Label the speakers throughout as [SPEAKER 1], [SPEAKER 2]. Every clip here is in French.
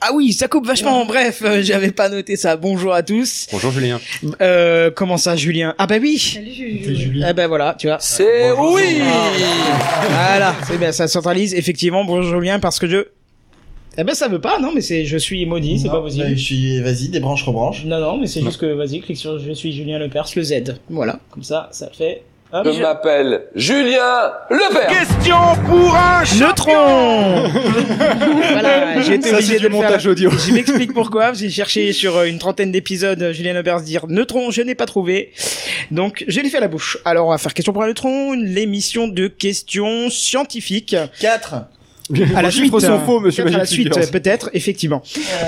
[SPEAKER 1] Ah oui, ça coupe vachement. Bref, euh, j'avais pas noté ça. Bonjour à tous.
[SPEAKER 2] Bonjour Julien.
[SPEAKER 1] Euh, comment ça, Julien Ah bah oui.
[SPEAKER 3] Salut
[SPEAKER 4] C'est
[SPEAKER 3] Juju.
[SPEAKER 4] Julie.
[SPEAKER 1] Ah bah voilà, tu vois.
[SPEAKER 5] C'est oui
[SPEAKER 1] Voilà, c'est bien, ça centralise effectivement. Bonjour Julien, parce que je. Eh ben ça veut pas, non, mais c'est je suis maudit, c'est
[SPEAKER 4] Non,
[SPEAKER 1] pas
[SPEAKER 4] bah,
[SPEAKER 1] possible.
[SPEAKER 4] Je suis, vas-y, des branches rebranches.
[SPEAKER 1] Non, non, mais c'est
[SPEAKER 2] Non.
[SPEAKER 1] juste que vas-y, clique sur je suis Julien Lepers, le Z. Voilà, comme ça, ça fait. Hop.
[SPEAKER 5] Je m'appelle Julien Lepers
[SPEAKER 1] Neutron Voilà, j'ai été
[SPEAKER 2] Ça,
[SPEAKER 1] obligé
[SPEAKER 2] c'est
[SPEAKER 1] de
[SPEAKER 2] du
[SPEAKER 1] le faire.
[SPEAKER 2] montage audio.
[SPEAKER 1] Je m'explique pourquoi. J'ai cherché sur euh, une trentaine d'épisodes euh, Julien Aubert se dire neutron, je n'ai pas trouvé. Donc, je l'ai fait à la bouche. Alors, on va faire question pour un neutron, l'émission de questions scientifiques.
[SPEAKER 4] 4.
[SPEAKER 1] À la
[SPEAKER 2] Les chiffres
[SPEAKER 1] suite,
[SPEAKER 2] sont
[SPEAKER 1] euh,
[SPEAKER 2] faux, monsieur Euh.
[SPEAKER 1] peut-être à la
[SPEAKER 2] Magic
[SPEAKER 1] suite,
[SPEAKER 2] Fingers.
[SPEAKER 1] euh, peut-être, effectivement.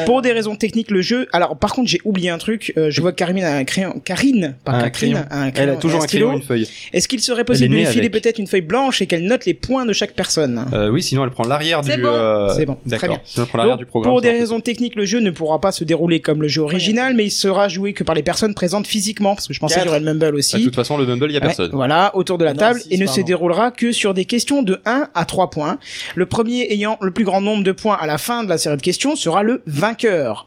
[SPEAKER 1] Pour des raisons techniques, le jeu. Alors, par contre, j'ai oublié un truc. Euh, je vois que Karine a un crayon. Karine, pas
[SPEAKER 2] Un
[SPEAKER 1] Catherine,
[SPEAKER 2] crayon.
[SPEAKER 1] a un
[SPEAKER 2] Elle
[SPEAKER 1] crayon
[SPEAKER 2] a toujours un
[SPEAKER 1] stylo.
[SPEAKER 2] crayon et une feuille.
[SPEAKER 1] Est-ce qu'il serait possible
[SPEAKER 2] Elle
[SPEAKER 1] de
[SPEAKER 2] est
[SPEAKER 1] lui
[SPEAKER 2] née
[SPEAKER 1] filer
[SPEAKER 2] avec.
[SPEAKER 1] peut-être une feuille blanche et qu'elle note les points de chaque personne
[SPEAKER 2] Euh, oui, sinon elle prend l'arrière du.
[SPEAKER 3] C'est bon.
[SPEAKER 2] euh,
[SPEAKER 1] C'est bon, très
[SPEAKER 2] D'accord.
[SPEAKER 1] bien.
[SPEAKER 2] Sinon elle prend l'arrière
[SPEAKER 1] Donc,
[SPEAKER 2] du programme.
[SPEAKER 1] pour des
[SPEAKER 2] ça, en fait.
[SPEAKER 1] raisons techniques, le jeu ne pourra pas se dérouler comme le jeu original, mais il sera joué que par les personnes présentes physiquement, parce que je pensais
[SPEAKER 4] Quatre.
[SPEAKER 1] qu'il y aurait le Mumble aussi.
[SPEAKER 2] Bah, De toute façon, le Bumble, il y a
[SPEAKER 1] Ouais,
[SPEAKER 2] personne.
[SPEAKER 1] voilà, autour de la
[SPEAKER 4] Non,
[SPEAKER 1] table,
[SPEAKER 4] six,
[SPEAKER 1] et ne se
[SPEAKER 4] pardon.
[SPEAKER 1] déroulera que sur des questions de 1 à 3 points. Le premier ayant le plus grand nombre de points à la fin de la série de questions sera le vainqueur.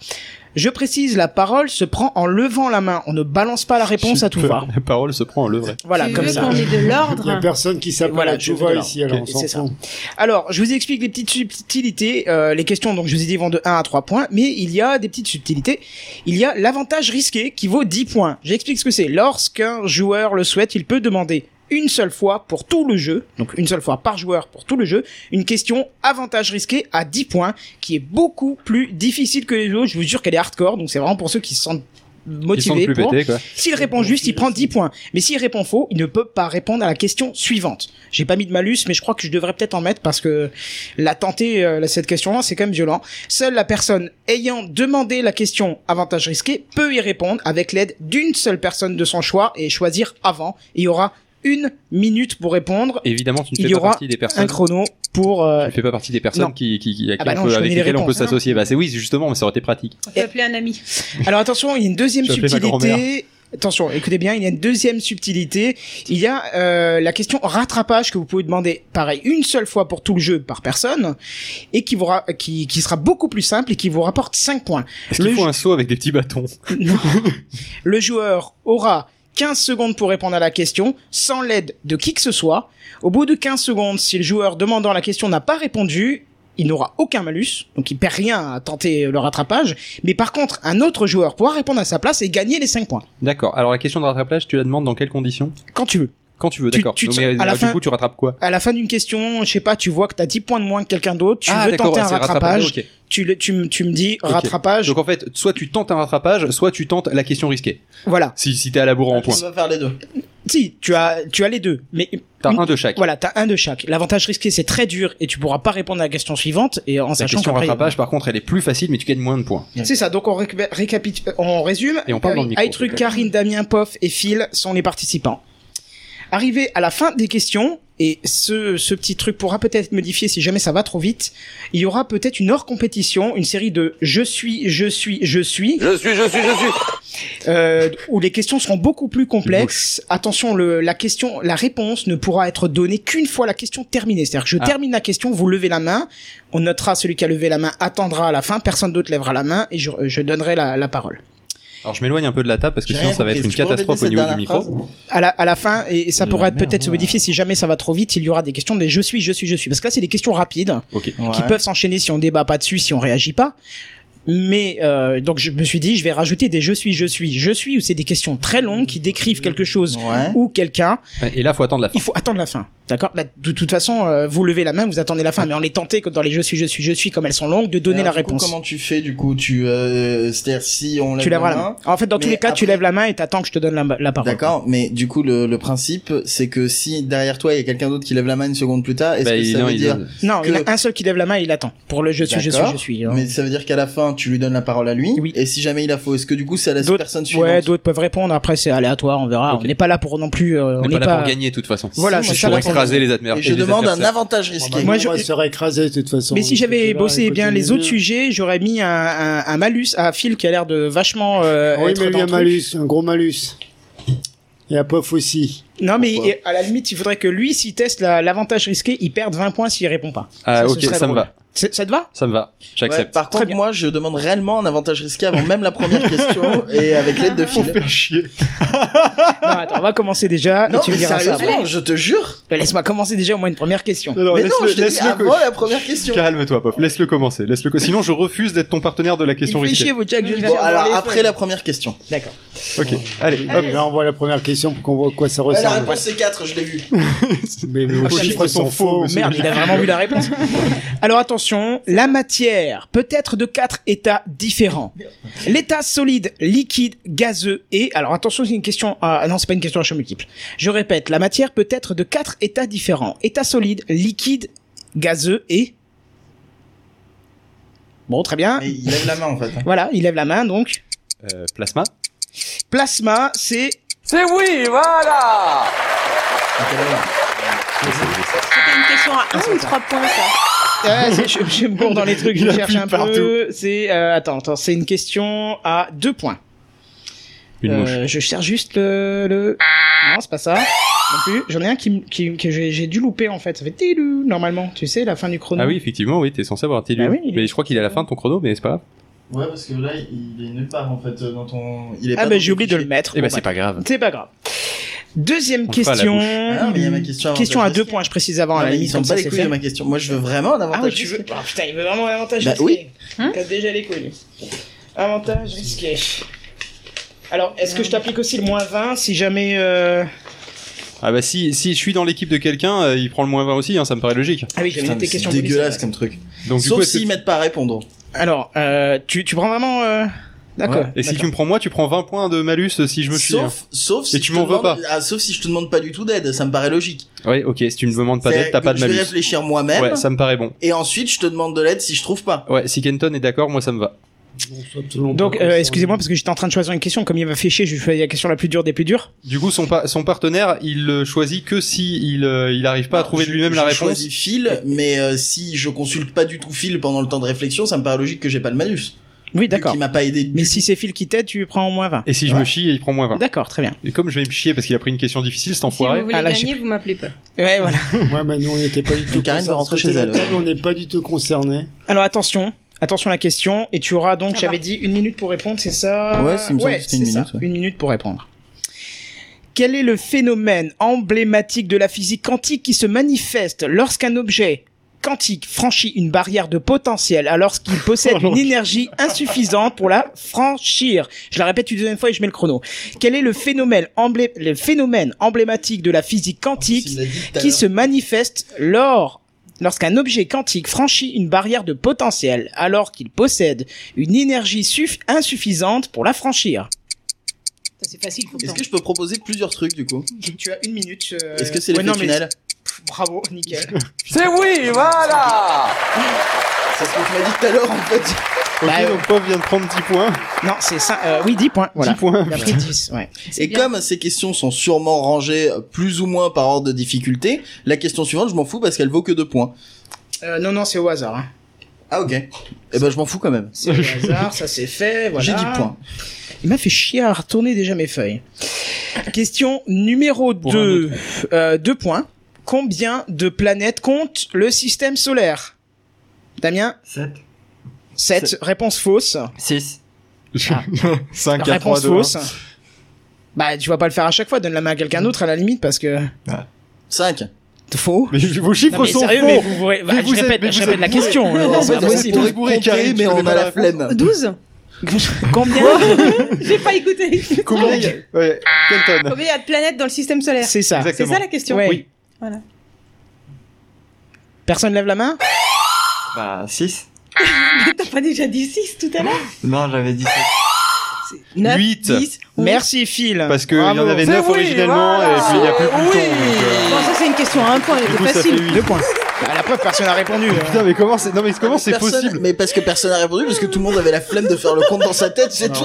[SPEAKER 1] Je précise, la parole se prend en levant la main. On ne balance pas la réponse à tout va.
[SPEAKER 2] La parole se prend en levrée.
[SPEAKER 1] Voilà,
[SPEAKER 3] tu
[SPEAKER 1] comme
[SPEAKER 3] veux
[SPEAKER 1] ça.
[SPEAKER 3] qu'on ait de
[SPEAKER 6] Il y a
[SPEAKER 3] l'ordre
[SPEAKER 6] personne qui s'appelle
[SPEAKER 1] Voilà,
[SPEAKER 6] voilà,
[SPEAKER 1] je-
[SPEAKER 6] Chouva
[SPEAKER 1] voilà.
[SPEAKER 6] ici, alors
[SPEAKER 2] Ok,
[SPEAKER 6] on
[SPEAKER 1] c'est ça.
[SPEAKER 6] s'en fout.
[SPEAKER 1] Alors, je vous explique les petites subtilités. Euh, les questions, donc, je vous ai dit, vont de 1 à 3 points, mais il y a des petites subtilités. Il y a l'avantage risqué qui vaut 10 points. J'explique ce que c'est. Lorsqu'un joueur le souhaite, il peut demander une seule fois pour tout le jeu, donc une seule fois par joueur pour tout le jeu, une question avantage risqué à 10 points, qui est beaucoup plus difficile que les autres. Je vous jure qu'elle est hardcore, donc c'est vraiment pour ceux qui se sentent
[SPEAKER 2] Ils sont
[SPEAKER 1] motivés
[SPEAKER 2] plus
[SPEAKER 1] pour...
[SPEAKER 2] pétés, quoi.
[SPEAKER 1] S'il répond juste, il prend 10 points. Mais s'il répond faux, il ne peut pas répondre à la question suivante. J'ai pas mis de malus, mais je crois que je devrais peut-être en mettre parce que la tenter euh, cette question-là, c'est quand même violent. Seule la personne ayant demandé la question avantage risqué peut y répondre avec l'aide d'une seule personne de son choix et choisir avant. Il y aura une minute pour répondre.
[SPEAKER 2] Évidemment, tu
[SPEAKER 1] Il
[SPEAKER 2] ne
[SPEAKER 1] y
[SPEAKER 2] fais pas
[SPEAKER 1] aura
[SPEAKER 2] partie des
[SPEAKER 1] Un
[SPEAKER 2] personnes.
[SPEAKER 1] chrono pour... euh,
[SPEAKER 2] Tu ne fais pas partie des personnes
[SPEAKER 1] Non.
[SPEAKER 2] qui, qui, qui- avec,
[SPEAKER 1] Ah bah
[SPEAKER 2] qui
[SPEAKER 1] non,
[SPEAKER 2] on peut-
[SPEAKER 1] je
[SPEAKER 2] avec
[SPEAKER 1] connais les
[SPEAKER 2] lesquelles on peut
[SPEAKER 1] réponses.
[SPEAKER 2] s'associer. Bah c'est oui, justement, mais ça aurait été pratique.
[SPEAKER 3] On peut appeler un ami.
[SPEAKER 1] Alors attention, il y a une deuxième
[SPEAKER 2] Je fais ma grand-mère.
[SPEAKER 1] subtilité. Attention, écoutez bien, il y a une deuxième subtilité. Il y a euh, la question rattrapage que vous pouvez demander, pareil, une seule fois pour tout le jeu par personne, et qui, vous ra- qui, qui sera beaucoup plus simple et qui vous rapporte 5 points.
[SPEAKER 2] Est-ce qu'il
[SPEAKER 1] Le
[SPEAKER 2] faut un saut avec des petits bâtons
[SPEAKER 1] Non. Le joueur aura 15 secondes pour répondre à la question, sans l'aide de qui que ce soit. Au bout de 15 secondes, si le joueur demandant la question n'a pas répondu, il n'aura aucun malus, donc il perd rien à tenter le rattrapage. Mais par contre, un autre joueur pourra répondre à sa place et gagner les 5 points,
[SPEAKER 2] D'accord. Alors la question de rattrapage, tu la demandes dans quelles conditions
[SPEAKER 1] quand tu veux.
[SPEAKER 2] Quand tu veux,
[SPEAKER 1] Tu-
[SPEAKER 2] d'accord.
[SPEAKER 1] tu te
[SPEAKER 2] Donc, mais,
[SPEAKER 1] sens- à la
[SPEAKER 2] alors,
[SPEAKER 1] fin-
[SPEAKER 2] Du coup, tu rattrapes quoi
[SPEAKER 1] À la fin d'une question, je sais pas, tu vois que t'as 10 points de moins que quelqu'un d'autre, tu
[SPEAKER 2] Ah,
[SPEAKER 1] veux
[SPEAKER 2] d'accord,
[SPEAKER 1] tenter un
[SPEAKER 2] c'est
[SPEAKER 1] rattrapage,
[SPEAKER 2] ok.
[SPEAKER 1] tu, le- tu, me- tu me dis
[SPEAKER 2] Ok.
[SPEAKER 1] rattrapage,
[SPEAKER 2] Donc en fait, soit tu tentes un rattrapage, soit tu tentes la question risquée.
[SPEAKER 1] voilà.
[SPEAKER 2] Si, si t'es à la bourre en points.
[SPEAKER 4] On Ah, va faire les deux.
[SPEAKER 1] Si, tu as, tu as les deux, mais
[SPEAKER 2] T'as
[SPEAKER 1] Une-
[SPEAKER 2] un de chaque.
[SPEAKER 1] Voilà, t'as un de chaque. L'avantage risqué, c'est très dur et tu pourras pas répondre à la question suivante et en
[SPEAKER 2] La
[SPEAKER 1] sachant
[SPEAKER 2] question
[SPEAKER 1] qu'après- euh,
[SPEAKER 2] rattrapage, par contre, elle est plus facile, mais tu gagnes moins de points.
[SPEAKER 1] C'est ça. Donc on récap- récapit- euh, on résume.
[SPEAKER 2] Et on parle dans le micro.
[SPEAKER 1] Aytruc, Karine, Damien, Poff et Phil sont les participants. Arrivé à la fin des questions, et ce, ce petit truc pourra peut-être modifier si jamais ça va trop vite, il y aura peut-être une hors compétition, une série de je suis, je suis, je suis,
[SPEAKER 5] Je suis, je suis, je suis
[SPEAKER 1] euh, où les questions seront beaucoup plus complexes. Attention, le, la question, la réponse ne pourra être donnée qu'une fois la question terminée. C'est-à-dire que je
[SPEAKER 2] Ah.
[SPEAKER 1] termine la question, vous levez la main, on notera celui qui a levé la main, attendra à la fin, personne d'autre lèvera la main et je, je donnerai la, la parole.
[SPEAKER 2] Alors je m'éloigne un peu de la table parce que
[SPEAKER 4] J'ai
[SPEAKER 2] sinon
[SPEAKER 4] rien
[SPEAKER 2] ça va être
[SPEAKER 4] compris.
[SPEAKER 2] une
[SPEAKER 4] Tu peux répéter
[SPEAKER 2] catastrophe au
[SPEAKER 4] cette
[SPEAKER 2] niveau du
[SPEAKER 4] dernière
[SPEAKER 2] micro.
[SPEAKER 4] phrase
[SPEAKER 1] À la, à la fin, et, et ça
[SPEAKER 4] De
[SPEAKER 1] pourra
[SPEAKER 4] la
[SPEAKER 1] être peut-être
[SPEAKER 4] merde,
[SPEAKER 1] se modifier si jamais ça va trop vite, il y aura des questions des je suis, je suis, je suis. Parce que là, c'est des questions rapides
[SPEAKER 2] Ok.
[SPEAKER 4] Ouais.
[SPEAKER 1] qui peuvent s'enchaîner si on débat pas dessus, si on réagit pas. Mais euh, donc je me suis dit, je vais rajouter des je suis, je suis, je suis, où c'est des questions très longues qui décrivent quelque chose
[SPEAKER 4] Ouais.
[SPEAKER 1] ou quelqu'un.
[SPEAKER 2] Et là, faut attendre la fin.
[SPEAKER 1] Il faut attendre la fin, d'accord Bah, De toute façon, euh, vous levez la main, vous attendez la fin, mais on est tenté, comme dans les je suis, je suis, je suis, comme elles sont longues, de donner
[SPEAKER 4] Alors,
[SPEAKER 1] la
[SPEAKER 4] du coup,
[SPEAKER 1] réponse.
[SPEAKER 4] Comment tu fais du coup Tu euh, c'est-à-dire si on lève
[SPEAKER 1] tu lèveras la main. En fait, dans tous
[SPEAKER 4] mais
[SPEAKER 1] les cas, tu
[SPEAKER 4] après-
[SPEAKER 1] lèves la main et t'attends que je te donne la, la parole.
[SPEAKER 4] D'accord, mais du coup le, le principe c'est que si derrière toi il y a quelqu'un d'autre qui lève la main une seconde plus tard, est-ce
[SPEAKER 2] Bah,
[SPEAKER 4] que
[SPEAKER 2] il-
[SPEAKER 4] ça
[SPEAKER 2] non,
[SPEAKER 4] veut
[SPEAKER 2] il-
[SPEAKER 4] dire
[SPEAKER 1] Non, il y en
[SPEAKER 4] Que-
[SPEAKER 1] a un seul qui lève la main et il attend. Pour le je suis, je suis,
[SPEAKER 4] D'accord,
[SPEAKER 1] je suis. hein.
[SPEAKER 4] mais ça veut dire qu'à la fin tu lui donnes la parole à lui
[SPEAKER 1] Oui.
[SPEAKER 4] et si jamais il a faux, est-ce que du coup ça laisse
[SPEAKER 1] D'autres-
[SPEAKER 4] personne suivante
[SPEAKER 1] Ouais, d'autres peuvent répondre. Après, c'est aléatoire, on verra.
[SPEAKER 2] Ok.
[SPEAKER 1] On n'est pas là pour non plus. euh,
[SPEAKER 2] On n'est pas là pour gagner de toute façon.
[SPEAKER 1] Voilà,
[SPEAKER 4] Si,
[SPEAKER 1] c'est
[SPEAKER 4] moi,
[SPEAKER 1] ça
[SPEAKER 2] Pour
[SPEAKER 1] la
[SPEAKER 4] réponds-
[SPEAKER 2] écraser les adversaires.
[SPEAKER 4] Et je demande un avantage risqué.
[SPEAKER 1] Moi,
[SPEAKER 6] Moi,
[SPEAKER 1] je-
[SPEAKER 6] je vais se faire écraser de toute façon.
[SPEAKER 1] Mais si
[SPEAKER 6] Ils étaient
[SPEAKER 1] j'avais
[SPEAKER 6] là,
[SPEAKER 1] bossé
[SPEAKER 6] écoutez,
[SPEAKER 1] bien les autres
[SPEAKER 6] deux.
[SPEAKER 1] sujets, j'aurais mis un, un, un malus à Phil qui a l'air de vachement. Euh,
[SPEAKER 6] Oui,
[SPEAKER 1] être
[SPEAKER 6] mais
[SPEAKER 1] dans
[SPEAKER 6] lui, un
[SPEAKER 1] le truc.
[SPEAKER 6] malus, un gros malus. Et à Pof aussi.
[SPEAKER 1] Non, mais
[SPEAKER 4] Pourquoi
[SPEAKER 1] il- à la limite, il faudrait que lui, s'il teste la- l'avantage risqué, il perde 20 points s'il répond pas.
[SPEAKER 2] Ah
[SPEAKER 1] Ça, ce
[SPEAKER 2] ok,
[SPEAKER 1] serait
[SPEAKER 2] ça me
[SPEAKER 1] drôle.
[SPEAKER 2] va.
[SPEAKER 1] C'est- Ça te va
[SPEAKER 2] Ça me va,
[SPEAKER 4] Ouais,
[SPEAKER 2] j'accepte.
[SPEAKER 4] par
[SPEAKER 1] Très
[SPEAKER 4] contre,
[SPEAKER 1] bien.
[SPEAKER 4] moi, je demande réellement un avantage risqué avant même la première
[SPEAKER 1] Oh,
[SPEAKER 4] question et avec l'aide de Phil.
[SPEAKER 6] chier.
[SPEAKER 1] Non, attends, on va commencer déjà. et
[SPEAKER 4] Non,
[SPEAKER 1] tu me
[SPEAKER 4] mais
[SPEAKER 1] diras ça.
[SPEAKER 4] sérieusement, je te jure.
[SPEAKER 1] Bah, Laisse-moi commencer déjà au moins une première question.
[SPEAKER 6] Non, non,
[SPEAKER 4] mais non,
[SPEAKER 6] laisse-le,
[SPEAKER 4] je te dis
[SPEAKER 6] laisse-le,
[SPEAKER 4] avant
[SPEAKER 6] coach.
[SPEAKER 4] la première question.
[SPEAKER 2] Calme-toi, Pop. Laisse-le commencer. Laisse-le. co- Sinon, je refuse d'être ton partenaire de la question
[SPEAKER 1] Il fait chier,
[SPEAKER 2] risquée.
[SPEAKER 1] vous, Jack, je vais
[SPEAKER 4] Bon,
[SPEAKER 1] faire
[SPEAKER 4] alors
[SPEAKER 1] les
[SPEAKER 4] après
[SPEAKER 1] feuilles.
[SPEAKER 4] la première question.
[SPEAKER 1] D'accord.
[SPEAKER 2] Ok. Allez. Hop.
[SPEAKER 6] Allez, Là, on voit la première question pour qu'on voit à quoi ça
[SPEAKER 4] Ouais, Bah, la
[SPEAKER 6] ressemble.
[SPEAKER 4] réponse c'est 4, je l'ai vu.
[SPEAKER 6] mais mais
[SPEAKER 1] Ah,
[SPEAKER 6] vos
[SPEAKER 1] ça,
[SPEAKER 6] chiffres
[SPEAKER 1] les
[SPEAKER 6] sont faux. monsieur.
[SPEAKER 1] Oh, Merde, il a vraiment vu la réponse. Alors attention, la matière peut être de quatre états différents. L'état solide, liquide, gazeux et... Alors attention, c'est une question... Ah non, c'est pas une question à choix multiple. Je répète, la matière peut être de quatre états différents. État solide, liquide, gazeux et... Bon, très bien.
[SPEAKER 4] Mais il lève la main en fait.
[SPEAKER 1] Voilà, il lève la main, donc.
[SPEAKER 2] Euh, plasma.
[SPEAKER 1] Plasma, c'est...
[SPEAKER 5] C'est oui, voilà
[SPEAKER 4] Ah,
[SPEAKER 3] C'était une question à 1 ou 3 points, ça
[SPEAKER 1] Ah, c'est- je, je me gourre dans les trucs, je
[SPEAKER 6] Il appuie
[SPEAKER 1] cherche un peu.
[SPEAKER 6] partout.
[SPEAKER 1] C'est... euh, attends, attends, c'est une question à deux points.
[SPEAKER 2] Une
[SPEAKER 1] Euh,
[SPEAKER 2] mouche.
[SPEAKER 1] Je cherche juste le. le- Non, c'est pas ça. Non plus. J'en ai un qui, m- qui que j'ai j'ai dû louper en fait. Ça fait tilou normalement. Tu sais, la fin du chrono.
[SPEAKER 2] Ah oui, effectivement, oui, t'es censé avoir un
[SPEAKER 1] Bah oui, il est-
[SPEAKER 2] Mais je crois qu'il est à la fin de ton chrono, mais c'est pas grave.
[SPEAKER 4] Ouais, parce que là, il est nulle part en fait euh, dans ton. Il est
[SPEAKER 1] Ah bah j'ai oublié de le mettre.
[SPEAKER 2] Eh ben,
[SPEAKER 1] Bon,
[SPEAKER 2] c'est
[SPEAKER 1] bah,
[SPEAKER 2] pas grave.
[SPEAKER 1] c'est pas grave. Deuxième
[SPEAKER 2] On le fera à la
[SPEAKER 1] question.
[SPEAKER 2] bouche.
[SPEAKER 4] Ah, mais il y a ma question avant
[SPEAKER 1] question
[SPEAKER 4] de
[SPEAKER 1] à
[SPEAKER 4] rester.
[SPEAKER 1] deux points, je précise avant. à la
[SPEAKER 4] mais
[SPEAKER 1] limite,
[SPEAKER 4] ils sont
[SPEAKER 1] comme
[SPEAKER 4] pas
[SPEAKER 1] ça,
[SPEAKER 4] les
[SPEAKER 1] c'est
[SPEAKER 4] couilles de
[SPEAKER 1] fait.
[SPEAKER 4] ma question. Moi, je veux vraiment un
[SPEAKER 1] Ah
[SPEAKER 4] avantage.
[SPEAKER 1] oui, tu veux.
[SPEAKER 4] risqué.
[SPEAKER 1] Ah, putain, il veut vraiment un avantage
[SPEAKER 4] Bah
[SPEAKER 1] risqué.
[SPEAKER 4] oui.
[SPEAKER 3] Hein
[SPEAKER 1] T'as déjà les couilles. Avantage risqué. Alors, est-ce que je t'applique aussi le moins 20 si jamais. euh,
[SPEAKER 2] Ah bah si, si je suis dans l'équipe de quelqu'un, euh, il prend le moins 20 aussi, hein, ça me paraît logique.
[SPEAKER 1] Ah oui, j'avais
[SPEAKER 4] Putain,
[SPEAKER 1] noté
[SPEAKER 4] mais
[SPEAKER 1] question
[SPEAKER 4] C'est
[SPEAKER 1] bonus.
[SPEAKER 4] dégueulasse comme truc.
[SPEAKER 2] Donc du coup,
[SPEAKER 4] Sauf
[SPEAKER 2] est-ce que-
[SPEAKER 4] s'ils mettent pas à répondre.
[SPEAKER 1] Alors, euh, tu, tu prends vraiment. euh, D'accord.
[SPEAKER 4] Ouais.
[SPEAKER 2] et si tu me prends moi, tu prends 20 points de malus euh, si je me suis.
[SPEAKER 4] Sauf, sauf si
[SPEAKER 2] Et tu
[SPEAKER 4] je te
[SPEAKER 2] m'en veux
[SPEAKER 4] demande- ah, sauf si je te demande pas du tout d'aide, ça me paraît logique.
[SPEAKER 2] Ouais, ok. Si tu me demandes pas d'aide, t'as pas de
[SPEAKER 4] je vais
[SPEAKER 2] malus.
[SPEAKER 4] réfléchir moi-même
[SPEAKER 2] Ouais, ça me paraît bon.
[SPEAKER 4] et ensuite je te demande de l'aide si je trouve pas.
[SPEAKER 2] Ouais, si Kenton est d'accord, moi ça me va.
[SPEAKER 6] Bon, c'est absolument
[SPEAKER 1] Donc,
[SPEAKER 6] pas
[SPEAKER 1] euh,
[SPEAKER 6] ça.
[SPEAKER 1] excusez-moi parce que j'étais en train de choisir une question. Comme il m'a fait chier, je lui fais la question la plus dure des plus dures.
[SPEAKER 2] Du coup, son, pa- son partenaire, il le choisit que si il, euh, il arrive pas à trouver
[SPEAKER 4] Ah, Je-
[SPEAKER 2] de lui-même la
[SPEAKER 4] je
[SPEAKER 2] réponse.
[SPEAKER 4] choisis Phil, mais euh, si je consulte pas du tout Phil pendant le temps de réflexion, ça me paraît logique que j'ai pas le malus.
[SPEAKER 1] Oui,
[SPEAKER 4] Qui
[SPEAKER 1] d'accord.
[SPEAKER 4] m'a pas aidé. du
[SPEAKER 1] Mais
[SPEAKER 4] tout.
[SPEAKER 1] si c'est Phil qui t'aide, tu prends au moins 20.
[SPEAKER 2] Et si je me
[SPEAKER 4] Ouais.
[SPEAKER 2] chie, il prend moins 20.
[SPEAKER 1] D'accord, très bien.
[SPEAKER 2] Et comme je vais me chier parce qu'il a pris une question difficile, cet
[SPEAKER 3] Si vous
[SPEAKER 2] enfoiré.
[SPEAKER 3] voulez
[SPEAKER 1] Ah, là,
[SPEAKER 3] gagner, vous m'appelez pas.
[SPEAKER 1] Ouais, voilà.
[SPEAKER 6] Ouais, mais nous, on n'était pas du tout.
[SPEAKER 4] Karine va rentrer
[SPEAKER 6] concernés.
[SPEAKER 4] chez elle,
[SPEAKER 6] C'était la
[SPEAKER 4] ouais.
[SPEAKER 6] table, On n'est pas du tout concernés.
[SPEAKER 1] Alors, attention. Attention à la question. Et tu auras donc,
[SPEAKER 3] Ça
[SPEAKER 1] j'avais
[SPEAKER 3] va.
[SPEAKER 1] dit une minute pour répondre, c'est ça
[SPEAKER 3] Euh,
[SPEAKER 4] Ouais, c'est- il me semble que c'était une
[SPEAKER 1] c'est ça.
[SPEAKER 4] minute, ouais.
[SPEAKER 1] Une minute pour répondre. Quel est le phénomène emblématique de la physique quantique qui se manifeste lorsqu'un objet quantique franchit une barrière de potentiel alors qu'il possède une énergie insuffisante pour la franchir Je la répète une deuxième fois et je mets le chrono. Quel est le phénomène, emblé- le phénomène emblématique de la physique quantique
[SPEAKER 4] Il l'a dit tout à
[SPEAKER 1] qui
[SPEAKER 4] l'heure.
[SPEAKER 1] se manifeste lors lorsqu'un objet quantique franchit une barrière de potentiel alors qu'il possède une énergie suff- insuffisante pour la franchir.
[SPEAKER 3] Ça, c'est facile, faut
[SPEAKER 4] Est-ce que je peux proposer plusieurs trucs du coup
[SPEAKER 1] Tu as une minute. euh,
[SPEAKER 4] Est-ce que c'est
[SPEAKER 1] ouais,
[SPEAKER 4] l'effet
[SPEAKER 1] non, mais-
[SPEAKER 4] tunnel
[SPEAKER 1] Bravo, nickel.
[SPEAKER 5] C'est oui, voilà
[SPEAKER 4] C'est ce que tu m'as dit tout à l'heure en fait.
[SPEAKER 2] Ok,
[SPEAKER 1] Bah,
[SPEAKER 2] donc Pop vient de prendre 10 points.
[SPEAKER 1] non, c'est ça. euh, oui, 10 points. Voilà.
[SPEAKER 2] 10 points.
[SPEAKER 1] Il a pris 10, ouais.
[SPEAKER 4] Et comme ces questions sont sûrement rangées euh, plus ou moins par ordre de difficulté, la question suivante, je m'en fous parce qu'elle vaut que deux points.
[SPEAKER 1] Euh, non, non, c'est au hasard. hein.
[SPEAKER 4] Ah ok. Eh ben je m'en fous quand même.
[SPEAKER 1] C'est au hasard, ça c'est fait. Voilà.
[SPEAKER 4] J'ai 10 points.
[SPEAKER 1] Il m'a fait chier à retourner déjà mes feuilles. Question numéro
[SPEAKER 2] Pour
[SPEAKER 1] 2. Euh, deux points. Combien de planètes compte le système solaire Damien
[SPEAKER 7] 7.
[SPEAKER 1] 7. Réponse fausse.
[SPEAKER 7] 6.
[SPEAKER 2] 5, 4, 3,
[SPEAKER 1] Ah. Réponse
[SPEAKER 2] 2,
[SPEAKER 1] fausse. Bah, tu vas pas le faire à chaque fois. Donne la main à quelqu'un d'autre à la limite parce que.
[SPEAKER 4] 5.
[SPEAKER 1] Faux.
[SPEAKER 2] Ah. Mais vos chiffres
[SPEAKER 1] Non, mais
[SPEAKER 2] sont
[SPEAKER 1] sérieux,
[SPEAKER 2] faux.
[SPEAKER 1] mais vous, vous- bah,
[SPEAKER 2] vous
[SPEAKER 1] je
[SPEAKER 2] êtes-
[SPEAKER 1] répète,
[SPEAKER 2] mais
[SPEAKER 1] je
[SPEAKER 2] vous
[SPEAKER 1] répète la
[SPEAKER 2] êtes
[SPEAKER 1] question. euh,
[SPEAKER 4] Non,
[SPEAKER 1] C'est
[SPEAKER 4] en
[SPEAKER 3] bah,
[SPEAKER 4] fait, on
[SPEAKER 1] impossible.
[SPEAKER 4] pourrait
[SPEAKER 2] Bourré,
[SPEAKER 4] compter,
[SPEAKER 2] carré,
[SPEAKER 4] mais
[SPEAKER 2] tu
[SPEAKER 4] on
[SPEAKER 2] connais
[SPEAKER 4] a
[SPEAKER 2] pas
[SPEAKER 4] la
[SPEAKER 2] la
[SPEAKER 4] flemme.
[SPEAKER 3] 12
[SPEAKER 1] Combien
[SPEAKER 3] J'ai pas écouté.
[SPEAKER 2] Combien Ouais, Kenton.
[SPEAKER 3] Combien il y a de planètes dans le système solaire
[SPEAKER 1] C'est ça.
[SPEAKER 3] C'est
[SPEAKER 2] Exactement.
[SPEAKER 3] ça la question
[SPEAKER 1] Ouais.
[SPEAKER 2] Oui.
[SPEAKER 3] Voilà.
[SPEAKER 1] Personne lève la main
[SPEAKER 7] Bah, 6.
[SPEAKER 3] T'as pas déjà dit 6 tout à l'heure
[SPEAKER 7] Non, j'avais dit 7.
[SPEAKER 3] 9,
[SPEAKER 2] Huit.
[SPEAKER 3] 10, 11.
[SPEAKER 1] Merci, Phil.
[SPEAKER 2] Parce qu'il y en
[SPEAKER 1] Bravo.
[SPEAKER 2] avait
[SPEAKER 5] C'est
[SPEAKER 2] 9
[SPEAKER 5] oui,
[SPEAKER 2] originellement,
[SPEAKER 5] voilà.
[SPEAKER 2] et puis il y a plus de
[SPEAKER 5] Oui.
[SPEAKER 2] bouton, donc,
[SPEAKER 3] Bon, ça c'est une question à un point, elle
[SPEAKER 2] euh, Du coup,
[SPEAKER 3] était
[SPEAKER 2] ça fait
[SPEAKER 3] facile.
[SPEAKER 2] 8.
[SPEAKER 1] Deux points. Bah, la preuve, personne n'a répondu. hein.
[SPEAKER 2] Putain, mais comment c'est, non, mais comment c'est
[SPEAKER 4] Personne-
[SPEAKER 2] possible?
[SPEAKER 4] Mais parce que personne n'a répondu, parce que tout le monde avait la flemme de faire le compte dans sa tête, c'est tout.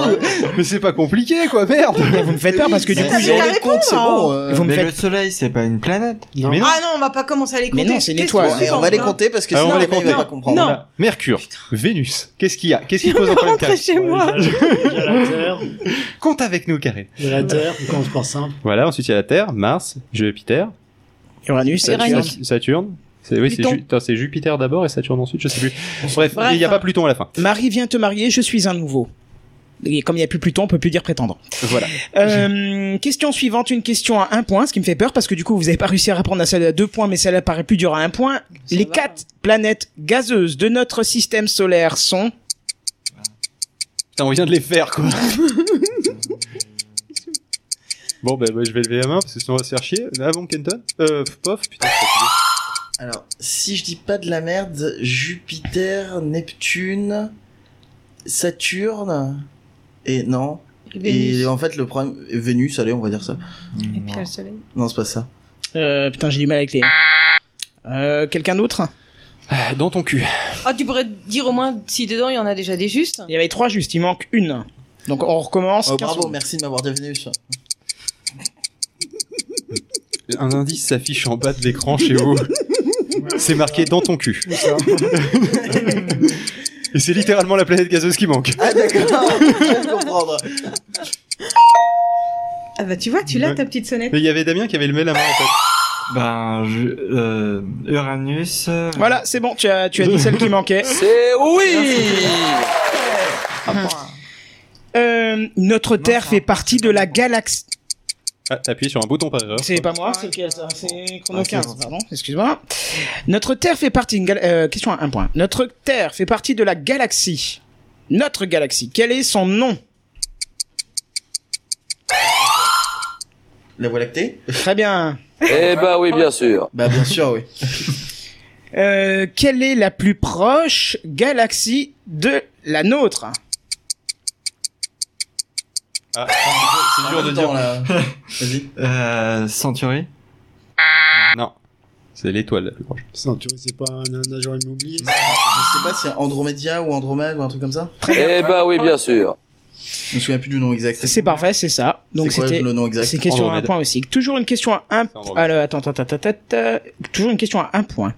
[SPEAKER 2] Mais c'est pas compliqué, quoi, merde!
[SPEAKER 1] Mais vous me faites peur parce que du
[SPEAKER 4] Mais
[SPEAKER 1] coup,
[SPEAKER 3] t'avais
[SPEAKER 4] si on
[SPEAKER 1] j'ai-
[SPEAKER 3] qu'à
[SPEAKER 4] les compte,
[SPEAKER 3] répondre,
[SPEAKER 4] c'est bon. euh.
[SPEAKER 1] vous me
[SPEAKER 7] hein. Mais
[SPEAKER 1] faites
[SPEAKER 7] le soleil, c'est pas une planète.
[SPEAKER 6] Non.
[SPEAKER 2] Mais non.
[SPEAKER 3] Ah non, on va pas commencer à les
[SPEAKER 1] Mais
[SPEAKER 3] compter.
[SPEAKER 1] non, c'est une
[SPEAKER 3] Qu'est-ce
[SPEAKER 1] étoile.
[SPEAKER 3] qu'on fait,
[SPEAKER 4] Et on va les
[SPEAKER 3] hein
[SPEAKER 4] compter parce que
[SPEAKER 2] Ah, on
[SPEAKER 4] sinon
[SPEAKER 2] va
[SPEAKER 4] les
[SPEAKER 2] les
[SPEAKER 4] mecs
[SPEAKER 2] compter.
[SPEAKER 4] vont pas comprendre.
[SPEAKER 3] Non.
[SPEAKER 2] Mercure, Vénus, qu'est-ce qu'il y a? Qu'est-ce qui pose un problème,
[SPEAKER 3] Rentrez
[SPEAKER 2] Karine?
[SPEAKER 3] chez moi.
[SPEAKER 6] Il y a la Terre,
[SPEAKER 2] Compte avec nous, Karine.
[SPEAKER 6] il y a la Terre, on commence par simple.
[SPEAKER 2] Voilà, ensuite il y a la Terre, Mars, Jupiter,
[SPEAKER 1] Uranus,
[SPEAKER 3] Uranus.
[SPEAKER 1] Saturne.
[SPEAKER 2] Saturne, C'est oui, c'est
[SPEAKER 1] Pluton.
[SPEAKER 2] Ju- attends, c'est Jupiter d'abord et Saturne ensuite, je sais plus. Bref,
[SPEAKER 1] Bref.
[SPEAKER 2] il n'y a pas Pluton à la fin.
[SPEAKER 1] Marie vient te marier, je suis un nouveau. Et comme il n'y a plus Pluton, on peut plus dire prétendre.
[SPEAKER 2] Voilà.
[SPEAKER 1] Euh, question suivante, une question à un point, ce qui me fait peur parce que du coup vous n'avez pas réussi à répondre à celle à deux points, mais celle-là paraît plus dure à un point.
[SPEAKER 3] Ça
[SPEAKER 1] Les
[SPEAKER 3] va.
[SPEAKER 1] quatre planètes gazeuses de notre système solaire sont.
[SPEAKER 2] Putain, on vient de les faire quoi. bon, ben bah, je vais lever la main parce que sinon on va se faire chier. Ah bon, Kenton Euh, pof, putain. je suis fatigué.
[SPEAKER 4] Alors, si je dis pas de la merde, Jupiter, Neptune, Saturne, et non.
[SPEAKER 3] Vénus.
[SPEAKER 4] Et en fait, le problème, Vénus, allez, on va dire ça.
[SPEAKER 3] Et
[SPEAKER 2] Mm.
[SPEAKER 3] puis il y a le soleil.
[SPEAKER 4] Non, c'est pas ça.
[SPEAKER 1] Euh, putain, j'ai du mal avec les. Euh, Quelqu'un d'autre
[SPEAKER 2] Ah, Dans ton cul.
[SPEAKER 3] Ah, tu pourrais dire au moins si dedans il y en a déjà des justes.
[SPEAKER 1] Il y avait trois juste, il manque une. Donc on recommence.
[SPEAKER 4] Oh,
[SPEAKER 1] 15
[SPEAKER 4] bravo,
[SPEAKER 1] secondes.
[SPEAKER 4] merci de m'avoir dit Vénus.
[SPEAKER 2] Un indice s'affiche en bas de l'écran chez vous. C'est marqué dans ton cul. Et c'est littéralement la planète gazeuse qui manque.
[SPEAKER 4] Ah, d'accord, je viens de comprendre.
[SPEAKER 3] Ah bah tu vois, tu l'as ta petite sonnette.
[SPEAKER 2] Mais il y avait Damien qui avait le mail à main en fait.
[SPEAKER 7] Ben, je, euh, Uranus.
[SPEAKER 2] Ah,
[SPEAKER 7] euh,
[SPEAKER 1] Voilà, c'est bon, tu as, tu as dit celle qui manquait.
[SPEAKER 5] C'est oui
[SPEAKER 1] Euh, notre Terre fait partie de la galaxie.
[SPEAKER 2] Ah, t'as appuyé sur un bouton par erreur.
[SPEAKER 1] C'est pas moi, c'est lequel Ah, ça C'est Chrono
[SPEAKER 7] Ah, c'est
[SPEAKER 1] 15,
[SPEAKER 7] bon.
[SPEAKER 1] pardon, excuse-moi. Notre Terre fait partie d'une gal- euh, question à un point. Notre Terre fait partie de la galaxie. Notre galaxie. Quel est son nom
[SPEAKER 4] La Voie lactée
[SPEAKER 1] Très bien.
[SPEAKER 5] Eh ben oui, bien sûr.
[SPEAKER 4] Bah, bien sûr, oui.
[SPEAKER 1] Euh, quelle est la plus proche galaxie de la nôtre
[SPEAKER 2] Ah, c'est dur de dire.
[SPEAKER 4] là. Vas-y.
[SPEAKER 7] euh, Century.
[SPEAKER 2] Non. C'est l'étoile la plus proche.
[SPEAKER 6] Century, c'est pas un, un agent immobilier.
[SPEAKER 4] Je sais pas si c'est Andromédia ou Andromède ou un truc comme ça.
[SPEAKER 5] Eh ben oui, bien sûr.
[SPEAKER 4] Je me souviens plus du nom exact.
[SPEAKER 1] C'est parfait, c'est ça. Donc
[SPEAKER 4] quoi
[SPEAKER 1] c'était
[SPEAKER 4] le nom
[SPEAKER 1] C'est
[SPEAKER 4] exact
[SPEAKER 1] une question à un
[SPEAKER 2] Andromède.
[SPEAKER 1] point aussi. Toujours une question à un.
[SPEAKER 2] C'est Andromède.
[SPEAKER 1] Alors, attends, attends, attends, attends, attends. Toujours une question à un point.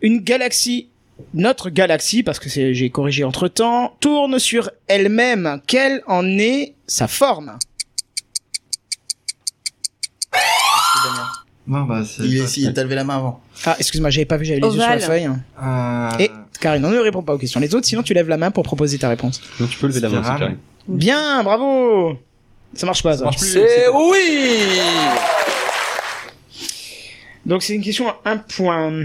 [SPEAKER 1] Une galaxie, notre galaxie, parce que c'est- j'ai corrigé entre temps, tourne sur elle-même. Quelle en est sa forme
[SPEAKER 4] Damien.
[SPEAKER 7] Non, bah, c'est.
[SPEAKER 4] Il est ici, t'as levé la main avant.
[SPEAKER 1] Ah, excuse-moi, j'avais pas vu, j'avais les yeux sur la
[SPEAKER 3] Ovale.
[SPEAKER 1] feuille.
[SPEAKER 7] Euh,
[SPEAKER 1] Et Karine, on ne répond pas aux questions. Les autres, sinon tu lèves la main pour proposer ta réponse.
[SPEAKER 2] Non, tu peux lever la main,
[SPEAKER 7] Spirale.
[SPEAKER 2] c'est carré.
[SPEAKER 1] Bien, bravo. Ça marche pas. Ça
[SPEAKER 5] C'est oui
[SPEAKER 1] Donc c'est une question à un point.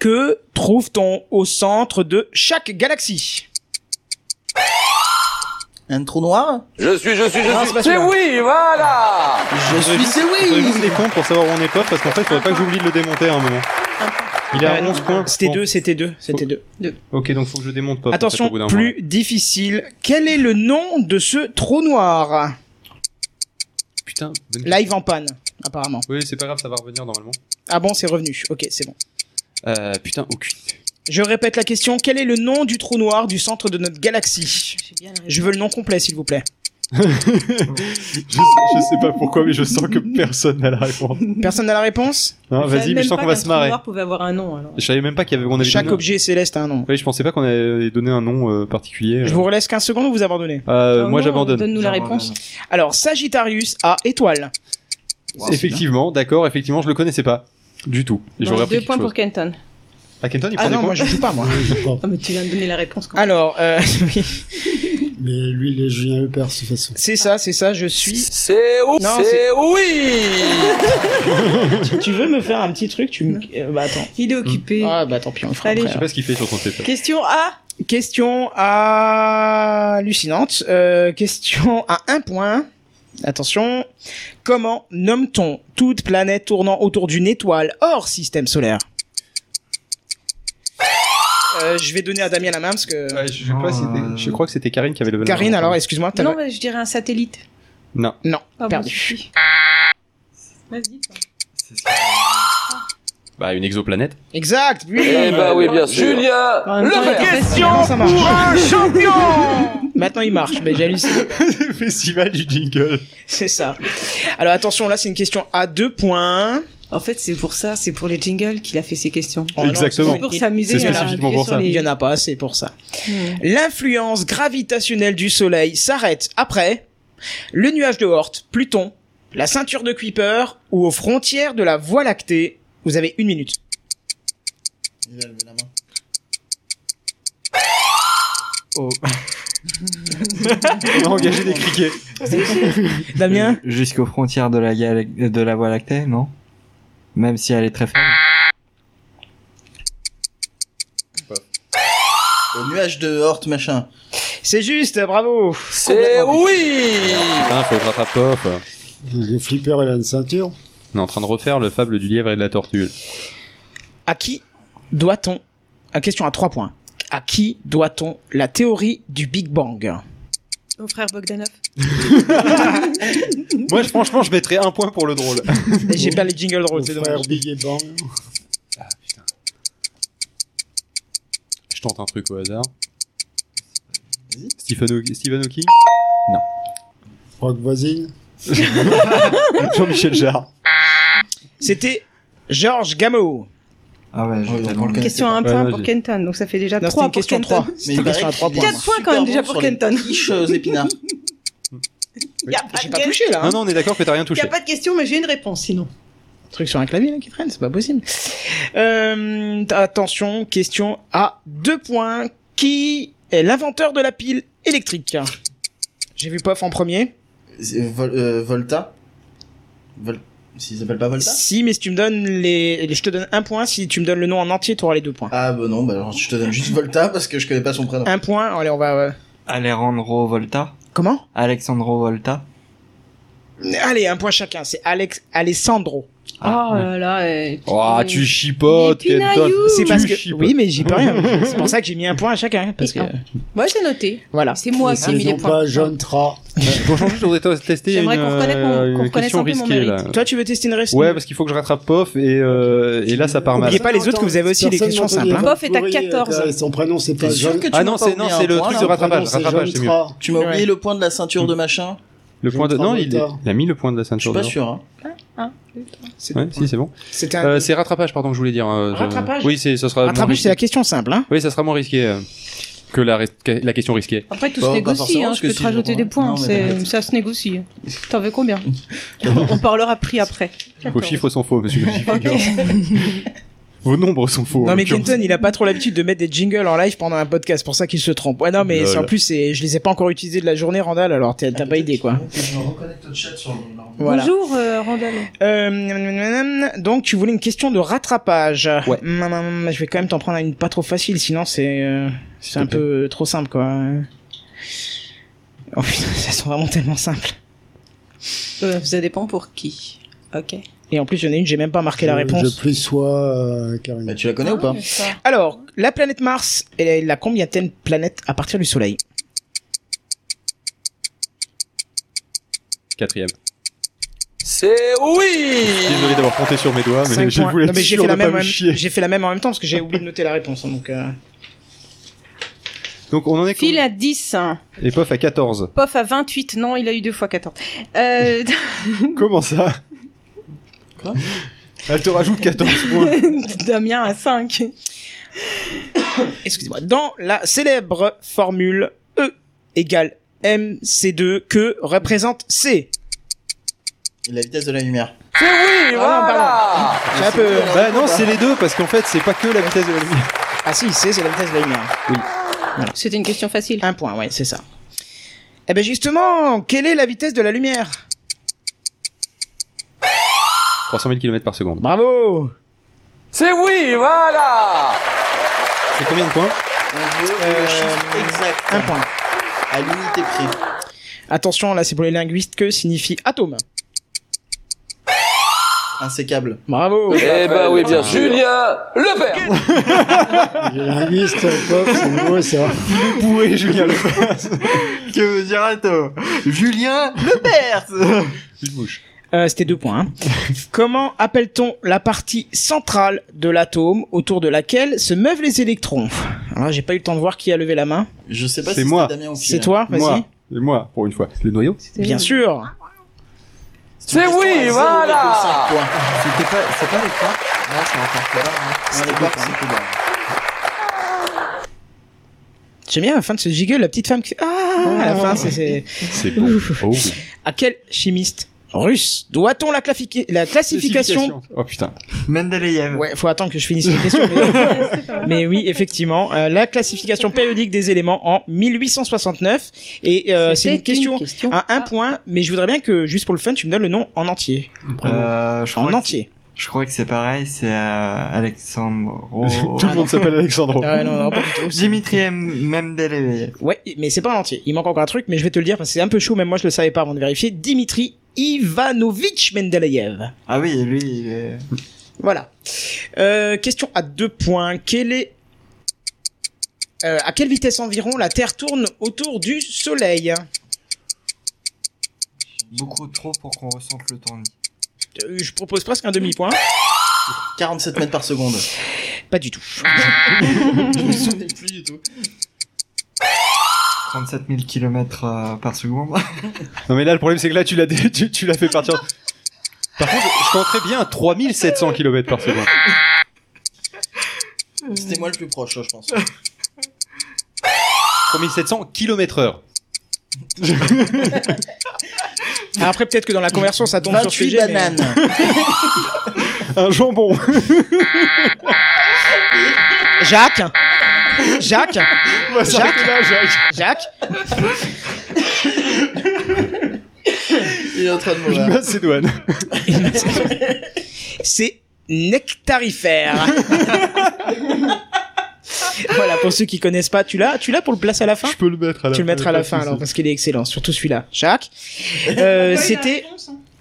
[SPEAKER 1] Que trouve-t-on au centre de chaque galaxie
[SPEAKER 4] Un trou noir
[SPEAKER 5] Je suis, je suis,
[SPEAKER 1] Non,
[SPEAKER 5] je
[SPEAKER 1] c'est
[SPEAKER 5] suis. C'est
[SPEAKER 1] pas celui-là.
[SPEAKER 5] oui, voilà
[SPEAKER 4] Je suis c'est
[SPEAKER 2] Faudrait
[SPEAKER 4] oui
[SPEAKER 2] des comptes pour savoir où on est pof parce qu'en fait, faudrait pas que j'oublie de le démonter à un moment. Il est à
[SPEAKER 1] Euh,
[SPEAKER 2] 11 points.
[SPEAKER 1] C'était
[SPEAKER 2] Bon.
[SPEAKER 1] deux, c'était deux, c'était deux.
[SPEAKER 2] Ok, donc faut que je démonte pof. en fait,
[SPEAKER 1] Attention,
[SPEAKER 2] au bout d'un moment.
[SPEAKER 1] plus difficile. Quel est le nom de ce trou noir
[SPEAKER 2] Putain, bonne-
[SPEAKER 1] Live en panne, apparemment.
[SPEAKER 2] Oui, c'est pas grave, ça va revenir normalement.
[SPEAKER 1] Ah bon, c'est revenu. Ok, c'est bon.
[SPEAKER 2] Euh, putain, aucune.
[SPEAKER 1] Je répète la question. Quel est le nom du trou noir du centre de notre galaxie
[SPEAKER 3] J'ai bien la
[SPEAKER 1] Je veux le nom complet, s'il vous plaît.
[SPEAKER 2] Je, sais pas pourquoi, mais je sens que personne n'a la réponse.
[SPEAKER 1] Personne n'a la réponse
[SPEAKER 2] Vas-y, mais je sens qu'on va se marrer.
[SPEAKER 3] Noir pouvait avoir un nom alors.
[SPEAKER 2] Je savais même pas qu'il y avait, qu'on avait
[SPEAKER 1] Chaque
[SPEAKER 2] donné un-
[SPEAKER 1] objet céleste a un nom.
[SPEAKER 2] Oui, je pensais pas qu'on avait donné un nom euh, particulier.
[SPEAKER 1] Je vous relaisse 15 secondes ou vous abandonnez
[SPEAKER 2] Euh,
[SPEAKER 3] Ah
[SPEAKER 2] moi,
[SPEAKER 3] non,
[SPEAKER 2] j'abandonne.
[SPEAKER 3] Donne-nous la réponse.
[SPEAKER 1] Alors, Sagittarius a étoile.
[SPEAKER 4] Wow,
[SPEAKER 2] effectivement, d'accord, effectivement, je le connaissais pas. Du tout. Et
[SPEAKER 3] Bon,
[SPEAKER 2] j'aurais appris
[SPEAKER 3] deux
[SPEAKER 2] quelque
[SPEAKER 3] points
[SPEAKER 2] chose.
[SPEAKER 3] pour Kenton.
[SPEAKER 2] Ah, Kenton, il
[SPEAKER 1] Ah
[SPEAKER 2] prend des
[SPEAKER 1] non,
[SPEAKER 2] points.
[SPEAKER 1] moi je joue pas, moi.
[SPEAKER 3] Ah, mais tu viens de donner la réponse quand même.
[SPEAKER 1] Alors, euh, oui,
[SPEAKER 6] Mais lui, il est Julien Lepers, de toute façon.
[SPEAKER 1] c'est ça, c'est ça, je suis.
[SPEAKER 5] C'est oui
[SPEAKER 1] Non,
[SPEAKER 5] C'est oui
[SPEAKER 1] Tu, tu veux me faire un petit truc Tu me. euh, bah attends.
[SPEAKER 3] Il est occupé.
[SPEAKER 1] Ah bah tant pis, on le fera
[SPEAKER 3] Allez.
[SPEAKER 1] après,
[SPEAKER 2] Je sais
[SPEAKER 1] alors.
[SPEAKER 2] pas ce qu'il fait sur son téléphone.
[SPEAKER 3] Question A.
[SPEAKER 1] Question à... hallucinante. Euh, question à un point. Attention. Comment nomme-t-on toute planète tournant autour d'une étoile hors système solaire Euh, Je vais donner à Damien la main parce que.
[SPEAKER 2] Ouais, je, sais
[SPEAKER 7] Non,
[SPEAKER 2] pas si c'était-
[SPEAKER 7] euh,
[SPEAKER 2] je crois que c'était Karine qui avait le
[SPEAKER 1] Karine, alors excuse-moi, t'as
[SPEAKER 3] Non,
[SPEAKER 1] le-
[SPEAKER 3] mais je dirais un satellite.
[SPEAKER 2] Non.
[SPEAKER 1] Non,
[SPEAKER 3] Ah, bon,
[SPEAKER 1] perdu.
[SPEAKER 3] si. Vas-y. toi.
[SPEAKER 7] C'est ce que-
[SPEAKER 2] Bah, une exoplanète.
[SPEAKER 1] Exact, oui
[SPEAKER 5] Eh ben oui, bien sûr.
[SPEAKER 3] En
[SPEAKER 5] Julien,
[SPEAKER 3] même temps, il y a
[SPEAKER 5] le
[SPEAKER 3] personne.
[SPEAKER 2] Ah,
[SPEAKER 1] Maintenant, ça marche. Maintenant il marche, mais j'hallucine.
[SPEAKER 2] Festival du jingle.
[SPEAKER 1] C'est ça. Alors attention, là c'est une question à deux points.
[SPEAKER 3] En fait, c'est pour ça, c'est pour les jingles qu'il a fait ces questions.
[SPEAKER 1] Oh, non,
[SPEAKER 2] Exactement.
[SPEAKER 3] C'est pour
[SPEAKER 1] il-
[SPEAKER 3] s'amuser.
[SPEAKER 2] C'est
[SPEAKER 3] à
[SPEAKER 2] spécifiquement
[SPEAKER 3] appuyer
[SPEAKER 2] pour
[SPEAKER 3] sur
[SPEAKER 2] ça.
[SPEAKER 1] Il
[SPEAKER 3] les-
[SPEAKER 1] y en a pas assez pour ça.
[SPEAKER 3] Hmm.
[SPEAKER 1] L'influence gravitationnelle du Soleil s'arrête après le nuage de Oort, Pluton, la ceinture de Kuiper ou aux frontières de la Voie lactée. Vous avez une minute.
[SPEAKER 4] Il a levé la main.
[SPEAKER 7] Oh.
[SPEAKER 2] On a engagé des criquets.
[SPEAKER 1] Damien
[SPEAKER 7] Euh, Jusqu'aux frontières de la, gal- de la Voie lactée, non Même si elle est très faible.
[SPEAKER 4] Au nuage de Hort, machin.
[SPEAKER 1] C'est juste, bravo
[SPEAKER 5] C'est oui
[SPEAKER 2] Putain, Ah, faut que je rattrape Pof.
[SPEAKER 6] Le flipper, il a une ceinture.
[SPEAKER 2] On est en train de refaire le fable du lièvre et de la tortue.
[SPEAKER 1] À qui doit-on... Ah, question à trois points. À qui doit-on la théorie du Big Bang
[SPEAKER 3] Mon frère Bogdanov.
[SPEAKER 2] Moi, je- franchement, je mettrais un point pour le drôle.
[SPEAKER 1] J'ai pas les jingles drôles, c'est
[SPEAKER 6] Au
[SPEAKER 1] dommage.
[SPEAKER 6] frère Big et Bang.
[SPEAKER 2] Je tente un truc au hasard. Stephen, Haw- Stephen Hawking
[SPEAKER 6] Rock voisine.
[SPEAKER 2] Jean-Michel Jarre.
[SPEAKER 1] C'était Georges Gamow.
[SPEAKER 7] Ah ouais, je
[SPEAKER 4] Oh,
[SPEAKER 7] vais
[SPEAKER 4] on prend le
[SPEAKER 7] tellement-
[SPEAKER 3] Question à un
[SPEAKER 2] Ouais,
[SPEAKER 3] point
[SPEAKER 2] vas-y.
[SPEAKER 3] pour Kenton, donc ça fait déjà
[SPEAKER 1] Non, c'était
[SPEAKER 3] 3
[SPEAKER 1] une
[SPEAKER 3] pour
[SPEAKER 1] question
[SPEAKER 3] Kenton.
[SPEAKER 1] 3. C'était une
[SPEAKER 4] il paraît
[SPEAKER 1] question à
[SPEAKER 4] qu'il
[SPEAKER 1] 3
[SPEAKER 4] est
[SPEAKER 1] points.
[SPEAKER 3] Quatre
[SPEAKER 4] super
[SPEAKER 3] points quand même
[SPEAKER 4] bon
[SPEAKER 3] déjà
[SPEAKER 4] sur
[SPEAKER 3] pour
[SPEAKER 4] les
[SPEAKER 3] Kenton.
[SPEAKER 4] Quiche aux épinards.
[SPEAKER 3] Il n'y a, pas
[SPEAKER 1] J'ai
[SPEAKER 3] de
[SPEAKER 1] pas
[SPEAKER 3] que-
[SPEAKER 1] touché, là. hein.
[SPEAKER 2] Non, non, on est d'accord que t'as rien
[SPEAKER 3] y a
[SPEAKER 2] touché.
[SPEAKER 3] pas de question, mais j'ai une réponse sinon.
[SPEAKER 1] truc sur un clavier là, qui traîne, c'est pas possible. Euh, attention, question à deux points. Qui est l'inventeur de la pile électrique J'ai vu Pof en premier.
[SPEAKER 4] C'est Vol- euh, Volta. Vol... S'il s'appelle pas Volta
[SPEAKER 1] Si, mais si tu me donnes les, les- je te donne un point. Si tu me donnes le nom en entier, tu auras les deux points.
[SPEAKER 4] Ah bah non, bah alors je te donne juste Volta parce que je connais pas son prénom.
[SPEAKER 1] Un point. Allez, on va. euh,
[SPEAKER 7] Alejandro Volta
[SPEAKER 1] Comment
[SPEAKER 7] Alexandro Volta
[SPEAKER 1] Allez, un point chacun. C'est Alex Alessandro.
[SPEAKER 7] Ah,
[SPEAKER 3] oh là là. eh,
[SPEAKER 2] Oh,
[SPEAKER 3] putain.
[SPEAKER 1] Euh,
[SPEAKER 2] tu chipotes,
[SPEAKER 3] Il est
[SPEAKER 2] Kenton.
[SPEAKER 3] pinaillou.
[SPEAKER 1] C'est
[SPEAKER 2] Tu
[SPEAKER 1] parce que.
[SPEAKER 2] chipotes.
[SPEAKER 1] Oui, mais j'y peux rien. C'est pour ça que j'ai mis un point à chacun, parce que
[SPEAKER 3] Moi j'ai noté.
[SPEAKER 1] voilà.
[SPEAKER 3] C'est moi qui ai mis
[SPEAKER 6] Ils
[SPEAKER 3] les
[SPEAKER 6] n'ont
[SPEAKER 3] points.
[SPEAKER 6] pas John Tra.
[SPEAKER 2] Pour changer, je voudrais te- tester une,
[SPEAKER 3] J'aimerais qu'on reconnaisse mon-
[SPEAKER 2] euh,
[SPEAKER 3] qu'on
[SPEAKER 2] une
[SPEAKER 3] reconnaisse
[SPEAKER 2] question
[SPEAKER 3] un peu mon
[SPEAKER 2] risquée, là.
[SPEAKER 3] mérite.
[SPEAKER 1] Toi, tu veux tester une réponse
[SPEAKER 2] Ouais, parce qu'il faut que je rattrape Pof et, euh, et là, ça part mal.
[SPEAKER 1] N'oubliez pas les autres que vous avez aussi des
[SPEAKER 6] Personne
[SPEAKER 1] questions
[SPEAKER 6] n'entend
[SPEAKER 1] simples.
[SPEAKER 6] les
[SPEAKER 1] hein.
[SPEAKER 3] Pof est à
[SPEAKER 6] pourris,
[SPEAKER 3] 14.
[SPEAKER 6] euh, Son prénom, c'est
[SPEAKER 4] T'es
[SPEAKER 6] pas
[SPEAKER 4] sûr
[SPEAKER 6] John.
[SPEAKER 4] que tu
[SPEAKER 2] Ah
[SPEAKER 4] m'as
[SPEAKER 2] non,
[SPEAKER 4] pas
[SPEAKER 2] c'est
[SPEAKER 4] oublié
[SPEAKER 2] non,
[SPEAKER 4] un
[SPEAKER 2] c'est le
[SPEAKER 4] point,
[SPEAKER 2] truc
[SPEAKER 4] là
[SPEAKER 2] de
[SPEAKER 6] Son prénom,
[SPEAKER 2] rattrapage.
[SPEAKER 6] c'est
[SPEAKER 2] rattrapage,
[SPEAKER 6] John
[SPEAKER 2] c'est mieux.
[SPEAKER 6] Tra.
[SPEAKER 4] Tu m'as oublié
[SPEAKER 1] Ouais.
[SPEAKER 4] le point de la ceinture de machin
[SPEAKER 2] Le point de...
[SPEAKER 6] John
[SPEAKER 2] Non, il,
[SPEAKER 6] Travolta.
[SPEAKER 2] il a mis le point de la
[SPEAKER 4] Je suis
[SPEAKER 2] ceinture.
[SPEAKER 4] pas
[SPEAKER 2] d'or.
[SPEAKER 4] sûr. Hein.
[SPEAKER 1] C'est-
[SPEAKER 2] Ouais, si, c'est bon.
[SPEAKER 1] C'était un.
[SPEAKER 2] Euh, c'est rattrapage, pardon, que je voulais dire. euh, je-
[SPEAKER 1] Rattrapage
[SPEAKER 2] Oui, c'est, ça sera. moins
[SPEAKER 1] Rattrapage, c'est la
[SPEAKER 2] risqué.
[SPEAKER 1] question simple, hein.
[SPEAKER 2] Oui, ça sera moins risqué euh, que la, ris- que la question risquée.
[SPEAKER 3] Après tout
[SPEAKER 4] Bon,
[SPEAKER 3] se
[SPEAKER 4] Bah, pas
[SPEAKER 3] négocie,
[SPEAKER 4] forcément,
[SPEAKER 3] hein,
[SPEAKER 4] parce
[SPEAKER 3] je
[SPEAKER 4] que
[SPEAKER 3] peux
[SPEAKER 4] si
[SPEAKER 3] te
[SPEAKER 4] je
[SPEAKER 3] rajouter
[SPEAKER 4] reprends-
[SPEAKER 3] des points,
[SPEAKER 4] Non, mais
[SPEAKER 3] c'est-
[SPEAKER 4] t'inquiète.
[SPEAKER 3] ça se négocie. hein. T'en veux combien On parlera prix après.
[SPEAKER 2] Vos chiffres sont faux, monsieur. Vos nombres sont faux. en
[SPEAKER 1] Non mais
[SPEAKER 2] l'occurrence.
[SPEAKER 1] Kenton, il a pas trop l'habitude de mettre des jingles en live pendant un podcast, pour ça qu'il se trompe. Ouais non mais
[SPEAKER 2] Lol.
[SPEAKER 1] c'est- en plus c'est- je les ai pas encore utilisés de la journée Randall, alors t'as t'as pas idée quoi.
[SPEAKER 4] Je reconnecte le chat sur le.
[SPEAKER 1] Voilà.
[SPEAKER 3] Bonjour euh, Randall.
[SPEAKER 1] Euh, nananana, donc tu voulais une question de rattrapage.
[SPEAKER 2] Ouais.
[SPEAKER 1] Nananana, Je vais quand même t'en prendre une pas trop facile, sinon c'est euh, c'est un
[SPEAKER 2] te plaît.
[SPEAKER 1] peu trop simple quoi. Oh putain, ça sont vraiment tellement simples.
[SPEAKER 3] Euh, ça dépend pour qui. Ok.
[SPEAKER 1] Et en plus, il y en a une, j'ai même pas marqué la
[SPEAKER 6] Je-
[SPEAKER 1] réponse.
[SPEAKER 6] Je plus sois, euh, Karine.
[SPEAKER 4] Bah, tu la connais ou pas
[SPEAKER 3] Ah,
[SPEAKER 1] Alors, la planète Mars, elle est la combien planète à partir du Soleil
[SPEAKER 2] Quatrième.
[SPEAKER 5] C'est oui
[SPEAKER 2] Désolé d'avoir compté sur mes doigts, Ah, mais
[SPEAKER 1] Cinq
[SPEAKER 2] je
[SPEAKER 1] points.
[SPEAKER 2] voulais
[SPEAKER 1] Non,
[SPEAKER 2] être
[SPEAKER 1] mais j'ai
[SPEAKER 2] sûr
[SPEAKER 1] fait,
[SPEAKER 2] de
[SPEAKER 1] la
[SPEAKER 2] pas
[SPEAKER 1] même,
[SPEAKER 2] me
[SPEAKER 1] en-
[SPEAKER 2] chier.
[SPEAKER 1] j'ai fait la même en même temps parce que j'ai oublié de noter la réponse. hein, donc, euh,
[SPEAKER 2] Donc on en est
[SPEAKER 3] Phil à 10, hein.
[SPEAKER 2] Et Pof à 14.
[SPEAKER 3] Pof à 28. Non, il a eu deux fois 14. Euh,
[SPEAKER 2] Comment ça
[SPEAKER 4] Quoi
[SPEAKER 2] Elle te rajoute 14 points.
[SPEAKER 3] Damien à 5.
[SPEAKER 1] Excusez-moi. Dans la célèbre formule E égale MC2 que représente C.
[SPEAKER 4] La vitesse de la lumière.
[SPEAKER 5] C'est oui,
[SPEAKER 1] non,
[SPEAKER 5] voilà
[SPEAKER 1] J'ai un peu-
[SPEAKER 2] bah non, c'est les deux, parce qu'en fait, c'est pas que la vitesse de la lumière.
[SPEAKER 1] Ah si, C, c'est la vitesse de la lumière.
[SPEAKER 3] C'était une question facile.
[SPEAKER 1] Un point, ouais, c'est ça. Eh ben justement, quelle est la vitesse de la lumière
[SPEAKER 2] 300 000 km par seconde.
[SPEAKER 1] Bravo
[SPEAKER 5] C'est oui, voilà
[SPEAKER 2] C'est combien de points
[SPEAKER 4] On veut le chiffre exact.
[SPEAKER 1] Un point.
[SPEAKER 4] À l'unité près.
[SPEAKER 1] Attention, là, c'est pour les linguistes, que signifie atome
[SPEAKER 4] Insécable.
[SPEAKER 1] Bravo
[SPEAKER 5] Eh ben oui, bien sûr Julien Le Père
[SPEAKER 6] Il est linguiste, Pof, c'est beau, ça.
[SPEAKER 2] Pourré, Julien
[SPEAKER 4] Que veut dire Ato Julien Le Perse
[SPEAKER 2] Une mouche.
[SPEAKER 1] Euh, C'était deux points. hein. Comment appelle-t-on la partie centrale de l'atome autour de laquelle se meuvent les électrons Alors, j'ai pas eu le temps de voir qui a levé la main.
[SPEAKER 4] Je sais pas
[SPEAKER 2] C'est
[SPEAKER 4] si
[SPEAKER 2] moi.
[SPEAKER 4] c'est Damien ou Phil.
[SPEAKER 1] C'est toi, vas-y.
[SPEAKER 2] Moi. Et moi, pour une fois. Le noyau
[SPEAKER 1] Bien sûr
[SPEAKER 5] C'est
[SPEAKER 4] une question
[SPEAKER 5] oui,
[SPEAKER 4] à zéro
[SPEAKER 5] voilà.
[SPEAKER 4] virgule cinq points.
[SPEAKER 8] C'était pas, c'est pas les points
[SPEAKER 4] Non, c'est encore plus bas, hein. Non, les barres, c'est plus bas.
[SPEAKER 1] J'aime bien à la fin de ce jiggle, la petite femme qui fait Ah à la fin, c'est- c'est.
[SPEAKER 2] C'est bon. Oh.
[SPEAKER 1] À quel chimiste russe. Doit-on la, clafiquer- la classification
[SPEAKER 2] Oh putain.
[SPEAKER 7] Mendeleïev.
[SPEAKER 1] Ouais, faut attendre que je finisse la question. mais- euh, Mais oui, effectivement, euh, la classification périodique des éléments en 1869. Et euh, c'est une
[SPEAKER 3] C'était
[SPEAKER 1] question à un
[SPEAKER 3] Ah.
[SPEAKER 1] point, mais je voudrais bien que, juste pour le fun, tu me donnes le nom en entier.
[SPEAKER 7] Euh, je
[SPEAKER 1] En
[SPEAKER 7] crois que-
[SPEAKER 1] entier.
[SPEAKER 7] Je crois que c'est pareil, c'est euh, Alexandro.
[SPEAKER 2] Tout le monde s'appelle Alexandro.
[SPEAKER 1] Euh, non, non, pas du tout.
[SPEAKER 7] Dimitri Mendeleïev.
[SPEAKER 1] Ouais, mais c'est pas en entier. Il manque encore un truc, mais je vais te le dire parce que c'est un peu chaud, même moi je le savais pas avant de vérifier. Dimitri Ivanovitch Mendeleïev.
[SPEAKER 7] Ah oui, lui, il est...
[SPEAKER 1] Voilà. Euh, question à deux points. Quel est euh, à quelle vitesse environ la Terre tourne autour du Soleil
[SPEAKER 7] beaucoup trop pour qu'on ressente le tournis.
[SPEAKER 1] Euh, Je propose presque un demi-point.
[SPEAKER 4] 47 mètres par seconde.
[SPEAKER 1] Pas du tout.
[SPEAKER 4] Je me souvenais plus du tout.
[SPEAKER 7] 37 000 km euh, par seconde.
[SPEAKER 2] Non mais là le problème c'est que là tu l'as dé- tu, tu l'as fait partir. Par contre, je tenterais bien à 3700 km par seconde.
[SPEAKER 4] C'était moi le plus proche, là, je pense.
[SPEAKER 2] 3700 km heure.
[SPEAKER 1] Alors Ah, après, peut-être que dans la conversion, ça tombe sur
[SPEAKER 4] 28
[SPEAKER 1] sujet. mais-
[SPEAKER 4] bananes.
[SPEAKER 2] Un jambon.
[SPEAKER 1] Jacques Jacques
[SPEAKER 2] On va s'arrêter là, Jacques.
[SPEAKER 1] Jacques
[SPEAKER 4] Il est en train de
[SPEAKER 2] Je
[SPEAKER 4] mourir.
[SPEAKER 2] Macédoine.
[SPEAKER 1] C'est nectarifère. voilà, pour ceux qui connaissent pas, tu l'as, tu l'as pour le placer à la fin
[SPEAKER 2] Je peux le mettre à la
[SPEAKER 1] Tu le mettras à la fin alors parce qu'il est excellent, surtout celui-là. Jacques, euh, c'était,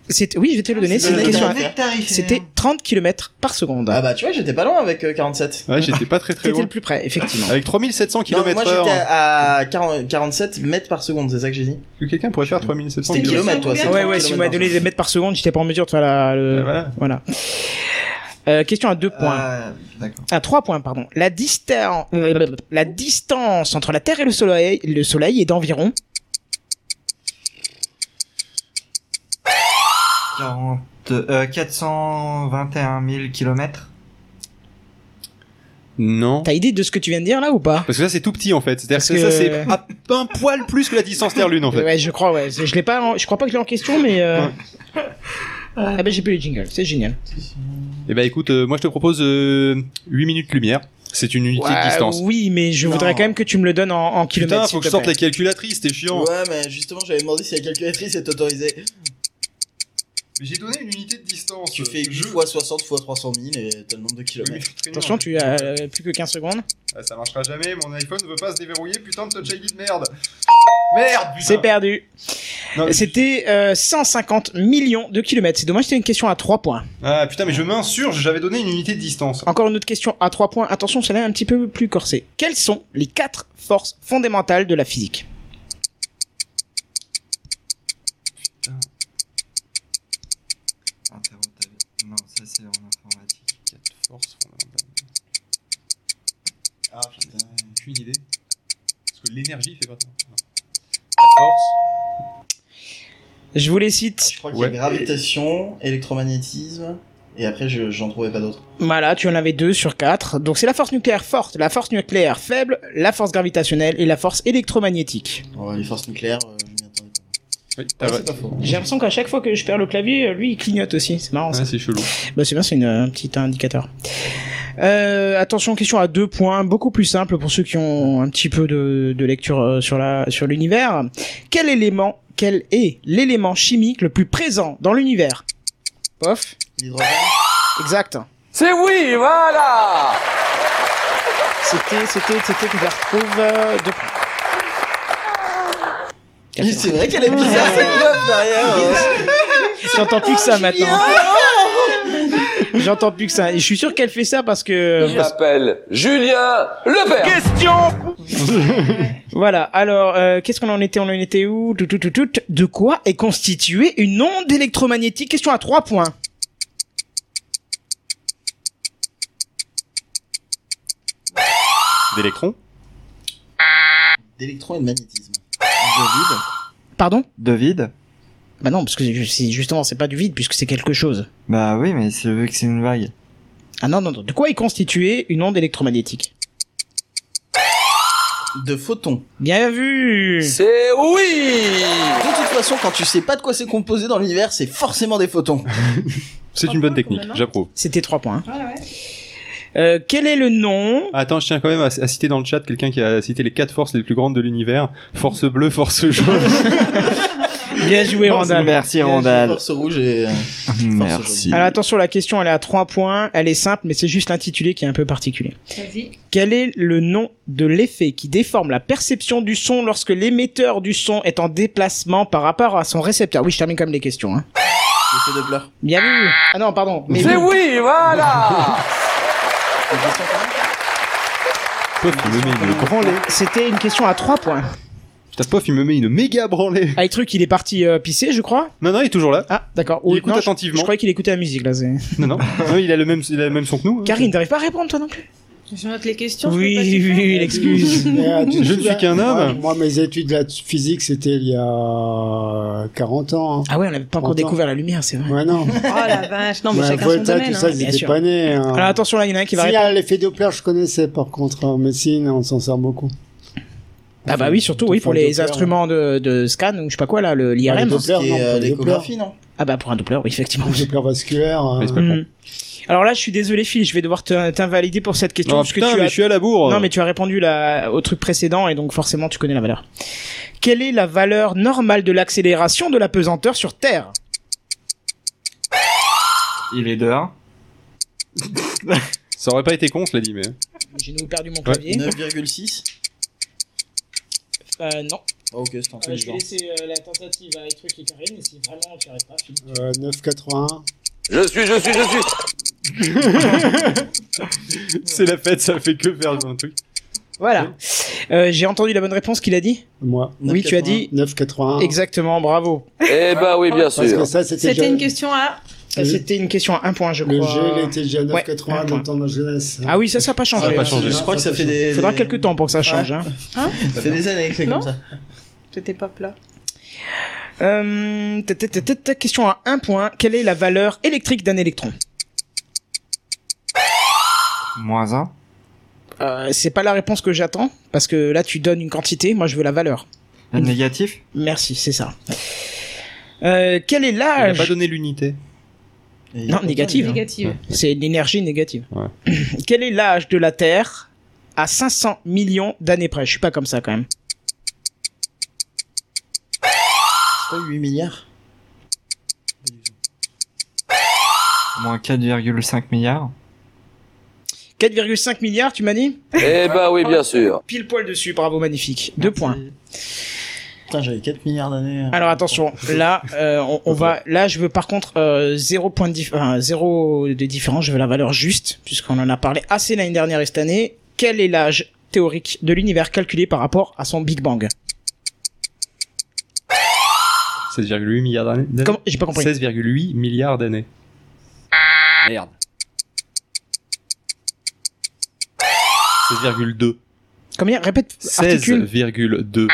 [SPEAKER 1] c'était, oui, je vais te le donner. C'est une
[SPEAKER 4] c'est
[SPEAKER 1] question. à-
[SPEAKER 7] Nectarifère.
[SPEAKER 1] C'était 30 km par seconde. Ah.
[SPEAKER 4] Ah bah tu vois, j'étais pas loin avec euh, 47.
[SPEAKER 2] Ouais, j'étais pas très très
[SPEAKER 1] C'était
[SPEAKER 2] loin.
[SPEAKER 1] le plus près, effectivement.
[SPEAKER 2] Avec 3700
[SPEAKER 4] Non, moi
[SPEAKER 2] km
[SPEAKER 4] j'étais
[SPEAKER 2] heure.
[SPEAKER 4] à à 40 47 mètres par seconde, c'est ça que j'ai dit.
[SPEAKER 2] Que quelqu'un pourrait faire 3700
[SPEAKER 4] C'était
[SPEAKER 2] km.
[SPEAKER 4] kilomètres, toi. c'est pas
[SPEAKER 1] Ouais, ouais,
[SPEAKER 4] kilomètres
[SPEAKER 1] si vous m'avez
[SPEAKER 4] par
[SPEAKER 1] donné des mètres par seconde, j'étais pas en mesure de faire la, le-
[SPEAKER 2] Euh, voilà.
[SPEAKER 1] voilà. Euh, question à deux points.
[SPEAKER 7] Ah, D'accord.
[SPEAKER 1] À trois points, pardon. La distance, la distance entre la Terre et le Soleil, le Soleil est d'environ
[SPEAKER 7] 40, euh, 421 000 km.
[SPEAKER 2] Non.
[SPEAKER 1] T'as idée de ce que tu viens de dire là ou pas
[SPEAKER 2] Parce que ça c'est tout petit en fait. C'est-à-dire
[SPEAKER 1] Parce
[SPEAKER 2] que, ça
[SPEAKER 1] que-
[SPEAKER 2] c'est à un poil plus que la distance Terre-Lune en fait.
[SPEAKER 1] Ouais, je crois, ouais. Je l'ai pas, en- je crois pas que je l'ai en question, mais. euh, Ah ben j'ai plus les jingles, c'est génial.
[SPEAKER 2] Eh ben écoute, euh, moi je te propose euh, 8 minutes lumière. C'est une unité
[SPEAKER 1] Ouais,
[SPEAKER 2] de distance.
[SPEAKER 1] Oui, mais je
[SPEAKER 7] Non.
[SPEAKER 1] voudrais quand même que tu me le donnes en, en kilomètres.
[SPEAKER 2] Putain,
[SPEAKER 1] s'il
[SPEAKER 2] faut que
[SPEAKER 1] te
[SPEAKER 2] je sorte
[SPEAKER 1] plaît.
[SPEAKER 2] la calculatrice, t'es chiant.
[SPEAKER 4] Ouais, mais justement, j'avais demandé si la calculatrice est autorisée.
[SPEAKER 2] Mais j'ai donné une unité de distance.
[SPEAKER 4] Tu fais 8 fois 60 fois 300 000 et t'as le nombre de kilomètres.
[SPEAKER 1] Attention, tu as euh, plus que 15 secondes.
[SPEAKER 2] Ah, ça marchera jamais, mon iPhone ne veut pas se déverrouiller, putain de touch ID de merde. Merde,
[SPEAKER 1] C'est perdu.
[SPEAKER 2] Non, mais-
[SPEAKER 1] C'était euh, 150 millions de kilomètres. C'est dommage, c'était une question à 3 points.
[SPEAKER 2] Ah putain, mais je m'insurge, j'avais donné une unité de distance.
[SPEAKER 1] Encore une autre question à 3 points. Attention, celle-là est un petit peu plus corsée. Quelles sont les 4 forces fondamentales de la physique
[SPEAKER 7] Interro, t'avais- Non, ça c'est en informatique.
[SPEAKER 2] Force fondamentale. Ah putain, j'ai une idée. Parce que l'énergie fait pas tant. La force.
[SPEAKER 1] Je vous les cite.
[SPEAKER 4] Je crois qu'il
[SPEAKER 2] Ouais.
[SPEAKER 4] y a gravitation, électromagnétisme, et après je- j'en trouvais pas d'autres.
[SPEAKER 1] Voilà, tu en avais 2 sur 4. Donc c'est la force nucléaire forte, la force nucléaire faible, la force gravitationnelle et la force électromagnétique.
[SPEAKER 4] Oh, les forces nucléaires, euh, je m'y attendais pas.
[SPEAKER 2] Oui,
[SPEAKER 4] Ah,
[SPEAKER 2] t'as
[SPEAKER 4] c'est pas faux.
[SPEAKER 1] J'ai l'impression qu'à chaque fois que je perds le clavier, euh, lui il clignote aussi. C'est marrant ça.
[SPEAKER 2] c'est chelou.
[SPEAKER 1] Bah c'est bien, c'est une, euh, un petit indicateur. Euh, attention, question à deux points, beaucoup plus simple pour ceux qui ont un petit peu de, de lecture euh, sur la sur l'univers. Quel élément, quel est l'élément chimique le plus présent dans l'univers Pof,
[SPEAKER 4] L'hydrogène
[SPEAKER 1] exact.
[SPEAKER 5] C'est oui, voilà
[SPEAKER 1] C'était, c'était, c'était que je la retrouve euh, deux points.
[SPEAKER 4] Oui, C'est vrai qu'elle est
[SPEAKER 2] Ah,
[SPEAKER 4] bizarre cette meuf derrière. hein.
[SPEAKER 1] J'entends plus que ça maintenant. J'entends plus que ça. Et je suis sûr qu'elle fait ça parce
[SPEAKER 2] Euh,
[SPEAKER 1] que.
[SPEAKER 5] Il s'appelle Julien Lepers
[SPEAKER 1] Voilà. Alors, euh, qu'est-ce qu'on en était On en était où tout, tout, tout, tout. De quoi est constituée une onde électromagnétique Question à trois points.
[SPEAKER 2] D'électrons
[SPEAKER 4] D'électrons et de magnétisme.
[SPEAKER 7] De vide.
[SPEAKER 1] Pardon
[SPEAKER 7] De vide
[SPEAKER 1] Bah non, parce que c'est- justement, c'est pas du vide puisque c'est quelque chose.
[SPEAKER 7] Bah oui, mais c'est vu que c'est une vague.
[SPEAKER 1] Ah non, non, non. De quoi est constituée une onde électromagnétique
[SPEAKER 4] de photons.
[SPEAKER 1] Bien vu
[SPEAKER 5] C'est oui
[SPEAKER 4] De toute façon, quand tu sais pas de quoi c'est composé dans l'univers, c'est forcément des photons.
[SPEAKER 2] C'est une bonne technique,
[SPEAKER 3] Quand même, hein.
[SPEAKER 2] j'approuve.
[SPEAKER 1] C'était 3 points. hein.
[SPEAKER 3] Voilà, ouais.
[SPEAKER 1] Euh, quel est le nom
[SPEAKER 2] Attends, je tiens quand même à, à citer dans le chat quelqu'un qui a cité les quatre forces les plus grandes de l'univers. Force bleue, force jaune.
[SPEAKER 1] Bien joué, Randall.
[SPEAKER 7] Merci Randall.
[SPEAKER 4] Force rouge et... euh,
[SPEAKER 7] Merci.
[SPEAKER 1] Alors attention, la question elle est à 3 points, elle est simple, mais c'est juste l'intitulé qui est un peu particulier.
[SPEAKER 3] Vas-y.
[SPEAKER 1] Quel est le nom de l'effet qui déforme la perception du son lorsque l'émetteur du son est en déplacement par rapport à son récepteur Oui, je termine quand même les questions. Hein.
[SPEAKER 4] L'effet Doppler.
[SPEAKER 1] Bien vu Ah non, pardon. Mais
[SPEAKER 5] C'est
[SPEAKER 1] oui.
[SPEAKER 5] oui, voilà
[SPEAKER 4] Une question quand même
[SPEAKER 2] Pof, il me met une branlée.
[SPEAKER 1] C'était une question à 3 points.
[SPEAKER 2] Putain, Pof, il me met une méga branlée.
[SPEAKER 1] Avec truc, il est parti euh, pisser, je crois.
[SPEAKER 2] Non, non, il est toujours là.
[SPEAKER 1] Ah, d'accord.
[SPEAKER 2] Il
[SPEAKER 1] Ou-
[SPEAKER 2] écoute
[SPEAKER 1] non, je- Je,
[SPEAKER 2] attentivement.
[SPEAKER 1] croyais qu'il écoutait la musique là. c'est-
[SPEAKER 2] Non, non. Non, il a le même, il a le même son que nous. hein.
[SPEAKER 1] Karine, t'arrives pas à répondre toi non plus
[SPEAKER 3] Je note les questions. je
[SPEAKER 1] Oui,
[SPEAKER 3] peux pas
[SPEAKER 1] oui,
[SPEAKER 3] tout faire.
[SPEAKER 1] oui, l'excuse.
[SPEAKER 6] Merde, Ah, tu te
[SPEAKER 2] Je ne suis
[SPEAKER 6] souviens-
[SPEAKER 2] qu'un homme.
[SPEAKER 6] Moi, moi, mes études de la physique, c'était il y a 40 ans. hein.
[SPEAKER 1] Ah ouais, on n'avait pas encore
[SPEAKER 6] Entends.
[SPEAKER 1] découvert la lumière, c'est vrai.
[SPEAKER 6] Ouais, non.
[SPEAKER 3] Oh la vache. Non, mais
[SPEAKER 6] Ouais,
[SPEAKER 3] chacun
[SPEAKER 6] Volta,
[SPEAKER 3] son
[SPEAKER 6] tout
[SPEAKER 3] domaine.
[SPEAKER 6] ça,
[SPEAKER 3] hein.
[SPEAKER 6] ils
[SPEAKER 1] Bien
[SPEAKER 6] étaient
[SPEAKER 1] sûr.
[SPEAKER 6] pas nés. hein.
[SPEAKER 1] Alors attention, là, il y en a un qui va
[SPEAKER 6] Si,
[SPEAKER 1] répondre.
[SPEAKER 6] ah, l'effet Doppler, je connaissais par contre hein, en médecine, on s'en sert beaucoup.
[SPEAKER 1] Ah bah oui, surtout oui
[SPEAKER 6] Enfin,
[SPEAKER 1] pour
[SPEAKER 6] le
[SPEAKER 1] les
[SPEAKER 6] Doppler,
[SPEAKER 1] instruments de, de scan ou je sais pas quoi là, le
[SPEAKER 6] Ah,
[SPEAKER 1] l'IRM.
[SPEAKER 6] le Doppler,
[SPEAKER 4] Qui est,
[SPEAKER 6] non, pas
[SPEAKER 4] euh,
[SPEAKER 6] le Doppler.
[SPEAKER 4] l'échographie, non
[SPEAKER 1] Ah bah pour un Doppler, oui, effectivement.
[SPEAKER 6] Le Doppler vasculaire.
[SPEAKER 2] Mais
[SPEAKER 6] euh,
[SPEAKER 2] c'est pas con.
[SPEAKER 1] Mhm. Alors là, je suis désolé Phil, je vais devoir te- t'invalider pour cette question
[SPEAKER 2] Oh,
[SPEAKER 1] parce
[SPEAKER 2] putain,
[SPEAKER 1] que tu
[SPEAKER 2] mais
[SPEAKER 1] as
[SPEAKER 2] je suis à la bourre.
[SPEAKER 1] non mais tu as répondu là, au truc précédent et donc forcément tu connais la valeur. Quelle est la valeur normale de l'accélération de la pesanteur sur Terre
[SPEAKER 7] Il est dehors.
[SPEAKER 2] Ça aurait pas été con, cela dit, mais. hein.
[SPEAKER 1] J'ai nous perdu mon clavier.
[SPEAKER 4] 9,6
[SPEAKER 1] Euh, non,
[SPEAKER 4] Ah, Ok, c'est
[SPEAKER 1] Euh, je vais
[SPEAKER 4] intelligent.
[SPEAKER 1] laisser euh, la tentative à Etruc et Karine et si vraiment tu arrives pas, Phil.
[SPEAKER 6] euh, 9,81.
[SPEAKER 5] Je suis, je suis, je suis
[SPEAKER 2] C'est la fête, ça fait que faire un truc.
[SPEAKER 1] Voilà. Euh, j'ai entendu la bonne réponse qu'il a dit.
[SPEAKER 6] Moi.
[SPEAKER 1] Oui, tu as dit
[SPEAKER 6] 9,81.
[SPEAKER 1] exactement, bravo.
[SPEAKER 5] Eh ben oui, bien
[SPEAKER 6] Parce que
[SPEAKER 5] sûr
[SPEAKER 6] ça, c'était.
[SPEAKER 3] C'était une
[SPEAKER 6] déjà-
[SPEAKER 3] question à.
[SPEAKER 1] Euh,
[SPEAKER 6] Le-
[SPEAKER 1] C'était une question à un point, je
[SPEAKER 6] Le
[SPEAKER 1] crois.
[SPEAKER 6] gel était déjà
[SPEAKER 1] Ouais,
[SPEAKER 6] 9,81
[SPEAKER 1] un
[SPEAKER 6] dans
[SPEAKER 1] point.
[SPEAKER 6] le temps de ma jeunesse.
[SPEAKER 1] Ah oui, ça, ça n'a pas changé.
[SPEAKER 2] Ça a pas
[SPEAKER 1] hein.
[SPEAKER 2] changé.
[SPEAKER 4] Je crois que ça fait des...
[SPEAKER 1] Faudra
[SPEAKER 4] des-
[SPEAKER 1] quelques temps pour que ça change. hein.
[SPEAKER 4] Ça fait des années que c'est
[SPEAKER 3] Non
[SPEAKER 4] comme ça.
[SPEAKER 3] C'était pas plat.
[SPEAKER 1] Euh, ta- ta- ta- ta- ta- question à un point. Quelle est la valeur électrique d'un électron
[SPEAKER 7] Moins un.
[SPEAKER 1] euh, C'est pas la réponse que j'attends, parce que là, tu donnes une quantité. Moi, je veux la valeur.
[SPEAKER 7] Le négatif
[SPEAKER 1] Merci, c'est ça. Euh, quel est
[SPEAKER 2] Il a pas
[SPEAKER 1] l'âge
[SPEAKER 2] donné l'unité.
[SPEAKER 4] Et-
[SPEAKER 1] Non, négative.
[SPEAKER 3] Négative.
[SPEAKER 1] C'est l'énergie négative.
[SPEAKER 2] Ouais.
[SPEAKER 1] Quel est l'âge de la Terre à 500 millions d'années près Je suis pas comme ça quand même.
[SPEAKER 4] C'est pas 8 milliards
[SPEAKER 7] Moins 4,5 milliards.
[SPEAKER 1] 4,5 milliards, tu m'as dit
[SPEAKER 5] Eh ben oui, bien sûr
[SPEAKER 1] Pile poil dessus, bravo, magnifique. Deux points.
[SPEAKER 4] Putain, j'avais 4 milliards d'années.
[SPEAKER 1] Alors attention, là, euh, on, on va, là, je veux par contre euh, zéro point de, dif- enfin, zéro de différence. Je veux la valeur juste, puisqu'on en a parlé assez l'année dernière et cette année. Quel est l'âge théorique de l'univers calculé par rapport à son Big Bang
[SPEAKER 2] 16,8 milliards d'années.
[SPEAKER 1] Comment J'ai pas compris.
[SPEAKER 2] 16,8 milliards d'années. Merde. 16,2.
[SPEAKER 1] Combien Répète. Articule.
[SPEAKER 2] 16,2.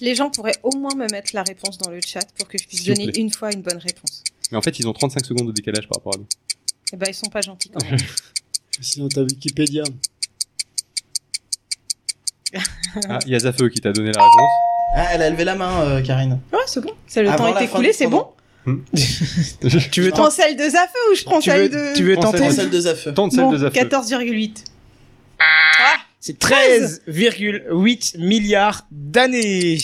[SPEAKER 3] Les gens pourraient au moins me mettre la réponse dans le chat pour que je puisse
[SPEAKER 2] S'il vous
[SPEAKER 3] donner
[SPEAKER 2] plaît.
[SPEAKER 3] une fois une bonne réponse.
[SPEAKER 2] Mais en fait, ils ont 35 secondes de décalage par rapport à nous.
[SPEAKER 3] Eh ben, ils sont pas gentils quand même.
[SPEAKER 6] Sinon, t'as Wikipédia.
[SPEAKER 2] Ah, il y a Zafeu qui t'a donné la réponse.
[SPEAKER 4] Ah, elle a levé la main, euh, Karine.
[SPEAKER 3] Ouais, c'est bon. Ça, le
[SPEAKER 4] Avant
[SPEAKER 3] temps
[SPEAKER 4] la
[SPEAKER 3] est
[SPEAKER 4] fin du
[SPEAKER 3] écoulé, c'est bon.
[SPEAKER 4] tournoi.
[SPEAKER 1] Tu veux
[SPEAKER 3] Je prends celle de Zafeu ou je prends
[SPEAKER 1] Tu
[SPEAKER 3] celle
[SPEAKER 1] veux,
[SPEAKER 3] de.
[SPEAKER 1] tu veux
[SPEAKER 2] Prends celle-
[SPEAKER 1] tenter
[SPEAKER 2] prends
[SPEAKER 4] Celle de Zafeu.
[SPEAKER 2] Tente celle
[SPEAKER 3] Bon,
[SPEAKER 2] de Zafeu.
[SPEAKER 3] 14,8.
[SPEAKER 1] Ah C'est 13,8 milliards d'années.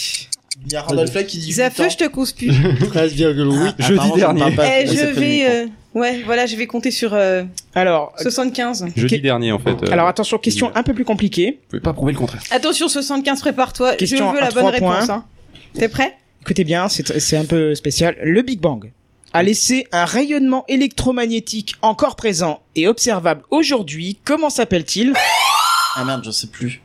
[SPEAKER 4] Il y a Randolph Flagg qui dit 8
[SPEAKER 3] Zafeu,
[SPEAKER 4] ans.
[SPEAKER 3] je te cause plus.
[SPEAKER 1] Ah,
[SPEAKER 6] 13,8.
[SPEAKER 2] jeudi
[SPEAKER 4] Apparemment, je ne parle
[SPEAKER 2] dernier.
[SPEAKER 4] pas-
[SPEAKER 3] Eh,
[SPEAKER 4] ça
[SPEAKER 3] je
[SPEAKER 4] fait
[SPEAKER 3] vais.
[SPEAKER 4] le micro.
[SPEAKER 3] euh, Ouais, voilà, je vais compter sur euh,
[SPEAKER 1] Alors,
[SPEAKER 3] 75.
[SPEAKER 2] Jeudi
[SPEAKER 1] Ok.
[SPEAKER 2] dernier, en fait. euh,
[SPEAKER 1] alors attention, question un peu plus compliquée.
[SPEAKER 2] vous pouvez pas prouver le contraire.
[SPEAKER 3] Attention, 75, prépare-toi. Je
[SPEAKER 1] Question
[SPEAKER 3] veux
[SPEAKER 1] à
[SPEAKER 3] la bonne
[SPEAKER 1] trois points.
[SPEAKER 3] réponse. hein. T'es prêt
[SPEAKER 1] Écoutez bien, c'est c'est un peu spécial. Le Big Bang a laissé un rayonnement électromagnétique encore présent et observable aujourd'hui. Comment s'appelle-t-il
[SPEAKER 4] Ah merde, je sais plus.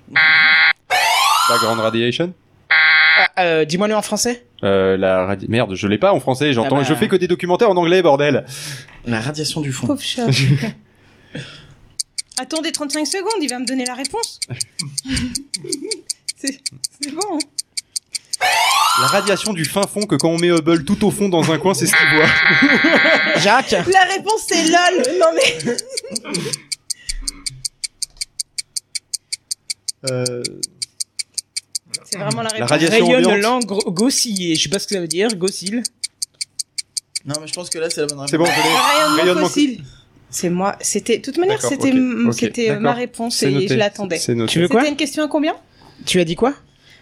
[SPEAKER 2] Background radiation.
[SPEAKER 1] Ah, euh, Dis-moi le en français.
[SPEAKER 2] Euh, la radi- Merde, je l'ai pas en français. J'entends.
[SPEAKER 1] Ah bah.
[SPEAKER 2] Je fais que des documentaires en anglais, bordel.
[SPEAKER 4] La radiation du fond.
[SPEAKER 3] Pauvre chat. Attendez 35 secondes, il va me donner la réponse. c'est c'est bon. hein.
[SPEAKER 2] La radiation du fin fond que quand on met Hubble tout au fond dans un coin, c'est ce qu'il voit.
[SPEAKER 1] Jacques
[SPEAKER 3] hein. La réponse, c'est lol. Non mais.
[SPEAKER 2] Euh,
[SPEAKER 3] C'est vraiment la
[SPEAKER 2] la
[SPEAKER 3] réponse.
[SPEAKER 2] radiation
[SPEAKER 1] Rayonne
[SPEAKER 2] ambiante.
[SPEAKER 1] l'encre gaussillée. Je sais pas ce que ça veut dire, gaussille.
[SPEAKER 4] Non, mais je pense que là, c'est la bonne réponse.
[SPEAKER 2] C'est bon, je l'ai.
[SPEAKER 3] Rayonnement
[SPEAKER 2] Rayonnement
[SPEAKER 3] fossile. C'est moi. C'était. De toute manière,
[SPEAKER 2] D'accord,
[SPEAKER 3] c'était
[SPEAKER 2] ok,
[SPEAKER 3] m-
[SPEAKER 2] ok,
[SPEAKER 3] c'était euh,
[SPEAKER 2] d'accord.
[SPEAKER 3] ma réponse
[SPEAKER 2] C'est
[SPEAKER 3] et
[SPEAKER 2] noté.
[SPEAKER 3] je l'attendais.
[SPEAKER 2] C'est noté.
[SPEAKER 1] Tu veux quoi
[SPEAKER 3] C'était une question à combien
[SPEAKER 1] Tu as dit quoi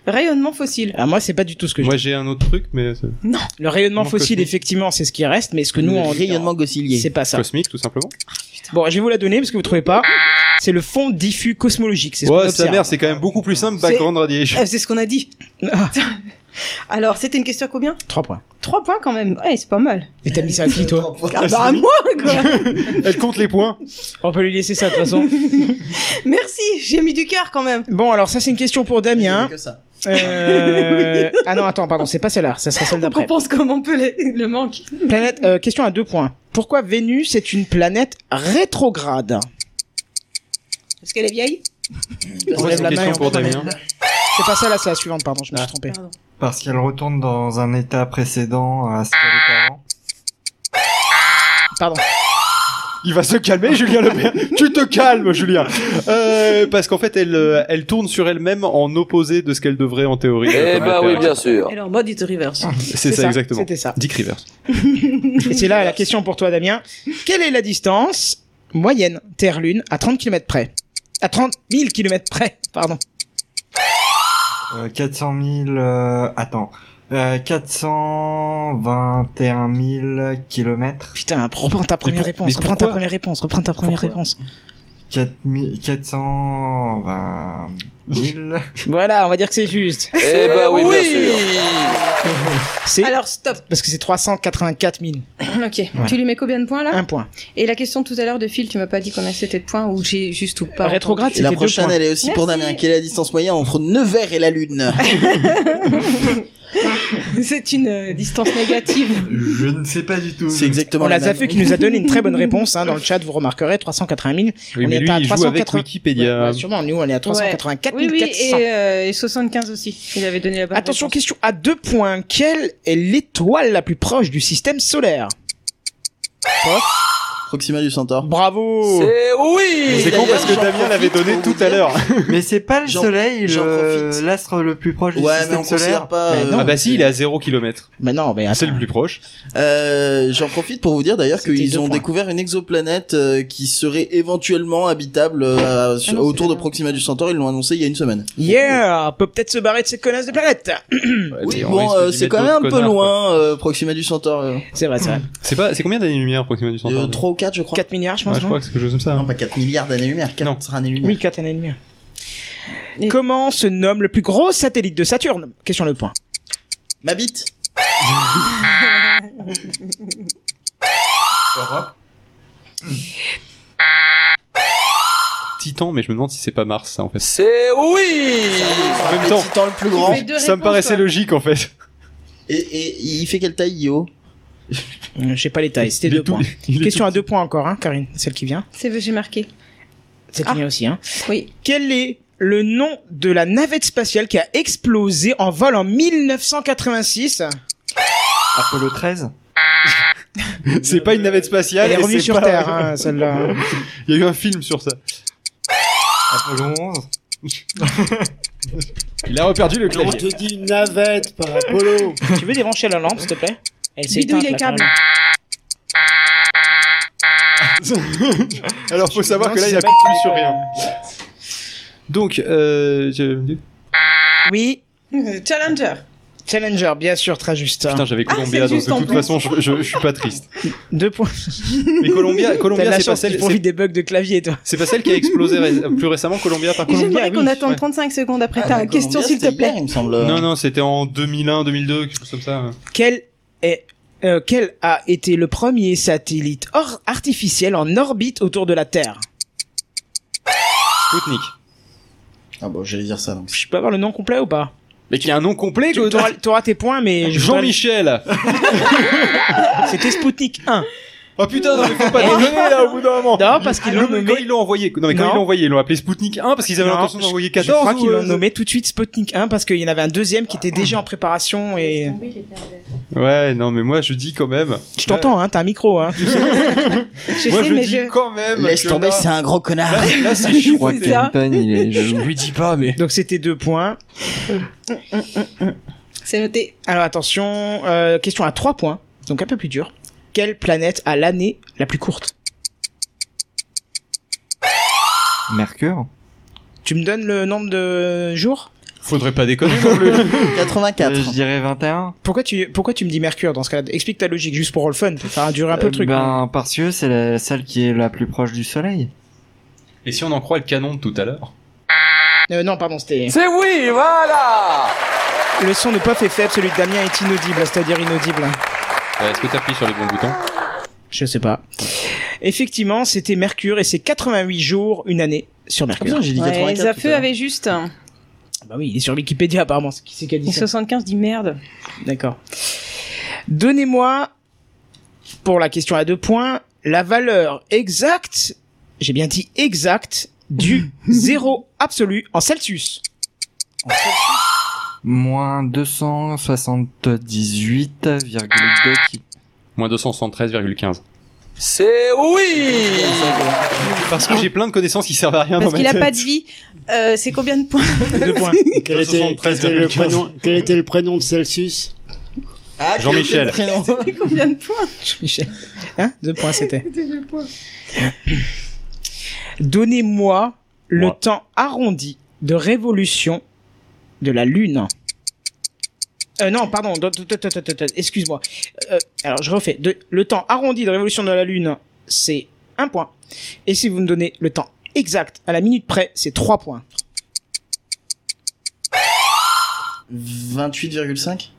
[SPEAKER 3] Rayonnement fossile.
[SPEAKER 1] Ah moi c'est pas du tout ce que je
[SPEAKER 2] Moi j'ai un autre truc, mais c'est-
[SPEAKER 1] Le rayonnement
[SPEAKER 2] Non,
[SPEAKER 1] fossile,
[SPEAKER 2] cosmique.
[SPEAKER 1] effectivement, c'est ce qui reste, mais ce que nous,
[SPEAKER 4] Le
[SPEAKER 1] on
[SPEAKER 4] rayonnement gaussilier.
[SPEAKER 1] c'est pas ça.
[SPEAKER 2] cosmique tout simplement.
[SPEAKER 3] Ah,
[SPEAKER 1] Bon, je vais vous la donner parce que vous trouvez pas. C'est le fond diffus cosmologique. C'est ce qu'on
[SPEAKER 2] Ouais, sa
[SPEAKER 1] observe. Eh,
[SPEAKER 2] mère, c'est quand même beaucoup plus simple.
[SPEAKER 3] C'est-
[SPEAKER 2] Background radiation.
[SPEAKER 3] Ah, C'est ce qu'on a dit.
[SPEAKER 1] Ah,
[SPEAKER 3] Alors, c'était une question à combien
[SPEAKER 1] Trois points.
[SPEAKER 3] Trois points quand même. Ouais, c'est pas mal.
[SPEAKER 1] Et t'as mis ça à qui, toi
[SPEAKER 3] Ah bah à moi quoi.
[SPEAKER 2] Elle compte les points.
[SPEAKER 1] On peut lui laisser ça, de toute façon.
[SPEAKER 3] Merci. J'ai mis du cœur quand même.
[SPEAKER 1] Bon, alors ça, c'est une question pour Damien.
[SPEAKER 4] Que ça.
[SPEAKER 1] Euh... Ah non, attends, pardon, c'est pas celle-là. Ça sera celle
[SPEAKER 3] On
[SPEAKER 1] d'après.
[SPEAKER 3] compense comme on peut les- le manque.
[SPEAKER 1] Planète, euh, question à deux points. Pourquoi Vénus est une planète rétrograde
[SPEAKER 3] Parce qu'elle est vieille.
[SPEAKER 1] On
[SPEAKER 2] Moi,
[SPEAKER 1] lève
[SPEAKER 2] c'est
[SPEAKER 1] la
[SPEAKER 2] une question
[SPEAKER 1] main et on
[SPEAKER 2] pour
[SPEAKER 1] prend la
[SPEAKER 2] Damien.
[SPEAKER 1] main. C'est pas celle-là, c'est la suivante, pardon, je me suis trompé.
[SPEAKER 3] Pardon.
[SPEAKER 7] Parce qu'elle retourne dans un état précédent
[SPEAKER 2] Ah,
[SPEAKER 7] à ce qu'elle était avant.
[SPEAKER 1] Pardon.
[SPEAKER 2] Il va se calmer, Julien Lebert. tu te calmes, Julien. Euh, parce qu'en fait, elle, euh, elle tourne sur elle-même en opposé de ce qu'elle devrait en théorie.
[SPEAKER 5] Eh bah oui, bien sûr.
[SPEAKER 3] Elle est en mode it reverse.
[SPEAKER 2] C'est ça, exactement.
[SPEAKER 1] C'était Ah, ça.
[SPEAKER 2] Dick Rivers.
[SPEAKER 1] Et c'est là la question pour toi, Damien. Quelle est la distance moyenne Terre-Lune à 30 km près À 30 000 km près, pardon.
[SPEAKER 7] Euh, 400 000... euh, attends. Euh, 421 000 kilomètres.
[SPEAKER 1] Putain, reprends ta première
[SPEAKER 2] pour- mais
[SPEAKER 1] réponse, reprends ta
[SPEAKER 2] pourquoi
[SPEAKER 1] première réponse, reprends ta première
[SPEAKER 2] Pourquoi
[SPEAKER 1] réponse.
[SPEAKER 7] 4 000 420 000...
[SPEAKER 1] Voilà, on va dire que c'est juste.
[SPEAKER 5] Eh
[SPEAKER 4] ben
[SPEAKER 5] bah oui, bien sûr.
[SPEAKER 1] C'est
[SPEAKER 3] Alors stop.
[SPEAKER 1] parce que c'est 384 000.
[SPEAKER 3] Ok. Tu lui mets combien de points là
[SPEAKER 1] Un point.
[SPEAKER 3] Et la question tout à l'heure de Phil, tu m'as pas dit combien c'était de points ou j'ai juste ou pas.
[SPEAKER 1] Rétrograde,
[SPEAKER 4] Et la
[SPEAKER 1] c'était deux
[SPEAKER 4] prochaine,
[SPEAKER 1] points.
[SPEAKER 4] elle est aussi pour
[SPEAKER 3] Merci.
[SPEAKER 4] Damien. Quelle est la distance moyenne entre Nevers et la Lune
[SPEAKER 3] entendu. C'est une euh, distance négative.
[SPEAKER 7] Je ne sais pas du tout.
[SPEAKER 4] C'est exactement
[SPEAKER 1] On
[SPEAKER 4] la
[SPEAKER 1] l'a
[SPEAKER 4] même.
[SPEAKER 1] fait qui nous a donné une très bonne réponse hein, dans le chat, vous remarquerez 380 000.
[SPEAKER 2] Oui,
[SPEAKER 1] On
[SPEAKER 2] mais
[SPEAKER 1] est
[SPEAKER 2] lui,
[SPEAKER 1] à
[SPEAKER 2] il joue avec
[SPEAKER 1] 380.
[SPEAKER 2] Wikipédia.
[SPEAKER 1] Ouais, sûrement, nous on est à 384
[SPEAKER 3] oui, oui,
[SPEAKER 1] 400.
[SPEAKER 3] et, euh, et 75 aussi. Il avait donné la bonne
[SPEAKER 1] Attention,
[SPEAKER 3] réponse.
[SPEAKER 1] question à deux points. Quelle est l'étoile la plus proche du système solaire
[SPEAKER 4] Proxima du Centaure.
[SPEAKER 1] Bravo
[SPEAKER 5] C'est
[SPEAKER 2] Mais
[SPEAKER 5] oui.
[SPEAKER 2] c'est con parce que
[SPEAKER 4] J'en
[SPEAKER 2] Damien l'avait
[SPEAKER 4] profite
[SPEAKER 2] donné
[SPEAKER 4] pour
[SPEAKER 2] tout
[SPEAKER 4] vous
[SPEAKER 2] à
[SPEAKER 4] dire-
[SPEAKER 2] l'heure.
[SPEAKER 7] Mais c'est pas le
[SPEAKER 4] J'en-
[SPEAKER 7] soleil,
[SPEAKER 4] j'en
[SPEAKER 7] le-
[SPEAKER 4] profite.
[SPEAKER 7] l'astre le plus proche du
[SPEAKER 4] Ouais, mais
[SPEAKER 7] système
[SPEAKER 4] on considère
[SPEAKER 7] solaire.
[SPEAKER 4] pas.
[SPEAKER 1] Mais
[SPEAKER 4] euh,
[SPEAKER 1] non.
[SPEAKER 2] Ah bah si, il est à 0 km.
[SPEAKER 1] Mais non, mais
[SPEAKER 2] C'est
[SPEAKER 1] attends.
[SPEAKER 2] le plus proche.
[SPEAKER 4] Euh, J'en profite pour vous dire d'ailleurs
[SPEAKER 1] C'était deux
[SPEAKER 4] qu'ils ont
[SPEAKER 1] points.
[SPEAKER 4] découvert une exoplanète euh, qui serait éventuellement habitable euh,
[SPEAKER 1] Ah
[SPEAKER 4] à- sur-
[SPEAKER 3] non, c'est
[SPEAKER 4] autour de
[SPEAKER 3] bien.
[SPEAKER 4] Proxima du Centaure. Ils l'ont annoncé il y a une semaine.
[SPEAKER 1] Yeah, peut peut-être se barrer de cette connasse de planète.
[SPEAKER 4] Oui, bon, euh, c'est quand même un peu loin, euh, Proxima du Centaure. Euh,
[SPEAKER 1] C'est vrai, c'est vrai.
[SPEAKER 2] C'est pas, c'est combien d'années-lumière Proxima du Centaure
[SPEAKER 4] 3 ou 4, je crois.
[SPEAKER 1] 4 milliards, je pense,
[SPEAKER 2] Ouais, je
[SPEAKER 1] non
[SPEAKER 2] crois que c'est quelque chose comme ça.
[SPEAKER 4] Non,
[SPEAKER 2] hein.
[SPEAKER 4] pas 4 milliards d'années-lumière, 4 années-lumière.
[SPEAKER 1] Oui, 4 années et demie.
[SPEAKER 3] Et-
[SPEAKER 1] Comment se nomme le plus gros satellite de Saturne Question le point.
[SPEAKER 4] Ma bite
[SPEAKER 2] Titan, mais je me demande si c'est pas Mars, ça en fait.
[SPEAKER 5] C'est oui.
[SPEAKER 2] En même
[SPEAKER 4] Le
[SPEAKER 2] temps,
[SPEAKER 4] titan le plus
[SPEAKER 3] Tu
[SPEAKER 4] grand.
[SPEAKER 3] fais deux
[SPEAKER 2] ça me
[SPEAKER 3] réponses,
[SPEAKER 2] paraissait
[SPEAKER 3] toi.
[SPEAKER 2] logique en fait.
[SPEAKER 4] Et, et il fait quelle taille, Io
[SPEAKER 1] Euh, J'ai pas les tailles, c'était
[SPEAKER 2] Il est
[SPEAKER 1] deux
[SPEAKER 2] tout-
[SPEAKER 1] points.
[SPEAKER 2] il est
[SPEAKER 1] Question
[SPEAKER 2] tout-
[SPEAKER 1] à deux points encore, hein, Karine, celle qui vient.
[SPEAKER 3] C'est j'ai marqué.
[SPEAKER 1] Celle qui
[SPEAKER 3] Ah.
[SPEAKER 1] vient aussi, hein.
[SPEAKER 3] Oui.
[SPEAKER 1] Quel est le nom de la navette spatiale qui a explosé en vol en 1986
[SPEAKER 7] Apollo 13
[SPEAKER 2] C'est pas une navette spatiale.
[SPEAKER 1] Elle est
[SPEAKER 2] et
[SPEAKER 1] revenue
[SPEAKER 2] c'est
[SPEAKER 1] sur
[SPEAKER 2] pas-
[SPEAKER 1] Terre, hein, celle-là.
[SPEAKER 2] Il y a eu un film sur ça.
[SPEAKER 7] Apollo 11
[SPEAKER 2] Il a reperdu le
[SPEAKER 6] On
[SPEAKER 2] clavier.
[SPEAKER 6] te dit navette par Apollo.
[SPEAKER 1] tu veux débrancher la lampe, s'il te plaît Elle s'est
[SPEAKER 3] Bidouille
[SPEAKER 1] éteinte,
[SPEAKER 3] les
[SPEAKER 1] là,
[SPEAKER 3] câbles.
[SPEAKER 1] carrément.
[SPEAKER 2] Alors faut savoir
[SPEAKER 1] Non,
[SPEAKER 2] que là
[SPEAKER 1] si
[SPEAKER 2] il a
[SPEAKER 1] c'est
[SPEAKER 2] plus
[SPEAKER 1] pas-
[SPEAKER 2] sur rien. Donc euh, je-
[SPEAKER 1] Oui,
[SPEAKER 3] Euh, Challenger.
[SPEAKER 1] Challenger, bien sûr, très juste.
[SPEAKER 2] putain j'avais
[SPEAKER 3] Ah,
[SPEAKER 2] Columbia donc
[SPEAKER 3] c'est juste
[SPEAKER 2] de
[SPEAKER 3] en
[SPEAKER 2] toute
[SPEAKER 3] plus.
[SPEAKER 2] façon je, je- je suis pas triste.
[SPEAKER 1] Deux points.
[SPEAKER 2] Mais Columbia
[SPEAKER 1] T'as de
[SPEAKER 2] Columbia
[SPEAKER 1] la
[SPEAKER 2] c'est pas
[SPEAKER 1] chance, tu
[SPEAKER 2] celle c'est-
[SPEAKER 1] profites des bugs de clavier, toi.
[SPEAKER 2] c'est pas celle qui a explosé ré- plus récemment Columbia par contre.
[SPEAKER 3] J'aimerais
[SPEAKER 1] oui,
[SPEAKER 3] qu'on attende
[SPEAKER 2] ouais.
[SPEAKER 3] 35 secondes après
[SPEAKER 4] Ah,
[SPEAKER 3] ta
[SPEAKER 4] la
[SPEAKER 3] question,
[SPEAKER 4] Columbia,
[SPEAKER 3] s'il te
[SPEAKER 4] c'était
[SPEAKER 3] plaît.
[SPEAKER 4] hier, il me semble.
[SPEAKER 2] Non non c'était en 2001 2002 quelque chose comme ça.
[SPEAKER 1] Quel est euh, quel a été le premier satellite or artificiel en orbite autour de la Terre
[SPEAKER 2] Sputnik.
[SPEAKER 4] Ah bon, j'allais dire ça. Donc.
[SPEAKER 1] Je peux avoir le nom complet ou pas
[SPEAKER 2] Mais qui a un nom complet
[SPEAKER 1] Tu- T'auras t'auras tes points, mais je-
[SPEAKER 2] Jean-Michel.
[SPEAKER 1] C'était Spoutnik 1.
[SPEAKER 2] Oh putain non mais faut pas déconner là au bout d'un moment.
[SPEAKER 1] Non, parce qu'ils
[SPEAKER 2] Ah,
[SPEAKER 1] l'ont
[SPEAKER 2] mais
[SPEAKER 1] nommé.
[SPEAKER 2] Quand ils l'ont envoyé, non mais quand
[SPEAKER 1] Non.
[SPEAKER 2] ils l'ont envoyé, ils l'ont appelé Sputnik 1 parce qu'ils avaient
[SPEAKER 1] Non,
[SPEAKER 2] l'intention d'envoyer
[SPEAKER 1] Je
[SPEAKER 2] 14
[SPEAKER 1] crois
[SPEAKER 2] ou,
[SPEAKER 1] qu'ils l'ont
[SPEAKER 2] euh, Ah.
[SPEAKER 1] nommé tout de suite Sputnik 1 parce qu'il y en avait un deuxième qui était déjà en préparation et.
[SPEAKER 2] Ouais, non, mais moi je dis quand même.
[SPEAKER 1] Je t'entends, hein, t'as un micro, hein.
[SPEAKER 3] Je
[SPEAKER 2] Moi
[SPEAKER 3] sais,
[SPEAKER 2] je
[SPEAKER 3] mais
[SPEAKER 2] dis
[SPEAKER 3] je.
[SPEAKER 2] quand même.
[SPEAKER 4] Laisse
[SPEAKER 2] que
[SPEAKER 4] tomber,
[SPEAKER 2] là-
[SPEAKER 4] c'est un gros connard.
[SPEAKER 2] Là, là, c'est
[SPEAKER 7] Je crois
[SPEAKER 2] chouette.
[SPEAKER 7] que
[SPEAKER 3] ça.
[SPEAKER 7] Kenton, il est.
[SPEAKER 5] Je lui dis pas, mais.
[SPEAKER 1] Donc c'était deux points.
[SPEAKER 3] C'est noté.
[SPEAKER 1] Alors attention, euh, question à trois points, donc un peu plus dur. Quelle planète a l'année la plus courte
[SPEAKER 7] Mercure
[SPEAKER 1] Tu me donnes le nombre de jours
[SPEAKER 2] Faudrait pas déconner non plus.
[SPEAKER 4] 84.
[SPEAKER 7] Euh, Je dirais 21.
[SPEAKER 1] pourquoi tu, pourquoi tu me dis Mercure dans ce cas-là Explique ta logique, juste pour le fun, pour faire durer un peu le
[SPEAKER 7] Euh,
[SPEAKER 1] truc. hein.
[SPEAKER 7] Ben, parce que c'est la salle qui est la plus proche du soleil.
[SPEAKER 2] Et si on en croit le canon de tout à l'heure
[SPEAKER 1] Euh, non, pardon, c'était...
[SPEAKER 5] C'est oui, voilà
[SPEAKER 1] Le son de Puff est faible, celui de Damien est inaudible, c'est-à-dire inaudible.
[SPEAKER 2] Euh, Est-ce que t'appuies sur les bons boutons
[SPEAKER 1] Je sais pas. Effectivement, c'était Mercure et c'est 88 jours, une année sur
[SPEAKER 4] Ah,
[SPEAKER 1] Mercure.
[SPEAKER 4] putain, j'ai dit
[SPEAKER 3] Ouais,
[SPEAKER 4] 84. tout à
[SPEAKER 3] Zafeu
[SPEAKER 4] l'heure.
[SPEAKER 3] avait juste. hein.
[SPEAKER 1] Bah oui, il est sur Wikipédia apparemment, c'est qui c'est qui a dit
[SPEAKER 3] Et
[SPEAKER 1] ça
[SPEAKER 3] 75 dit merde.
[SPEAKER 1] D'accord. Donnez-moi, pour la question à deux points, la valeur exacte, j'ai bien dit exacte, du zéro absolu en Celsius.
[SPEAKER 7] Moins 278,2 qui-
[SPEAKER 2] Moins 273,15.
[SPEAKER 5] C'est Eh oui
[SPEAKER 2] Parce que j'ai plein de connaissances qui servent à rien
[SPEAKER 3] Parce
[SPEAKER 2] dans ma
[SPEAKER 3] qu'il a
[SPEAKER 2] tête.
[SPEAKER 3] pas de vie. Euh, c'est combien de points
[SPEAKER 1] Deux points.
[SPEAKER 6] Quel était, quel était le
[SPEAKER 2] 73,15.
[SPEAKER 6] prénom, quel était le prénom de Celsius
[SPEAKER 4] Ah, quel
[SPEAKER 2] Jean-Michel.
[SPEAKER 4] prénom.
[SPEAKER 3] Combien de points
[SPEAKER 1] Michel. Hein Deux points, c'était. Donnez-moi le
[SPEAKER 2] Moi.
[SPEAKER 1] temps arrondi de révolution de la Lune. Euh, non, pardon, do- do- do- do- do- do- do- excuse-moi. Euh, alors, je refais. De- le temps arrondi de révolution de la Lune, c'est un point. Et si vous me donnez le temps exact à la minute près, c'est trois points.
[SPEAKER 4] 28,5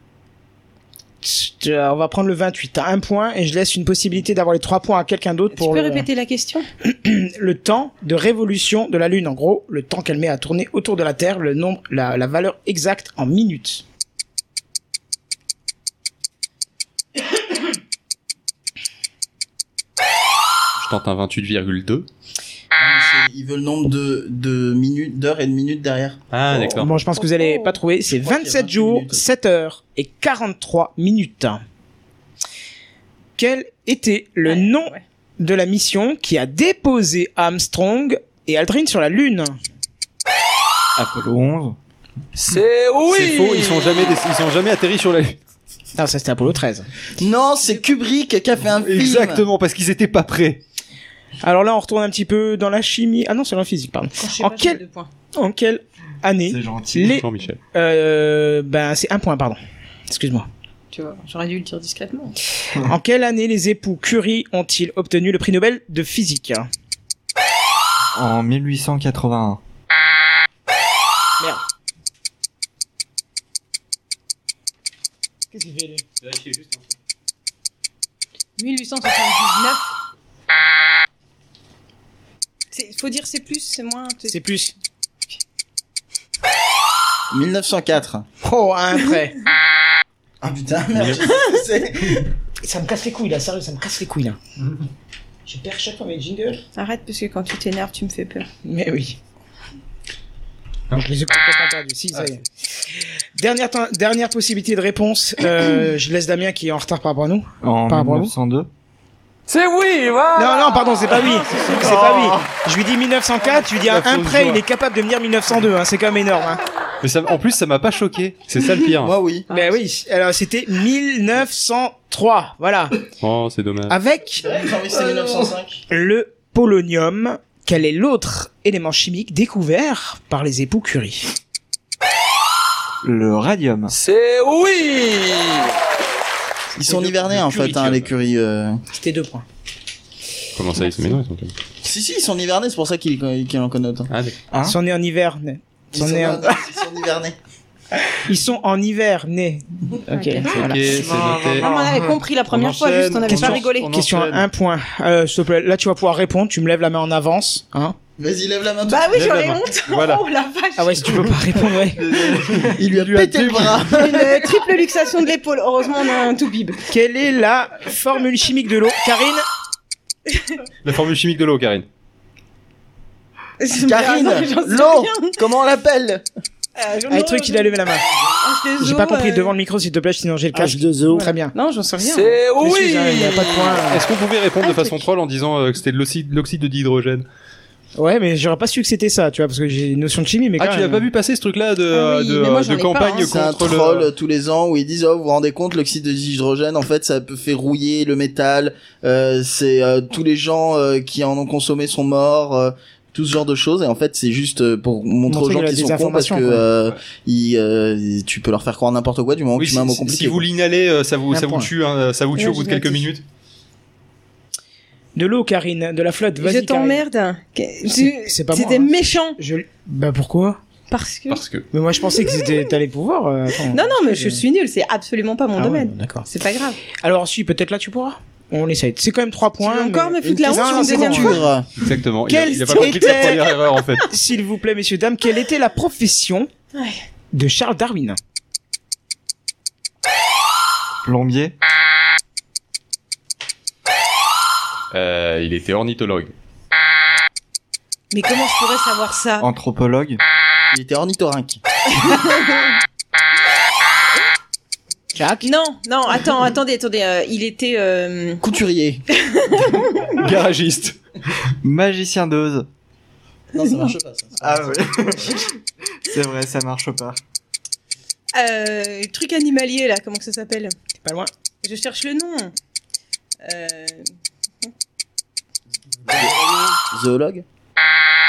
[SPEAKER 1] Tch, euh, On va prendre le 28 à un point et je laisse une possibilité d'avoir les trois points à quelqu'un d'autre
[SPEAKER 3] Tu
[SPEAKER 4] Oh
[SPEAKER 1] pour
[SPEAKER 3] peux
[SPEAKER 1] le...
[SPEAKER 3] répéter la question
[SPEAKER 1] le temps de révolution de la Lune. En gros, le temps qu'elle met à tourner autour de la Terre, le nombre, la, la valeur exacte en minutes.
[SPEAKER 2] Je tente un 28,2.
[SPEAKER 4] Ah, mais c'est- Il veut le nombre de, de minutes, d'heures et de minutes derrière.
[SPEAKER 2] Ah,
[SPEAKER 4] Oh.
[SPEAKER 2] d'accord.
[SPEAKER 1] Bon, je pense que vous allez pas trouver. C'est
[SPEAKER 4] Je crois qu'il y a
[SPEAKER 1] 27
[SPEAKER 4] 28
[SPEAKER 1] jours,
[SPEAKER 4] minutes.
[SPEAKER 1] 7 heures et 43 minutes. Quel était le
[SPEAKER 3] Ouais,
[SPEAKER 1] nom
[SPEAKER 3] ouais.
[SPEAKER 1] de la mission qui a déposé Armstrong et Aldrin sur la Lune
[SPEAKER 7] Apollo 11.
[SPEAKER 4] Eh
[SPEAKER 5] C'est oui
[SPEAKER 2] C'est faux, ils sont jamais, dé- ils sont jamais atterris sur la Lune.
[SPEAKER 1] Ah, ça c'était Apollo 13.
[SPEAKER 4] Non, c'est Kubrick qui a fait un film.
[SPEAKER 2] Exactement, parce qu'ils étaient pas prêts.
[SPEAKER 1] Alors là, on retourne un petit peu dans la chimie. Ah non, c'est dans la physique, pardon.
[SPEAKER 3] Quand je sais
[SPEAKER 1] En
[SPEAKER 3] pas, j'ai
[SPEAKER 1] quel-
[SPEAKER 3] deux points.
[SPEAKER 1] En quelle année
[SPEAKER 7] C'est gentil.
[SPEAKER 1] les...
[SPEAKER 2] Jean-Michel.
[SPEAKER 1] euh, ben, c'est un point, pardon. Excuse-moi.
[SPEAKER 3] Tu vois, j'aurais dû le dire discrètement.
[SPEAKER 1] En quelle année les époux Curie ont-ils obtenu le prix Nobel de physique
[SPEAKER 7] En 1881.
[SPEAKER 1] Qu'est-ce qu'il fait
[SPEAKER 3] 1879. C'est- Faut dire c'est plus, c'est moins. t'es-
[SPEAKER 1] C'est plus.
[SPEAKER 4] 1904.
[SPEAKER 1] Oh, à un prêt.
[SPEAKER 4] Ah putain, merde. c'est-
[SPEAKER 1] ça me casse les couilles là, sérieux, ça me casse les couilles là.
[SPEAKER 7] Mm-hmm.
[SPEAKER 1] Je perds chaque fois mes jingles.
[SPEAKER 3] Arrête parce que quand tu t'énerves, tu me fais peur.
[SPEAKER 1] Mais oui. Non, je les ai complètement perdus. Si, ça y est. Dernière, ten- dernière possibilité de réponse. Euh, je laisse Damien qui est en retard par rapport à nous.
[SPEAKER 7] En
[SPEAKER 1] Par rapport à vous
[SPEAKER 7] 1902.
[SPEAKER 5] C'est oui, voilà Ah,
[SPEAKER 1] Non, non, pardon, c'est pas oui. C'est pas oui. Je lui dis 1904, je lui dis à
[SPEAKER 2] La
[SPEAKER 1] un
[SPEAKER 2] fausse
[SPEAKER 1] prêt,
[SPEAKER 2] joie.
[SPEAKER 1] il est capable de me dire 1902. Hein, c'est quand même énorme. Hein.
[SPEAKER 2] Mais ça, en plus, ça m'a pas choqué. C'est ça le pire.
[SPEAKER 4] Moi oui.
[SPEAKER 1] Ben oui, alors c'était 1903. Voilà.
[SPEAKER 2] Oh, c'est dommage.
[SPEAKER 1] Avec
[SPEAKER 4] c'est 1905.
[SPEAKER 1] le polonium, quel est l'autre élément chimique découvert par les époux Curie
[SPEAKER 7] Le radium.
[SPEAKER 5] C'est oui
[SPEAKER 4] Ils sont hivernés en fait, hein, les Curie. euh.
[SPEAKER 1] C'était deux points.
[SPEAKER 2] Comment ça, ils se mais non, ils sont comme-
[SPEAKER 4] Si, si, ils sont hivernés, c'est pour ça qu'il qu'il en connaît autant.
[SPEAKER 2] Ah, d'accord.
[SPEAKER 7] Hein
[SPEAKER 1] Ils sont nés en hiver. nés. Ils,
[SPEAKER 4] Ils
[SPEAKER 1] sont
[SPEAKER 4] sont,
[SPEAKER 1] nés en...
[SPEAKER 4] ils sont hivernés.
[SPEAKER 1] Ils sont en hiver nés. Ok. voilà.
[SPEAKER 2] Ok, c'est noté.
[SPEAKER 3] Ah, mais on avait compris la première fois,
[SPEAKER 2] enchaîne.
[SPEAKER 3] juste on avait
[SPEAKER 1] Question-
[SPEAKER 3] pas rigolé.
[SPEAKER 2] on
[SPEAKER 1] Question à
[SPEAKER 2] enchaîne.
[SPEAKER 1] un point. Euh, S'il te plaît, là tu vas pouvoir répondre. Tu me lèves la main en avance. Hein
[SPEAKER 4] Vas-y, lève la main. tout-
[SPEAKER 3] Bah oui,
[SPEAKER 2] Lève
[SPEAKER 3] j'en
[SPEAKER 2] la
[SPEAKER 3] ai
[SPEAKER 2] main.
[SPEAKER 3] honte.
[SPEAKER 2] Voilà.
[SPEAKER 3] Oh la vache.
[SPEAKER 1] ah ouais, si tu peux pas répondre, ouais.
[SPEAKER 4] Il lui a pété le bras.
[SPEAKER 3] Une euh, triple luxation de l'épaule. Heureusement, on a un tout bib.
[SPEAKER 1] Quelle est la formule chimique de l'eau Karine
[SPEAKER 2] La formule chimique de l'eau, Karine.
[SPEAKER 4] Karine, l'eau, comment on l'appelle
[SPEAKER 1] Ah, le truc, il a levé la main.
[SPEAKER 3] H2O.
[SPEAKER 1] J'ai pas compris
[SPEAKER 3] euh,
[SPEAKER 1] devant le micro, s'il te plaît, sinon j'ai le cache.
[SPEAKER 6] H2O.
[SPEAKER 1] Très bien.
[SPEAKER 3] Non, j'en sais rien.
[SPEAKER 5] C'est
[SPEAKER 1] Je
[SPEAKER 5] oui.
[SPEAKER 1] suis un- Il n'y a pas de point.
[SPEAKER 2] Est-ce qu'on pouvait répondre
[SPEAKER 3] Ah,
[SPEAKER 2] de façon
[SPEAKER 3] truc.
[SPEAKER 2] troll en disant euh, que c'était de l'oxy- de l'oxyde de dihydrogène
[SPEAKER 1] Ouais, mais j'aurais pas su que c'était ça, tu vois, parce que j'ai une notion de chimie, mais
[SPEAKER 2] Ah,
[SPEAKER 1] quand
[SPEAKER 2] tu l'as
[SPEAKER 1] même.
[SPEAKER 2] pas vu passer ce truc-là de,
[SPEAKER 3] Ah oui,
[SPEAKER 2] de, euh,
[SPEAKER 3] mais moi,
[SPEAKER 2] de
[SPEAKER 3] j'en ai pas,
[SPEAKER 2] campagne
[SPEAKER 3] hein.
[SPEAKER 4] C'est un
[SPEAKER 2] contre
[SPEAKER 4] troll
[SPEAKER 2] le.
[SPEAKER 4] euh, tous les ans où ils disent oh vous vous rendez compte l'oxyde de dihydrogène en fait ça peut faire rouiller le métal euh, c'est euh, tous les gens euh, qui en ont consommé sont morts euh, tout ce genre de choses et en fait c'est juste euh, pour montrer aux
[SPEAKER 1] Montrer
[SPEAKER 4] gens
[SPEAKER 1] de la
[SPEAKER 4] qui sont cons parce que
[SPEAKER 1] désinformation, quoi.
[SPEAKER 4] euh, ils, euh, tu peux leur faire croire n'importe quoi du moment
[SPEAKER 2] Oui,
[SPEAKER 4] que
[SPEAKER 2] si,
[SPEAKER 4] tu mets un mot
[SPEAKER 2] si-
[SPEAKER 4] compliqué.
[SPEAKER 2] si vous l'inhalez, euh, ça vous,
[SPEAKER 1] Un
[SPEAKER 2] ça vous
[SPEAKER 1] point.
[SPEAKER 2] tue, hein, ça vous tue
[SPEAKER 3] Là,
[SPEAKER 2] au bout de
[SPEAKER 3] j'ai
[SPEAKER 2] quelques
[SPEAKER 3] noté.
[SPEAKER 2] minutes.
[SPEAKER 1] De l'eau, Karine, de la flotte,
[SPEAKER 3] Je
[SPEAKER 1] vas-y. Karine.
[SPEAKER 3] t'emmerde. Que-
[SPEAKER 1] C'est-
[SPEAKER 3] tu-
[SPEAKER 1] c'est pas moi,
[SPEAKER 3] C'était
[SPEAKER 1] hein.
[SPEAKER 3] méchant
[SPEAKER 1] Je... Bah pourquoi
[SPEAKER 3] parce que.
[SPEAKER 2] Parce que.
[SPEAKER 1] Mais moi je pensais que c'était t'allais pouvoir. euh, attends.
[SPEAKER 3] Non, non, mais je suis nulle. C'est absolument pas mon
[SPEAKER 1] Ah ouais,
[SPEAKER 3] domaine.
[SPEAKER 1] D'accord.
[SPEAKER 3] C'est pas grave.
[SPEAKER 1] Alors si, peut-être là tu pourras. On essaye. C'est quand même 3
[SPEAKER 3] Tu veux
[SPEAKER 1] points. mais-
[SPEAKER 3] encore me
[SPEAKER 4] Une
[SPEAKER 3] foutre la honte
[SPEAKER 1] question
[SPEAKER 3] une
[SPEAKER 1] de
[SPEAKER 3] deuxième
[SPEAKER 1] culture.
[SPEAKER 3] fois
[SPEAKER 4] ceinture.
[SPEAKER 2] Exactement. Il a,
[SPEAKER 1] Quelle
[SPEAKER 2] il a pas compris sa
[SPEAKER 1] était-
[SPEAKER 2] première erreur en fait.
[SPEAKER 1] S'il vous plaît, messieurs dames, quelle était la profession
[SPEAKER 3] Ouais.
[SPEAKER 1] de Charles Darwin
[SPEAKER 7] Plombier.
[SPEAKER 2] Euh, il était ornithologue.
[SPEAKER 3] Mais comment je pourrais savoir ça
[SPEAKER 7] Anthropologue.
[SPEAKER 4] Il était ornithorynque.
[SPEAKER 1] Jack.
[SPEAKER 3] Non, non, attends, attendez, attendez. euh, il était. euh,
[SPEAKER 4] Couturier.
[SPEAKER 2] Garagiste.
[SPEAKER 7] Magicien d'Oz.
[SPEAKER 4] Non ça marche pas. Ça.
[SPEAKER 7] Ah ouais. C'est vrai, ça marche pas.
[SPEAKER 3] euh, le truc animalier là, comment que ça s'appelle
[SPEAKER 1] Pas loin.
[SPEAKER 3] Je cherche le nom. Euh,
[SPEAKER 4] Zoologue.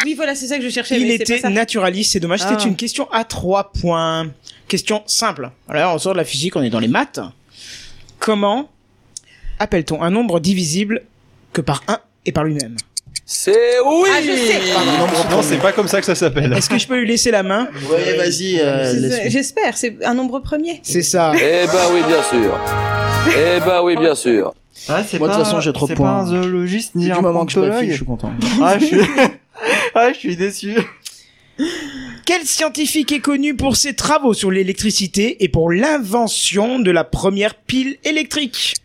[SPEAKER 3] Oui, voilà, c'est ça que je cherchais.
[SPEAKER 1] Il
[SPEAKER 3] mais c'est
[SPEAKER 1] était
[SPEAKER 3] pas ça.
[SPEAKER 1] naturaliste, c'est dommage. C'était
[SPEAKER 3] Ah.
[SPEAKER 1] une question à 3 points. Question simple. Alors là, on sort de la physique, on est dans les maths. Comment appelle-t-on un nombre divisible que par 1 et par lui-même
[SPEAKER 5] C'est oui.
[SPEAKER 3] Ah, je sais.
[SPEAKER 2] Non, c'est pas comme ça que ça s'appelle.
[SPEAKER 1] Est-ce que je peux lui laisser la main
[SPEAKER 4] Ouais vas-y. euh,
[SPEAKER 3] C'est-
[SPEAKER 4] laisse-
[SPEAKER 3] J'espère, c'est un nombre premier.
[SPEAKER 1] C'est ça.
[SPEAKER 5] Eh ben oui, bien sûr. Eh ben oui, bien sûr.
[SPEAKER 7] Ah, c'est
[SPEAKER 4] Moi, de
[SPEAKER 7] pas,
[SPEAKER 4] toute façon, j'ai trop de
[SPEAKER 7] c'est
[SPEAKER 4] points.
[SPEAKER 7] pas un zoologiste
[SPEAKER 4] Du
[SPEAKER 7] ni un
[SPEAKER 4] moment que je me fiche, je
[SPEAKER 7] pathologue.
[SPEAKER 4] suis content.
[SPEAKER 7] Ah, je suis... ah, je suis déçu.
[SPEAKER 1] Quel scientifique est connu pour ses travaux sur l'électricité et pour l'invention de la première pile électrique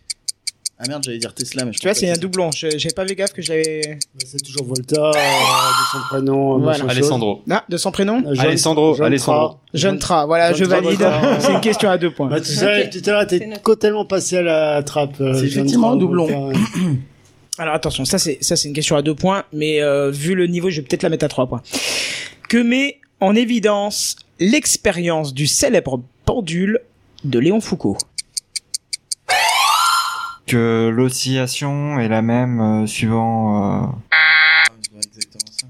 [SPEAKER 4] Ah merde j'allais dire Tesla mais je
[SPEAKER 1] Tu vois,
[SPEAKER 4] pense
[SPEAKER 1] c'est
[SPEAKER 4] pas
[SPEAKER 1] un
[SPEAKER 4] que-
[SPEAKER 1] doublon. Je- J'avais pas fait gaffe que j'avais.
[SPEAKER 6] C'est toujours Volta, euh, de son prénom. euh,
[SPEAKER 1] Voilà.
[SPEAKER 6] machin
[SPEAKER 2] Alessandro.
[SPEAKER 1] Ah, de son prénom
[SPEAKER 6] chose. Euh, Jean-
[SPEAKER 2] Alessandro,
[SPEAKER 6] Jean
[SPEAKER 2] Alessandro.
[SPEAKER 6] Tra.
[SPEAKER 1] Jeune Tra. Voilà,
[SPEAKER 6] Jeune
[SPEAKER 1] je
[SPEAKER 6] Tra,
[SPEAKER 1] valide.
[SPEAKER 6] voilà.
[SPEAKER 1] C'est une question à deux points.
[SPEAKER 6] Bah, tu sais,
[SPEAKER 3] Ok.
[SPEAKER 6] tout à l'heure,
[SPEAKER 3] C'est
[SPEAKER 6] t'es
[SPEAKER 3] noté.
[SPEAKER 6] totalement passé à la trappe. euh,
[SPEAKER 4] C'est
[SPEAKER 6] Jean
[SPEAKER 4] effectivement
[SPEAKER 6] Tra,
[SPEAKER 4] un doublon.
[SPEAKER 6] Volta.
[SPEAKER 1] Alors attention, ça c'est ça c'est une question à deux points, mais euh, vu le niveau, je vais peut-être la mettre à trois points. Que met en évidence l'expérience du célèbre pendule de Léon Foucault
[SPEAKER 7] Que l'oscillation est la même euh, suivant. euh,
[SPEAKER 4] Ah, ouais, exactement ça.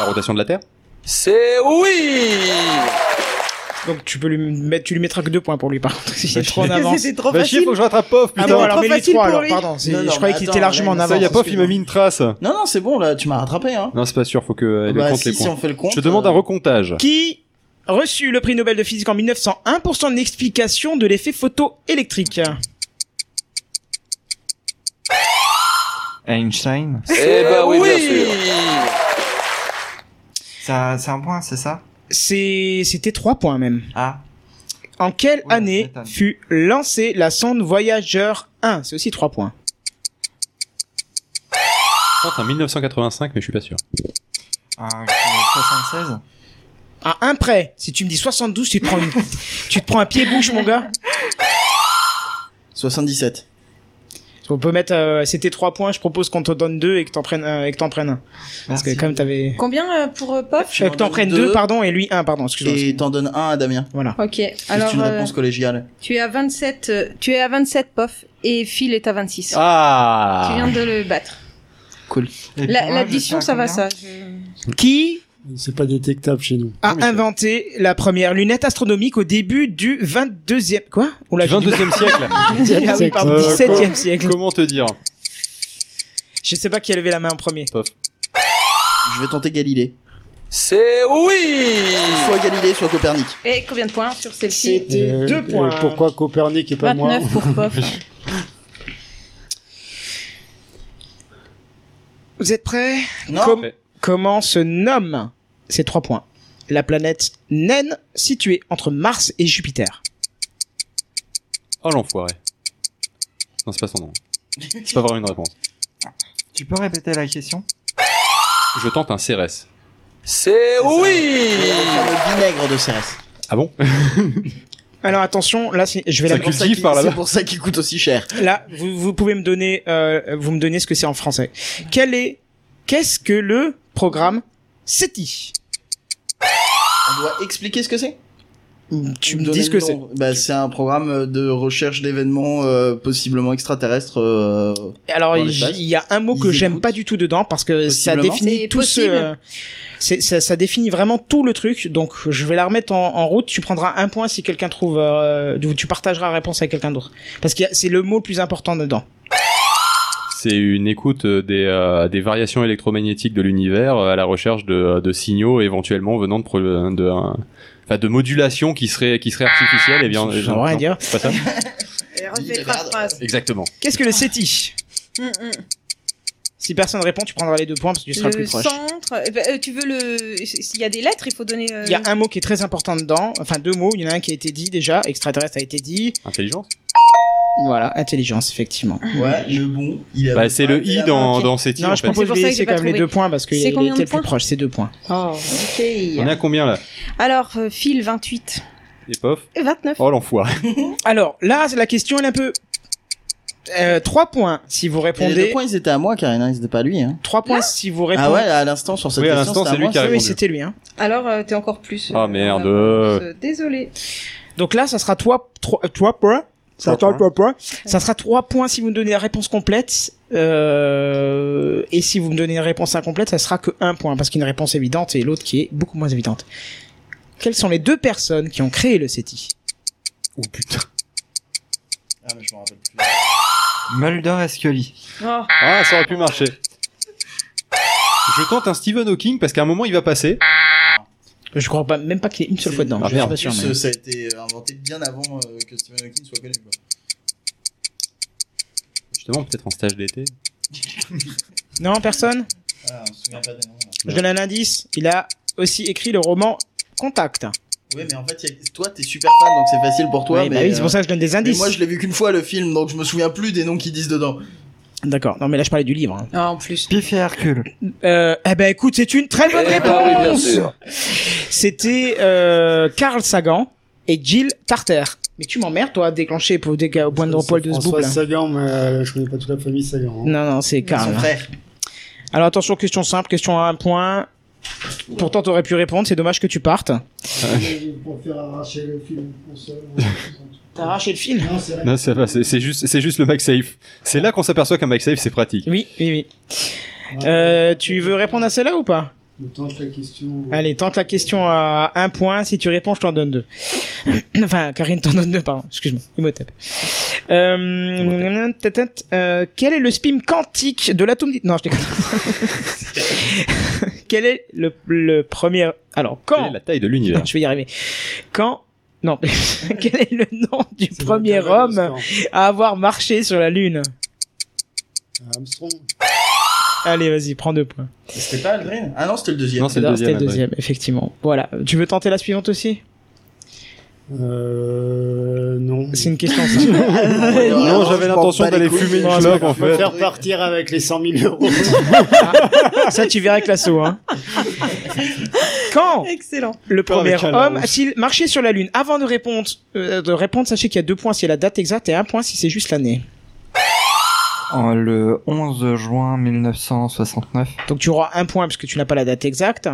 [SPEAKER 2] La rotation de la Terre.
[SPEAKER 5] C'est oui.
[SPEAKER 1] Donc tu peux lui mettre, tu lui mettras que deux points pour lui par contre. Il est trop en avance.
[SPEAKER 3] C'était trop
[SPEAKER 2] Bah chier,
[SPEAKER 3] facile.
[SPEAKER 2] faut que je rattrape POF,
[SPEAKER 1] Ah
[SPEAKER 2] putain.
[SPEAKER 1] bon alors
[SPEAKER 3] Trop
[SPEAKER 1] mets les
[SPEAKER 3] facile
[SPEAKER 1] trois
[SPEAKER 3] pour
[SPEAKER 1] alors
[SPEAKER 3] lui.
[SPEAKER 1] pardon. c'est-
[SPEAKER 4] Non, non,
[SPEAKER 1] je croyais
[SPEAKER 4] mais
[SPEAKER 1] qu'il
[SPEAKER 4] attends,
[SPEAKER 1] était largement en
[SPEAKER 4] là,
[SPEAKER 1] avance.
[SPEAKER 2] ça, y a POF, il m'a mis une trace.
[SPEAKER 4] Non, non, c'est bon, là, tu m'as rattrapé, hein.
[SPEAKER 2] Non, c'est pas sûr, faut que elle
[SPEAKER 4] Bah,
[SPEAKER 2] compte
[SPEAKER 4] si,
[SPEAKER 2] les
[SPEAKER 4] si
[SPEAKER 2] points.
[SPEAKER 4] on fait le compte.
[SPEAKER 2] Je demande
[SPEAKER 4] euh,
[SPEAKER 2] un recomptage.
[SPEAKER 1] Qui reçut le prix Nobel de physique en 1901 pour son explication de l'effet photoélectrique
[SPEAKER 7] Einstein.
[SPEAKER 5] Eh ben oui, bien sûr.
[SPEAKER 7] Ça, c'est un point, c'est ça
[SPEAKER 1] C'est c'était trois points même.
[SPEAKER 7] Ah.
[SPEAKER 1] En quelle
[SPEAKER 7] Oui,
[SPEAKER 1] année
[SPEAKER 7] m'étonne.
[SPEAKER 1] fut lancée la sonde Voyageur 1 C'est aussi 3 points.
[SPEAKER 2] Je tente un 1985, mais je suis pas sûr.
[SPEAKER 7] Un- 76.
[SPEAKER 1] À un près. Si tu me dis 72, tu te prends, une- tu te prends un pied-bouche, mon gars.
[SPEAKER 4] 77.
[SPEAKER 1] On peut mettre... euh, C'était 3 points, je propose qu'on te donne 2 et que t'en prennes, un- et que t'en prennes un. Parce que
[SPEAKER 7] Merci.
[SPEAKER 1] comme t'avais...
[SPEAKER 3] Combien euh, pour euh, Pop
[SPEAKER 4] Tu
[SPEAKER 1] Euh,
[SPEAKER 4] m'en
[SPEAKER 1] que t'en
[SPEAKER 4] donnes
[SPEAKER 1] prennes
[SPEAKER 4] deux,
[SPEAKER 1] 2, pardon, et lui 1, pardon, excuse-moi.
[SPEAKER 4] Et t'en donnes un à Damien.
[SPEAKER 1] Voilà.
[SPEAKER 3] Ok,
[SPEAKER 4] C'est
[SPEAKER 3] alors
[SPEAKER 4] une
[SPEAKER 3] euh,
[SPEAKER 4] réponse collégiale.
[SPEAKER 3] tu es à 27, euh, tu es à 27 pof et Phil est à 26. Tu
[SPEAKER 2] Ah
[SPEAKER 3] viens de le battre.
[SPEAKER 7] Et
[SPEAKER 3] La-
[SPEAKER 7] pour moi,
[SPEAKER 3] L'addition,
[SPEAKER 7] je suis à
[SPEAKER 3] ça va
[SPEAKER 7] combien
[SPEAKER 3] ça. je-
[SPEAKER 1] Qui
[SPEAKER 6] Euh, C'est pas détectable chez nous.
[SPEAKER 1] a inventé la première lunette astronomique au début du 22e... Quoi On l'a
[SPEAKER 2] Du
[SPEAKER 1] dit du
[SPEAKER 2] 22e siècle.
[SPEAKER 1] Ah oui, pardon,
[SPEAKER 2] Euh,
[SPEAKER 1] 17e siècle.
[SPEAKER 2] Comment te dire
[SPEAKER 1] Je sais pas qui a levé la main en premier.
[SPEAKER 4] Je vais tenter Galilée.
[SPEAKER 5] C'est oui.
[SPEAKER 4] Soit Galilée, soit Copernic.
[SPEAKER 3] Et combien de points sur celle-ci
[SPEAKER 1] C'était
[SPEAKER 6] Euh,
[SPEAKER 1] 2
[SPEAKER 6] euh,
[SPEAKER 1] points.
[SPEAKER 6] Pourquoi Copernic et pas moi
[SPEAKER 3] 29 pour Pof.
[SPEAKER 1] Vous êtes prêts
[SPEAKER 4] Non.
[SPEAKER 1] Com- Comment se nomme ces trois points La planète naine située entre Mars et Jupiter.
[SPEAKER 2] Oh l'enfoiré. Non, c'est pas son nom. C'est pas vraiment une réponse.
[SPEAKER 7] Tu peux répéter la question
[SPEAKER 2] Je tente un CRS.
[SPEAKER 5] C'est oui.
[SPEAKER 4] Le fameux vinaigre de Cérès.
[SPEAKER 2] Ah bon
[SPEAKER 1] Alors attention, là, c'est- je vais la.
[SPEAKER 2] Ça
[SPEAKER 4] C'est pour ça
[SPEAKER 2] cultive
[SPEAKER 4] qu'il-
[SPEAKER 2] par là-bas.
[SPEAKER 4] c'est pour ça qu'il coûte aussi cher.
[SPEAKER 1] Là, vous, vous pouvez me donner, euh, vous me donnez ce que c'est en français. Quel est, qu'est-ce que le programme E SETI
[SPEAKER 4] On doit expliquer ce que c'est
[SPEAKER 1] Hmm, Tu
[SPEAKER 4] Ou
[SPEAKER 1] me
[SPEAKER 4] donner
[SPEAKER 1] dis ce que
[SPEAKER 4] le
[SPEAKER 1] c'est.
[SPEAKER 4] nom bah, C'est un programme de recherche d'événements euh, possiblement extraterrestres. euh,
[SPEAKER 1] Alors,
[SPEAKER 4] Dans
[SPEAKER 1] il
[SPEAKER 4] l'espace.
[SPEAKER 1] il y a un mot que
[SPEAKER 4] Ils
[SPEAKER 1] j'aime
[SPEAKER 4] écoutent.
[SPEAKER 1] pas du tout dedans parce que ça
[SPEAKER 4] Possiblement.
[SPEAKER 1] définit
[SPEAKER 3] C'est
[SPEAKER 1] tout ce,
[SPEAKER 3] possible.
[SPEAKER 1] euh, c'est- ça, ça définit vraiment tout le truc. Donc, je vais la remettre en, en route. Tu prendras un point si quelqu'un trouve, euh, ou tu partageras la réponse avec quelqu'un d'autre. Parce que c'est le mot le plus important dedans.
[SPEAKER 2] C'est une écoute euh, des, euh, des variations électromagnétiques de l'univers euh, à la recherche de, de signaux éventuellement venant de pro- de, un- enfin, de modulations qui seraient qui seraient artificielles et bien
[SPEAKER 1] J'en ai Ah, rien à dire.
[SPEAKER 2] c'est pas ça
[SPEAKER 3] Et
[SPEAKER 4] Dis
[SPEAKER 3] refais
[SPEAKER 4] la
[SPEAKER 3] ta
[SPEAKER 4] merde.
[SPEAKER 3] phrase.
[SPEAKER 2] exactement
[SPEAKER 1] Qu'est-ce que le SETI
[SPEAKER 3] Hum, hum.
[SPEAKER 1] Si personne répond, tu prendras les deux points parce que tu seras le
[SPEAKER 3] Le
[SPEAKER 1] plus proche.
[SPEAKER 3] centre. eh ben, euh, tu veux le. S'il y a des lettres, il faut donner. euh,
[SPEAKER 1] Il y a un mot qui est très important dedans, enfin deux mots, il y en a un qui a été dit déjà, extraterrestre a été dit,
[SPEAKER 2] intelligence
[SPEAKER 1] voilà, intelligence effectivement.
[SPEAKER 4] Ouais, le bon. Il a
[SPEAKER 2] bah, c'est le i dans dans cette i
[SPEAKER 1] Euh, Non,
[SPEAKER 2] en
[SPEAKER 1] je
[SPEAKER 2] fait.
[SPEAKER 1] propose
[SPEAKER 3] C'est pour ça que
[SPEAKER 1] de
[SPEAKER 3] j'ai
[SPEAKER 1] quand
[SPEAKER 3] pas
[SPEAKER 1] même les
[SPEAKER 3] trouvé.
[SPEAKER 1] deux points parce qu'il
[SPEAKER 3] C'est
[SPEAKER 1] était
[SPEAKER 3] combien de
[SPEAKER 1] le plus
[SPEAKER 3] points
[SPEAKER 1] proche, c'est deux points.
[SPEAKER 3] Oh, ok.
[SPEAKER 2] on est à combien là
[SPEAKER 3] Alors, euh, fil 28.
[SPEAKER 2] les pofs
[SPEAKER 3] Euh, 29.
[SPEAKER 2] oh l'enfoiré
[SPEAKER 1] Alors là, la question elle est un peu... Euh, trois points si vous
[SPEAKER 4] Et les deux
[SPEAKER 1] répondez...
[SPEAKER 4] points, ils étaient à moi, Karina, ils étaient pas à lui. Hein.
[SPEAKER 1] Trois points si vous répondez...
[SPEAKER 4] Ah ouais, à l'instant, sur cette
[SPEAKER 2] Oui, à
[SPEAKER 4] question,
[SPEAKER 2] l'instant,
[SPEAKER 4] c'était
[SPEAKER 2] c'est lui
[SPEAKER 4] moi,
[SPEAKER 2] qui a
[SPEAKER 4] ça.
[SPEAKER 1] oui,
[SPEAKER 2] répondu.
[SPEAKER 1] c'était lui. Hein.
[SPEAKER 3] Alors, euh, t'es encore plus.
[SPEAKER 2] Ah,
[SPEAKER 3] euh,
[SPEAKER 2] merde.
[SPEAKER 3] en avance. Euh, Désolé.
[SPEAKER 1] Donc là, ça sera trois, trois, trois points. Ça,
[SPEAKER 2] Trois
[SPEAKER 1] sera trois points. ça sera trois points si vous me donnez la réponse complète. Euh, et si vous me donnez une réponse incomplète, ça sera que un point, parce qu'une réponse évidente et l'autre qui est beaucoup moins évidente. Quelles sont les deux personnes qui ont créé le SETI
[SPEAKER 2] oh putain
[SPEAKER 4] Ah, mais je me rappelle plus.
[SPEAKER 7] Mulder et Scully.
[SPEAKER 3] Oh,
[SPEAKER 2] ah ça aurait pu marcher je tente un Stephen Hawking parce qu'à un moment il va passer
[SPEAKER 1] Je crois pas, même pas qu'il y ait une seule fois dedans.
[SPEAKER 2] Ah,
[SPEAKER 1] je suis
[SPEAKER 2] merde.
[SPEAKER 1] pas sûr.
[SPEAKER 4] Plus,
[SPEAKER 1] mais-
[SPEAKER 4] euh, Ça a été inventé bien avant euh, que Stephen Hawking soit connu. quoi.
[SPEAKER 2] justement peut-être en stage d'été
[SPEAKER 1] Non, personne
[SPEAKER 4] Ah, on se souvient pas des noms. là.
[SPEAKER 1] Je donne un indice. Il a aussi écrit le roman Contact.
[SPEAKER 4] Oui, mais en fait, il y a- toi, t'es super fan, donc c'est facile pour toi.
[SPEAKER 1] Ouais,
[SPEAKER 4] mais
[SPEAKER 1] bah oui, c'est pour ça que je donne des
[SPEAKER 4] Mais
[SPEAKER 1] indices.
[SPEAKER 4] moi, je l'ai vu qu'une fois le film, donc je me souviens plus des noms qu'ils disent dedans.
[SPEAKER 1] D'accord. Non, mais là, je parlais du livre. hein.
[SPEAKER 3] Ah, en plus.
[SPEAKER 7] Piff et Hercule.
[SPEAKER 1] Euh, eh ben, écoute, c'est une très bonne
[SPEAKER 5] Eh ben oui, bien
[SPEAKER 1] réponse.
[SPEAKER 5] sûr.
[SPEAKER 1] C'était euh, Carl Sagan et Jill Tarter. Mais tu m'emmerdes, toi, à déclencher pour dé- au point de
[SPEAKER 6] C'est
[SPEAKER 1] repos de ce
[SPEAKER 6] François
[SPEAKER 1] boucle. là.
[SPEAKER 6] Sagan, mais euh, je connais pas toute la famille Sagan. hein.
[SPEAKER 1] Non, non, c'est
[SPEAKER 4] Son
[SPEAKER 1] Carl.
[SPEAKER 4] frère.
[SPEAKER 1] Alors attention, question simple, question à un point. Pourtant, t'aurais pu répondre, c'est dommage que tu partes.
[SPEAKER 6] Pour faire arracher le film console.
[SPEAKER 1] T'as arraché le fil
[SPEAKER 6] Non, c'est vrai.
[SPEAKER 2] non ça va c'est c'est juste c'est juste le MagSafe c'est là qu'on s'aperçoit qu'un MagSafe c'est pratique
[SPEAKER 1] Oui, oui, oui.
[SPEAKER 6] Ouais.
[SPEAKER 1] Euh, tu veux répondre à celle-là ou pas
[SPEAKER 6] Le temps de la question. euh,
[SPEAKER 1] Allez, tente la question à un point. Si tu réponds, je t'en donne deux. enfin, Karine t'en donne deux, pardon. Excuse-moi. Imhotep. Euh, tête, euh, quel est le spin quantique de l'atome d'hydrogène Non, je déconne. quel est le, le premier Alors,
[SPEAKER 2] quelle est
[SPEAKER 1] quand
[SPEAKER 2] la taille de l'univers
[SPEAKER 1] Je vais y arriver. Quand Non. quel est le nom du
[SPEAKER 6] C'est
[SPEAKER 1] premier
[SPEAKER 6] le temps de
[SPEAKER 1] homme
[SPEAKER 6] la
[SPEAKER 1] à avoir marché sur la Lune
[SPEAKER 6] question. Armstrong.
[SPEAKER 1] Allez, vas-y, prends deux points.
[SPEAKER 4] C'était pas Aldrin Ah non, c'était le deuxième.
[SPEAKER 2] Non, c'est le
[SPEAKER 1] Non,
[SPEAKER 2] deuxième,
[SPEAKER 1] C'était le
[SPEAKER 2] ouais.
[SPEAKER 1] deuxième, effectivement. Voilà. Tu veux tenter la suivante aussi
[SPEAKER 6] Euh. Non.
[SPEAKER 1] C'est une question. simple.
[SPEAKER 2] Non, j'avais l'intention d'aller fumer une clope en
[SPEAKER 6] On va
[SPEAKER 2] fait.
[SPEAKER 6] faire partir avec les 100 000 euros.
[SPEAKER 1] Ça, tu verras avec l'assaut. Hein. Quand
[SPEAKER 3] Excellent.
[SPEAKER 1] le
[SPEAKER 2] Quand
[SPEAKER 1] premier
[SPEAKER 2] avec un
[SPEAKER 1] homme
[SPEAKER 6] hein.
[SPEAKER 2] larron.
[SPEAKER 1] a-t-il marché sur la Lune Avant de répondre, euh, de répondre sachez qu'il y a deux points si la date exacte et un point si c'est juste l'année.
[SPEAKER 7] En le 11 juin 1969.
[SPEAKER 1] Donc tu auras un point parce que tu n'as pas la date exacte.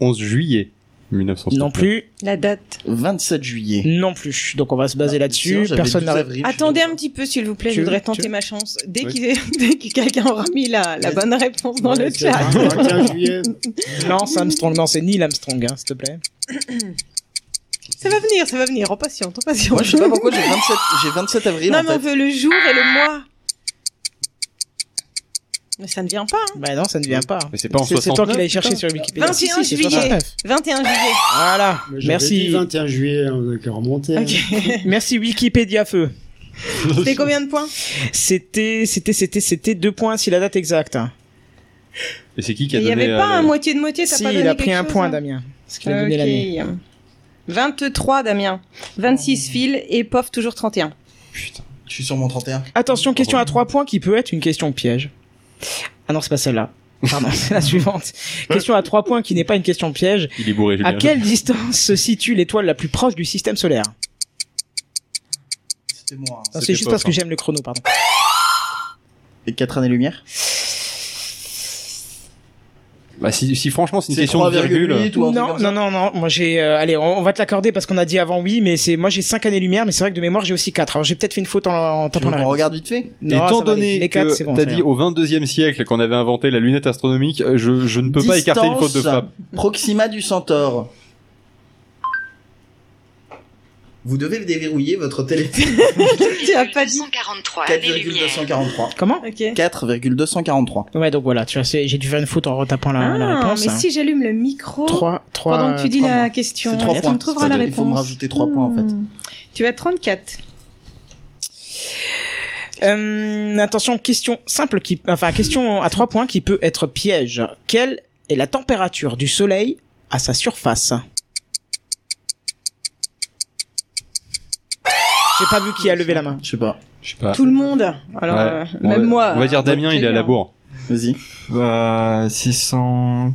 [SPEAKER 2] 11 juillet 1960.
[SPEAKER 1] Non plus,
[SPEAKER 3] La date.
[SPEAKER 4] 27 juillet.
[SPEAKER 1] non plus. Donc on va se baser
[SPEAKER 4] Bah, Sinon,
[SPEAKER 1] là-dessus.
[SPEAKER 4] j'avais
[SPEAKER 1] Personne
[SPEAKER 4] 12
[SPEAKER 1] n'a
[SPEAKER 4] avril, je
[SPEAKER 3] Attendez
[SPEAKER 4] sais
[SPEAKER 3] un
[SPEAKER 4] pas.
[SPEAKER 3] petit peu, s'il vous plaît.
[SPEAKER 1] Tu
[SPEAKER 3] je
[SPEAKER 1] veux-
[SPEAKER 3] voudrais
[SPEAKER 1] tu
[SPEAKER 3] tenter
[SPEAKER 1] veux-
[SPEAKER 3] ma chance. Dès
[SPEAKER 2] Oui.
[SPEAKER 3] qu'il- dès que quelqu'un aura mis la, la
[SPEAKER 6] Vas-y.
[SPEAKER 3] bonne réponse dans le
[SPEAKER 6] Ouais, c'est
[SPEAKER 3] chat.
[SPEAKER 6] le 21 juillet.
[SPEAKER 1] Lance Armstrong. Non, c'est Neil Armstrong, hein, s'il te plaît.
[SPEAKER 3] Ça va venir, ça va venir. On patiente, on patiente.
[SPEAKER 4] Moi, je sais pas pourquoi j'ai 27, j'ai 27 avril
[SPEAKER 3] Non,
[SPEAKER 4] en
[SPEAKER 3] mais on
[SPEAKER 4] fait.
[SPEAKER 3] veut le jour et le mois. Mais ça ne vient pas. hein.
[SPEAKER 1] Bah non, ça ne vient pas.
[SPEAKER 2] Mais c'est pas en
[SPEAKER 1] C'est toi
[SPEAKER 2] 69,
[SPEAKER 1] qui l'avais cherché
[SPEAKER 2] putain.
[SPEAKER 1] sur Wikipédia.
[SPEAKER 3] 21
[SPEAKER 1] Si, si, c'est
[SPEAKER 3] juillet.
[SPEAKER 1] 69.
[SPEAKER 3] 21 juillet.
[SPEAKER 1] Voilà.
[SPEAKER 6] Mais j'avais dit
[SPEAKER 1] Merci.
[SPEAKER 6] 21 juillet, on a qu'à remonter. hein.
[SPEAKER 3] Ok.
[SPEAKER 1] Merci Wikipédia feu.
[SPEAKER 3] C'était combien de points
[SPEAKER 1] C'était, c'était, c'était, c'était deux points si la date exacte. hein.
[SPEAKER 2] Et c'est qui qui a
[SPEAKER 3] Il n'y
[SPEAKER 2] donné
[SPEAKER 3] avait pas
[SPEAKER 2] euh,
[SPEAKER 3] un moitié de moitié. t'as
[SPEAKER 1] Si,
[SPEAKER 3] pas donné
[SPEAKER 1] il a pris
[SPEAKER 3] quelque
[SPEAKER 1] un
[SPEAKER 3] chose,
[SPEAKER 1] point,
[SPEAKER 3] hein Ah,
[SPEAKER 1] Damien. Parce qu'il a donné l'année.
[SPEAKER 3] Ok. 23 Damien, 26 fils et POF toujours 31.
[SPEAKER 4] Putain, je suis sur mon 31.
[SPEAKER 1] Attention, question à trois points qui peut être une question piège. Ah non, c'est pas celle-là. Pardon, c'est la suivante. Question à trois points qui n'est pas une question piège.
[SPEAKER 2] Il est bourré, Julien.
[SPEAKER 1] À quelle distance se situe l'étoile la plus proche du système solaire
[SPEAKER 4] C'était moi. hein.
[SPEAKER 1] Non, Ah, C'est
[SPEAKER 2] C'était
[SPEAKER 1] juste
[SPEAKER 2] pas
[SPEAKER 1] parce que
[SPEAKER 2] fin.
[SPEAKER 1] j'aime le chrono, pardon.
[SPEAKER 4] Et 4 années-lumière
[SPEAKER 2] Bah, si, si franchement, c'est une
[SPEAKER 4] C'est
[SPEAKER 2] question de virgule.
[SPEAKER 4] 3,8 ou un truc
[SPEAKER 1] Non,
[SPEAKER 4] comme ça
[SPEAKER 1] non, non, non. Moi, j'ai. euh, allez, on, on va te l'accorder parce qu'on a dit avant oui, mais c'est moi j'ai 5 années lumière, mais c'est vrai que de mémoire j'ai aussi 4 Alors j'ai peut-être fait une faute en, en
[SPEAKER 4] Tu
[SPEAKER 1] tapant
[SPEAKER 4] veux
[SPEAKER 1] la.
[SPEAKER 4] qu'on
[SPEAKER 1] réponse.
[SPEAKER 4] regarde vite fait
[SPEAKER 1] Non,
[SPEAKER 2] Étant
[SPEAKER 1] ça va aller.
[SPEAKER 2] donné
[SPEAKER 1] les
[SPEAKER 2] que
[SPEAKER 1] 4 c'est bon.
[SPEAKER 2] t'as
[SPEAKER 1] ça
[SPEAKER 2] dit oh.
[SPEAKER 1] va.
[SPEAKER 2] au 22e siècle qu'on avait inventé la lunette astronomique, euh, je, je ne peux pas écarter une faute de
[SPEAKER 4] Distance,
[SPEAKER 2] frappe.
[SPEAKER 4] Proxima du Centaure. Vous devez déverrouiller votre téléphone
[SPEAKER 3] Tu as pas dit.
[SPEAKER 8] 143 années-lumière.
[SPEAKER 4] 4,243.
[SPEAKER 1] Comment
[SPEAKER 3] Ok.
[SPEAKER 4] 4,243.
[SPEAKER 1] Ouais, donc voilà, Ah, tu vois, c'est- j'ai dû faire une faute en retapant la, la
[SPEAKER 3] Ah,
[SPEAKER 1] réponse. hein
[SPEAKER 3] mais si j'allume le micro
[SPEAKER 1] 3, 3.
[SPEAKER 3] pendant que tu dis la question,
[SPEAKER 4] C'est 3
[SPEAKER 3] tu
[SPEAKER 4] points.
[SPEAKER 3] me trouveras la
[SPEAKER 4] C'est-à-dire,
[SPEAKER 3] réponse.
[SPEAKER 4] Il faut me rajouter 3 points en fait.
[SPEAKER 3] Hmm. Tu as 34.
[SPEAKER 1] Euh, attention, question simple qui, enfin, question à trois points qui peut être piège. Quelle est la température du soleil à sa surface? J'ai pas vu qui a levé la main.
[SPEAKER 4] Je sais pas.
[SPEAKER 2] Je sais pas.
[SPEAKER 3] Tout le monde. Alors,
[SPEAKER 2] Bah, Ouais.
[SPEAKER 3] euh,
[SPEAKER 2] On
[SPEAKER 3] même
[SPEAKER 2] va-
[SPEAKER 3] moi.
[SPEAKER 2] On va dire Damien, il est à la bourre.
[SPEAKER 4] Vas-y.
[SPEAKER 7] Euh, 600...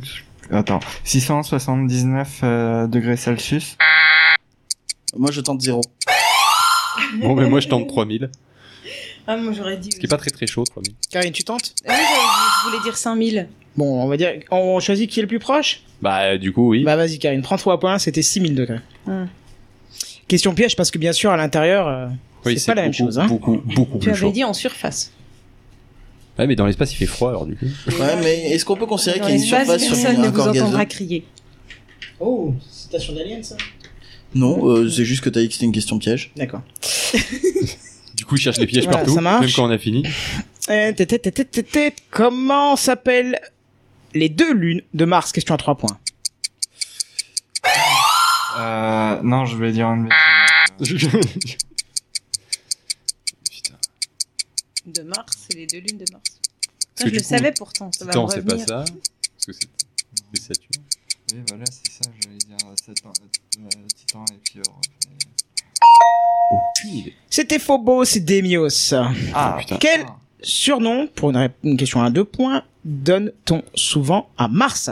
[SPEAKER 7] Attends. 679 euh, degrés Celsius.
[SPEAKER 4] Moi je tente 0.
[SPEAKER 2] Bon, mais moi, je tente 3000.
[SPEAKER 3] Ah, moi j'aurais dit.
[SPEAKER 2] Ce qui est pas très très chaud, 3000.
[SPEAKER 1] Karine, tu tentes?
[SPEAKER 3] Ah oui, j'aurais- je voulais dire 5000.
[SPEAKER 1] Bon, on va dire, on choisit qui est le plus proche?
[SPEAKER 2] Bah, euh, du coup, oui.
[SPEAKER 1] Bah, vas-y, Karine, prends trois points, c'était 6000 degrés.
[SPEAKER 3] Hmm.
[SPEAKER 1] Question piège parce que bien sûr, à l'intérieur, euh,
[SPEAKER 2] oui
[SPEAKER 1] c'est pas la même
[SPEAKER 2] beaucoup,
[SPEAKER 1] chose, hein.
[SPEAKER 2] Beaucoup, beaucoup
[SPEAKER 3] Tu
[SPEAKER 2] plus
[SPEAKER 3] avais
[SPEAKER 2] chaud.
[SPEAKER 3] dit en surface.
[SPEAKER 2] Ouais, mais dans l'espace, il fait froid, alors du coup.
[SPEAKER 4] Ouais, mais est-ce qu'on peut considérer
[SPEAKER 3] Dans
[SPEAKER 4] qu'il y a une
[SPEAKER 3] l'espace,
[SPEAKER 4] surface sur
[SPEAKER 3] personne ne
[SPEAKER 4] un
[SPEAKER 3] vous
[SPEAKER 4] corps gazeux
[SPEAKER 3] entendra crier.
[SPEAKER 1] Oh, citation d'Alien, ça?
[SPEAKER 4] Non, euh, c'est juste que t'as dit que c'était une question piège.
[SPEAKER 1] D'accord.
[SPEAKER 2] Du coup, il cherche les pièges
[SPEAKER 1] Voilà,
[SPEAKER 2] partout,
[SPEAKER 1] ça marche.
[SPEAKER 2] même quand on a fini.
[SPEAKER 1] Euh, tête, tête, tête, tête, tête, Comment s'appellent les deux lunes de Mars Question à trois points.
[SPEAKER 7] Euh, non, je vais dire une bêtise.
[SPEAKER 2] Ah. Putain.
[SPEAKER 3] De Mars, les deux lunes de Mars.
[SPEAKER 2] que
[SPEAKER 3] Putain, je
[SPEAKER 2] du
[SPEAKER 3] le
[SPEAKER 2] coup,
[SPEAKER 3] savais pourtant, ça va me
[SPEAKER 2] Titan, c'est pas
[SPEAKER 3] revenir.
[SPEAKER 2] ça. Parce que c'est c'est Saturne.
[SPEAKER 7] Oui, voilà, c'est ça. Je vais dire Satan- euh, Titan et puis Europe.
[SPEAKER 2] Aucune idée.
[SPEAKER 1] C'était Phobos et Demios.
[SPEAKER 7] Ah,
[SPEAKER 2] putain.
[SPEAKER 1] Quel surnom, pour une, ré- une question à deux points, donne-t-on souvent à Mars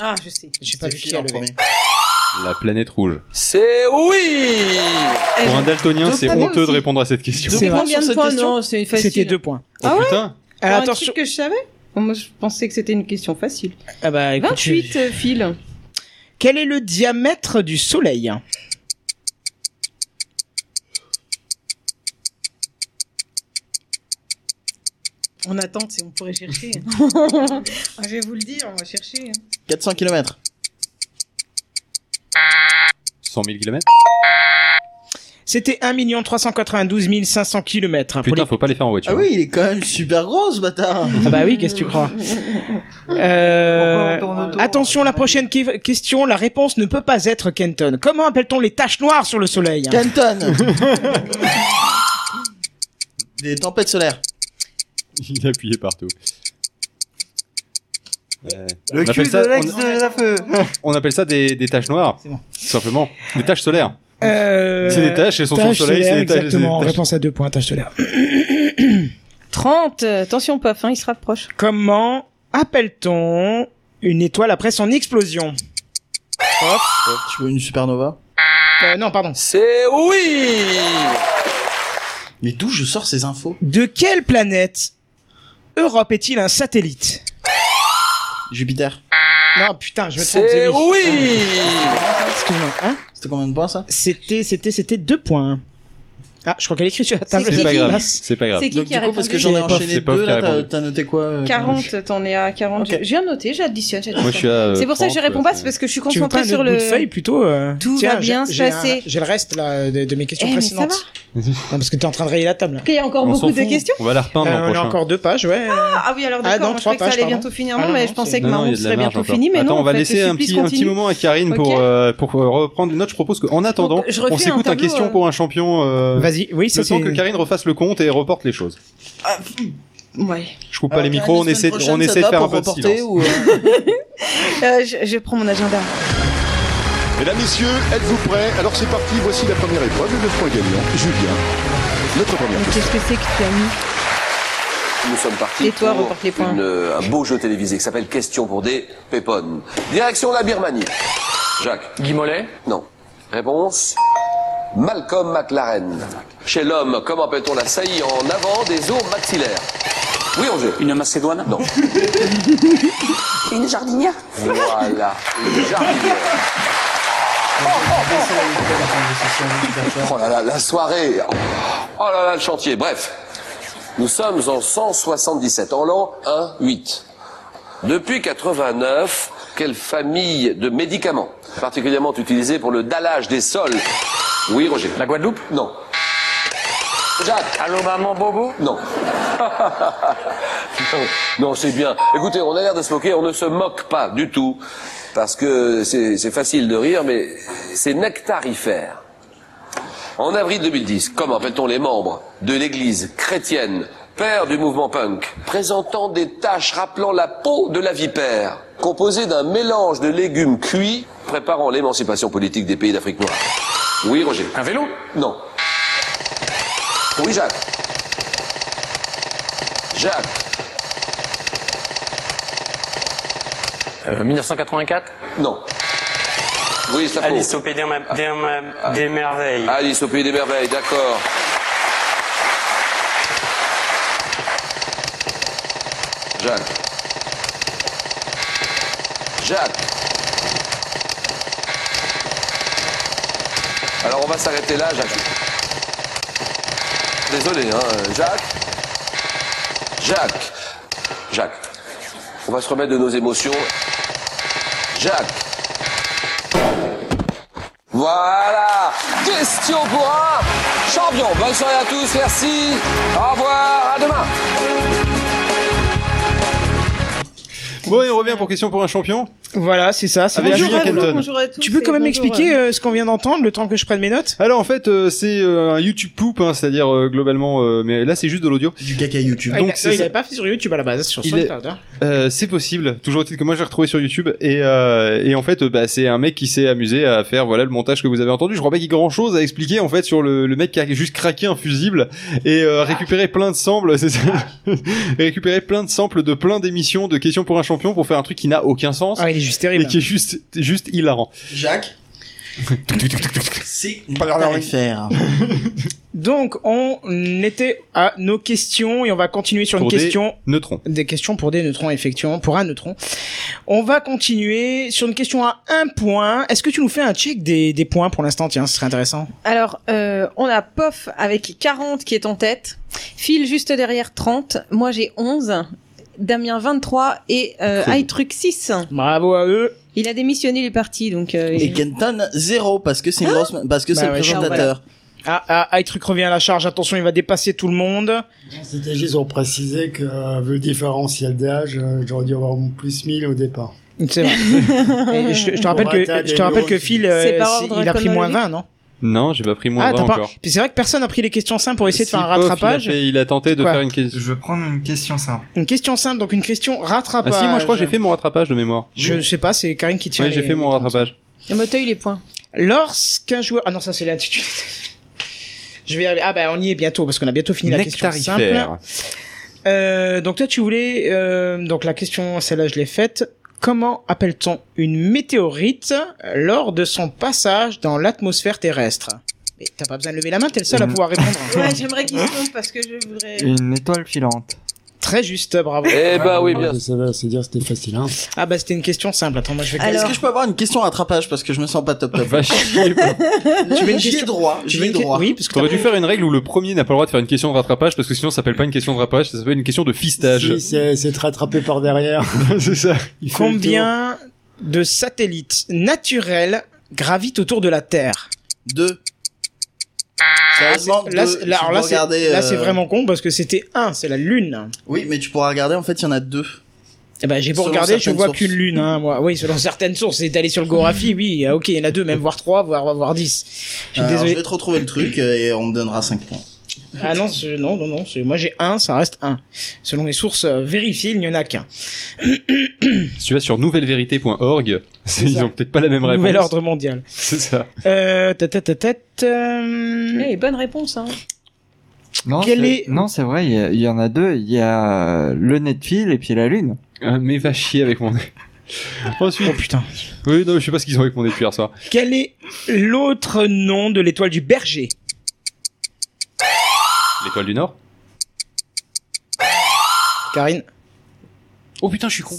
[SPEAKER 3] Ah, je sais.
[SPEAKER 1] J'ai pas
[SPEAKER 4] C'est
[SPEAKER 1] vu qui
[SPEAKER 4] Phil
[SPEAKER 1] a
[SPEAKER 4] en
[SPEAKER 1] levé.
[SPEAKER 4] premier.
[SPEAKER 2] La planète rouge.
[SPEAKER 5] C'est oui
[SPEAKER 3] Eh,
[SPEAKER 2] Pour un daltonien,
[SPEAKER 4] deux
[SPEAKER 2] c'est
[SPEAKER 4] points
[SPEAKER 2] honteux de
[SPEAKER 4] aussi.
[SPEAKER 2] répondre à cette question.
[SPEAKER 1] C'est
[SPEAKER 3] je-
[SPEAKER 1] vrai.
[SPEAKER 3] Combien
[SPEAKER 4] Sur
[SPEAKER 3] de
[SPEAKER 4] cette
[SPEAKER 3] fois
[SPEAKER 4] question
[SPEAKER 3] Non, c'est facile.
[SPEAKER 1] C'était deux points.
[SPEAKER 2] Oh
[SPEAKER 3] Ah ouais
[SPEAKER 2] putain
[SPEAKER 1] Euh,
[SPEAKER 3] Pour un
[SPEAKER 1] attention.
[SPEAKER 3] truc que je savais Moi, je pensais que c'était une question facile.
[SPEAKER 1] Ah bah, écoute,
[SPEAKER 3] 28
[SPEAKER 1] je-
[SPEAKER 3] euh, fils.
[SPEAKER 1] Quel est le diamètre du Soleil
[SPEAKER 3] On attend, c'est on pourrait chercher. Ah, je vais vous le dire, on va chercher. hein.
[SPEAKER 4] 400 km.
[SPEAKER 2] 100 000 km
[SPEAKER 1] C'était 1 392 500 km.
[SPEAKER 2] Putain, faut pas les faire en voiture. hein.
[SPEAKER 4] Ah oui, il est quand même super gros ce bâtard.
[SPEAKER 1] Ah bah oui, qu'est-ce que tu crois Euh, Attention, la prochaine que- question, la réponse ne peut pas être Kenton. Comment appelle-t-on les taches noires sur le Soleil hein
[SPEAKER 4] Canton Des tempêtes solaires.
[SPEAKER 2] Il appuyait partout. Euh,
[SPEAKER 7] Le
[SPEAKER 2] on,
[SPEAKER 7] cul
[SPEAKER 2] appelle
[SPEAKER 7] de
[SPEAKER 2] ça,
[SPEAKER 7] l'ex
[SPEAKER 2] on-
[SPEAKER 7] de la feu
[SPEAKER 2] on appelle ça des, des taches noires,
[SPEAKER 1] C'est bon.
[SPEAKER 2] tout simplement. Des taches solaires.
[SPEAKER 1] Euh,
[SPEAKER 2] c'est des taches, elles sont sur le
[SPEAKER 1] taches
[SPEAKER 2] soleil,
[SPEAKER 1] solaires,
[SPEAKER 2] c'est des taches. c'est des
[SPEAKER 1] Exactement,
[SPEAKER 2] taches.
[SPEAKER 1] réponse à deux points, taches solaires.
[SPEAKER 3] 30 euh, Attention, paf, hein, il se rapproche.
[SPEAKER 1] Comment appelle-t-on une étoile après son explosion
[SPEAKER 4] Tu veux une supernova
[SPEAKER 1] Euh, Non, pardon.
[SPEAKER 5] C'est oui
[SPEAKER 4] Mais d'où je sors ces infos
[SPEAKER 1] De quelle planète Europe est-il un satellite
[SPEAKER 4] Jupiter.
[SPEAKER 1] Non, putain, je me trompe. Ah,
[SPEAKER 5] C'est oui
[SPEAKER 1] Excuse-moi. Hein
[SPEAKER 4] C'était combien de points ça
[SPEAKER 1] C'était, c'était, c'était deux points. Ah, je crois qu'elle écrit sur la table.
[SPEAKER 3] C'est
[SPEAKER 2] C'est pas
[SPEAKER 3] qui
[SPEAKER 2] grave.
[SPEAKER 1] Passe.
[SPEAKER 2] C'est pas grave.
[SPEAKER 3] C'est qui
[SPEAKER 4] Donc
[SPEAKER 3] qui
[SPEAKER 4] du
[SPEAKER 3] a
[SPEAKER 4] coup,
[SPEAKER 3] répondu
[SPEAKER 4] parce que j'en ai
[SPEAKER 1] C'est Pof,
[SPEAKER 4] enchaîné
[SPEAKER 2] c'est Pof
[SPEAKER 4] deux
[SPEAKER 2] qui a
[SPEAKER 4] là, t'as-
[SPEAKER 2] répondu.
[SPEAKER 4] t'as noté quoi euh,
[SPEAKER 3] 40, t'en es à 40.
[SPEAKER 4] Ok.
[SPEAKER 3] J'ai noté, j'additionne. j'additionne.
[SPEAKER 2] Moi, je suis à.
[SPEAKER 4] euh,
[SPEAKER 3] C'est pour ça que je réponds pas, c'est parce que je suis concentrée sur le.
[SPEAKER 1] bout de feuille plutôt. euh,
[SPEAKER 3] Tout
[SPEAKER 1] tiens,
[SPEAKER 3] va bien
[SPEAKER 1] j'ai-
[SPEAKER 3] se
[SPEAKER 1] j'ai un-
[SPEAKER 3] passer.
[SPEAKER 1] J'ai le reste là de, de mes questions
[SPEAKER 3] Eh, mais ça
[SPEAKER 1] précédentes.
[SPEAKER 2] Vas-y.
[SPEAKER 1] non, parce que t'es en train de rayer la table.
[SPEAKER 3] Ok, il y a encore beaucoup de questions.
[SPEAKER 2] On va la repeindre
[SPEAKER 1] Euh,
[SPEAKER 2] l'an
[SPEAKER 1] on a
[SPEAKER 2] prochain.
[SPEAKER 1] encore deux pages, ouais.
[SPEAKER 3] Ah oui, alors
[SPEAKER 1] Ah,
[SPEAKER 3] d'accord,
[SPEAKER 1] non,
[SPEAKER 3] moi, je crois
[SPEAKER 1] trois
[SPEAKER 3] que ça
[SPEAKER 1] pages,
[SPEAKER 3] allait
[SPEAKER 1] pardon.
[SPEAKER 3] bientôt finir.
[SPEAKER 1] Ah,
[SPEAKER 3] Non,
[SPEAKER 1] non,
[SPEAKER 3] mais
[SPEAKER 1] non,
[SPEAKER 3] je pensais
[SPEAKER 1] c'est-
[SPEAKER 3] que
[SPEAKER 2] Non, non,
[SPEAKER 3] ma
[SPEAKER 2] il y a
[SPEAKER 3] honte
[SPEAKER 2] de la
[SPEAKER 3] serait
[SPEAKER 2] marge
[SPEAKER 3] bientôt
[SPEAKER 2] encore.
[SPEAKER 3] finie, mais
[SPEAKER 2] Attends,
[SPEAKER 3] non.
[SPEAKER 2] on va
[SPEAKER 3] le
[SPEAKER 2] laisser un
[SPEAKER 3] supplice
[SPEAKER 2] petit, un petit
[SPEAKER 3] continue.
[SPEAKER 2] moment à Karine pour,
[SPEAKER 3] Ok.
[SPEAKER 2] euh, pour euh, reprendre une note. Je propose qu'en attendant,
[SPEAKER 3] je
[SPEAKER 2] on
[SPEAKER 3] refais un
[SPEAKER 2] s'écoute un
[SPEAKER 3] tableau,
[SPEAKER 2] question
[SPEAKER 3] euh.
[SPEAKER 2] pour un champion. Euh,
[SPEAKER 1] Vas-y, oui, ça
[SPEAKER 2] le temps
[SPEAKER 1] c'est.
[SPEAKER 2] que Karine refasse le compte et reporte les choses.
[SPEAKER 3] Ouais.
[SPEAKER 2] Je coupe pas
[SPEAKER 4] Alors,
[SPEAKER 2] les
[SPEAKER 4] Karine,
[SPEAKER 2] micros, on
[SPEAKER 4] la semaine
[SPEAKER 2] essaie,
[SPEAKER 4] prochaine,
[SPEAKER 2] on
[SPEAKER 4] ça
[SPEAKER 2] essaie de
[SPEAKER 4] va
[SPEAKER 2] faire un
[SPEAKER 4] pour
[SPEAKER 2] peu de
[SPEAKER 4] reporter
[SPEAKER 2] silence.
[SPEAKER 4] ou, euh,
[SPEAKER 3] Euh, je, je prends mon agenda.
[SPEAKER 9] Mesdames, messieurs, êtes-vous prêts Alors c'est parti, voici la première épreuve. Le point gagnant, Julien. Notre première
[SPEAKER 3] Mais
[SPEAKER 9] question.
[SPEAKER 3] Qu'est-ce que c'est que tu as mis
[SPEAKER 5] nous sommes partis
[SPEAKER 8] Et toi,
[SPEAKER 5] pour
[SPEAKER 8] reporte les points.
[SPEAKER 5] une, euh, un beau jeu télévisé qui s'appelle Question pour des pépones. Direction la Birmanie. Jacques.
[SPEAKER 10] Guy Mollet
[SPEAKER 5] Non. Réponse Malcolm McLaren. Chez l'homme, comment peut-on la saillie en avant des os maxillaires Oui, Angers.
[SPEAKER 10] Une Macédoine
[SPEAKER 5] Non.
[SPEAKER 8] Une jardinière
[SPEAKER 5] Voilà. Une jardinière. Oh là là, la soirée. Oh là là, le chantier. Bref. Nous sommes en 177, en l'an 1-8. Depuis 89, quelle famille de médicaments particulièrement utilisés pour le dallage des sols Oui, Roger.
[SPEAKER 10] La Guadeloupe
[SPEAKER 5] Non. Jacques
[SPEAKER 10] Allô
[SPEAKER 4] bah,
[SPEAKER 10] maman Bobo
[SPEAKER 5] Non. non, non, c'est bien. Écoutez, on a l'air de se moquer, on ne se moque pas du tout. Parce que c'est c'est facile de rire, mais c'est nectarifère. En avril 2010, comment appelle-t-on les membres de l'église chrétienne, père du mouvement punk, présentant des taches rappelant la peau de la vipère, composée d'un mélange de légumes cuits, préparant l'émancipation politique des pays d'Afrique noire Oui, Roger
[SPEAKER 10] Un vélo
[SPEAKER 5] non. Oui, Jacques. Jacques.
[SPEAKER 10] 1984
[SPEAKER 5] Non. Oui, ça
[SPEAKER 10] Alice au pays des, ma- des ma- des merveilles.
[SPEAKER 5] Alice au pays des merveilles, d'accord. Jacques. Jacques. Alors on va s'arrêter là, Jacques. Désolé, hein, euh, Jacques. Jacques. Jacques. On va se remettre de nos émotions. Jacques. Voilà Question pour un champion Bonne soirée à tous, merci Au revoir, à demain
[SPEAKER 2] Bon, et on revient pour question pour un champion.
[SPEAKER 1] Voilà, c'est ça. c'est
[SPEAKER 2] Avec
[SPEAKER 1] la-
[SPEAKER 2] Julien
[SPEAKER 3] à vous,
[SPEAKER 2] Kenton.
[SPEAKER 3] bonjour à tous
[SPEAKER 1] Tu peux
[SPEAKER 3] et
[SPEAKER 1] quand même
[SPEAKER 3] bonjour,
[SPEAKER 1] expliquer
[SPEAKER 3] euh,
[SPEAKER 1] euh, ce qu'on vient d'entendre, le temps que je prenne mes notes
[SPEAKER 2] Alors en fait, euh, c'est euh, un YouTube poop, hein, c'est-à-dire euh, globalement, euh, mais là c'est juste de l'audio.
[SPEAKER 4] Du caca YouTube.
[SPEAKER 1] Ah,
[SPEAKER 2] Donc,
[SPEAKER 1] il a-
[SPEAKER 2] c'est
[SPEAKER 1] non, il
[SPEAKER 2] ça.
[SPEAKER 1] l'avait pas fait sur YouTube à la base, sur
[SPEAKER 2] Il
[SPEAKER 1] SoundCloud. hein.
[SPEAKER 2] Euh, c'est possible. Toujours est-il que moi j'ai retrouvé sur YouTube et, euh, et en fait euh, bah, c'est un mec qui s'est amusé à faire voilà le montage que vous avez entendu. Je crois pas qu'il y ait grand chose à expliquer en fait sur le, le mec qui a juste craqué un fusible et
[SPEAKER 1] Ah.
[SPEAKER 2] euh, récupéré plein de samples, c'est ça, Et récupéré plein de samples de plein d'émissions de questions pour un champion pour faire un truc qui n'a aucun sens
[SPEAKER 1] Ah, il est juste terrible.
[SPEAKER 2] et qui est juste juste hilarant.
[SPEAKER 4] Jacques. C'est faire.
[SPEAKER 1] Donc, on était à nos questions et on va continuer sur
[SPEAKER 2] Pour
[SPEAKER 1] une
[SPEAKER 2] des-
[SPEAKER 1] question
[SPEAKER 2] Neutron.
[SPEAKER 1] des questions pour des neutrons, effectivement, pour un neutron. On va continuer sur une question à un point. Est-ce que tu nous fais un check des, des points pour l'instant Tiens, ce serait intéressant.
[SPEAKER 8] Alors, euh, on a Pof avec 40 qui est en tête, Phil juste derrière 30, moi j'ai 11, Damien 23 et euh,
[SPEAKER 2] Cool.
[SPEAKER 8] iTruc 6.
[SPEAKER 1] Bravo à eux.
[SPEAKER 8] Il a démissionné, il est parti, donc... euh, Ah
[SPEAKER 4] Et Kenton, zéro, parce que c'est une grosse, parce que
[SPEAKER 1] Bah
[SPEAKER 4] c'est le
[SPEAKER 1] ouais,
[SPEAKER 4] présentateur.
[SPEAKER 1] Ah, ah, ah, truc revient à la charge. Attention, il va dépasser tout le monde.
[SPEAKER 6] C'était juste pour préciser que, euh, vu le différentiel d'âge, euh, j'aurais dû avoir mon plus 1000 au départ.
[SPEAKER 1] C'est vrai. Et je, je te rappelle que, je te rappelle que Phil, euh,
[SPEAKER 8] C'est par
[SPEAKER 1] si-
[SPEAKER 8] ordre
[SPEAKER 1] il a pris moins
[SPEAKER 8] chronologique
[SPEAKER 1] 20, non
[SPEAKER 2] Non, j'ai pas pris moins
[SPEAKER 1] Ah,
[SPEAKER 2] vingt
[SPEAKER 1] t'as pas.
[SPEAKER 2] encore.
[SPEAKER 1] Puis c'est vrai que personne n'a pris les questions simples pour essayer de
[SPEAKER 2] Si,
[SPEAKER 1] faire un
[SPEAKER 2] pof,
[SPEAKER 1] rattrapage.
[SPEAKER 2] Il a, fait- il a tenté de
[SPEAKER 1] Quoi
[SPEAKER 2] faire une question.
[SPEAKER 7] Je vais prendre une question simple.
[SPEAKER 1] Une question simple, donc une question
[SPEAKER 2] Ah
[SPEAKER 1] rattrapage.
[SPEAKER 2] si, moi je crois que j'ai fait mon rattrapage de mémoire.
[SPEAKER 1] bah, Je sais pas, c'est Karine qui tient.
[SPEAKER 2] Ouais, j'ai
[SPEAKER 1] les-
[SPEAKER 2] fait mon
[SPEAKER 1] les comptes.
[SPEAKER 2] rattrapage.
[SPEAKER 8] Le moteuil, les points.
[SPEAKER 1] Lorsqu'un joueur. Ah non, ça c'est l'intitulé. Je vais y arriver. Ah bah on y est bientôt parce qu'on a bientôt fini la question simple.
[SPEAKER 2] Nectarifère.
[SPEAKER 1] Euh, donc toi tu voulais. euh, donc la question, celle-là je l'ai faite. Comment appelle-t-on une météorite lors de son passage dans l'atmosphère terrestre Mais t'as pas besoin de lever la main, t'es le seul à
[SPEAKER 7] Une-
[SPEAKER 1] pouvoir répondre.
[SPEAKER 3] Ouais, j'aimerais qu'il se trompe parce que je voudrais.
[SPEAKER 7] Une étoile filante.
[SPEAKER 1] Très juste, bravo.
[SPEAKER 5] Eh
[SPEAKER 2] Ah,
[SPEAKER 5] ben oui, bien
[SPEAKER 6] Je savais, c'est dire, c'était facile, hein.
[SPEAKER 1] Ah bah c'était une question simple. Attends, moi je vais.
[SPEAKER 8] Alors-
[SPEAKER 4] Est-ce que je peux avoir une question rattrapage parce que je me sens pas top top.
[SPEAKER 2] Va chier,
[SPEAKER 4] tu
[SPEAKER 1] veux une
[SPEAKER 4] j'y ai
[SPEAKER 1] question-
[SPEAKER 4] droit,
[SPEAKER 1] Tu
[SPEAKER 4] j'y
[SPEAKER 1] veux
[SPEAKER 4] ai
[SPEAKER 1] une que-
[SPEAKER 4] droit.
[SPEAKER 1] Oui, parce que
[SPEAKER 2] T'aurais dû faire une règle où le premier n'a pas le droit de faire une question de rattrapage parce que sinon ça s'appelle pas une question de rattrapage, ça s'appelle une question de fistage.
[SPEAKER 6] Si, c'est c'est te rattraper par derrière.
[SPEAKER 2] c'est ça.
[SPEAKER 6] Il fait le
[SPEAKER 1] combien de satellites naturels gravitent autour de la Terre
[SPEAKER 4] Deux.
[SPEAKER 1] Ah, c'est-
[SPEAKER 4] Sérieusement,
[SPEAKER 1] là,
[SPEAKER 4] deux.
[SPEAKER 1] c'est- là,
[SPEAKER 4] Tu
[SPEAKER 1] alors
[SPEAKER 4] peux
[SPEAKER 1] là, c'est-
[SPEAKER 4] regarder,
[SPEAKER 1] là,
[SPEAKER 4] euh,
[SPEAKER 1] c'est vraiment con parce que c'était un, c'est la lune.
[SPEAKER 4] Oui, mais tu pourras regarder. En fait, il y en a deux.
[SPEAKER 1] Eh ben, j'ai beau
[SPEAKER 4] Selon
[SPEAKER 1] regarder, je
[SPEAKER 4] certaines
[SPEAKER 1] vois
[SPEAKER 4] sources.
[SPEAKER 1] qu'une lune, hein, moi. Oui, selon certaines sources, c'est allé sur le Gorafi, oui, ah, ok, il y en a deux, même voire trois, voire, voire dix. Je suis
[SPEAKER 4] Euh, Alors,
[SPEAKER 1] désolé.
[SPEAKER 4] je vais te retrouver le truc euh, et on me donnera 5 points.
[SPEAKER 1] Ah non, c'est- non, non, non, c'est- moi j'ai un, ça reste un. Selon les sources euh, vérifiées, il n'y en a qu'un.
[SPEAKER 2] Si tu vas sur nouvellevérité.org, c'est- ils
[SPEAKER 1] ça.
[SPEAKER 2] ont peut-être pas la même réponse.
[SPEAKER 1] Nouvel ordre mondial.
[SPEAKER 2] C'est ça.
[SPEAKER 1] Euh, tête, tête, tête, euh,
[SPEAKER 8] Eh, bonne réponse, hein.
[SPEAKER 7] Non,
[SPEAKER 1] Quel
[SPEAKER 7] c'est-
[SPEAKER 1] est-
[SPEAKER 7] non, c'est vrai, il y, a- il y en a deux. Il y a euh, le nez de fil et puis la lune.
[SPEAKER 2] Ah, mais va chier avec mon nez. Ensuite.
[SPEAKER 1] Oh putain.
[SPEAKER 2] Oui, non, je sais pas ce qu'ils ont avec mon nez depuis hier soir.
[SPEAKER 1] Quel est l'autre nom de l'étoile du berger
[SPEAKER 2] L'étoile du Nord
[SPEAKER 1] Karine
[SPEAKER 2] Oh putain, je suis con.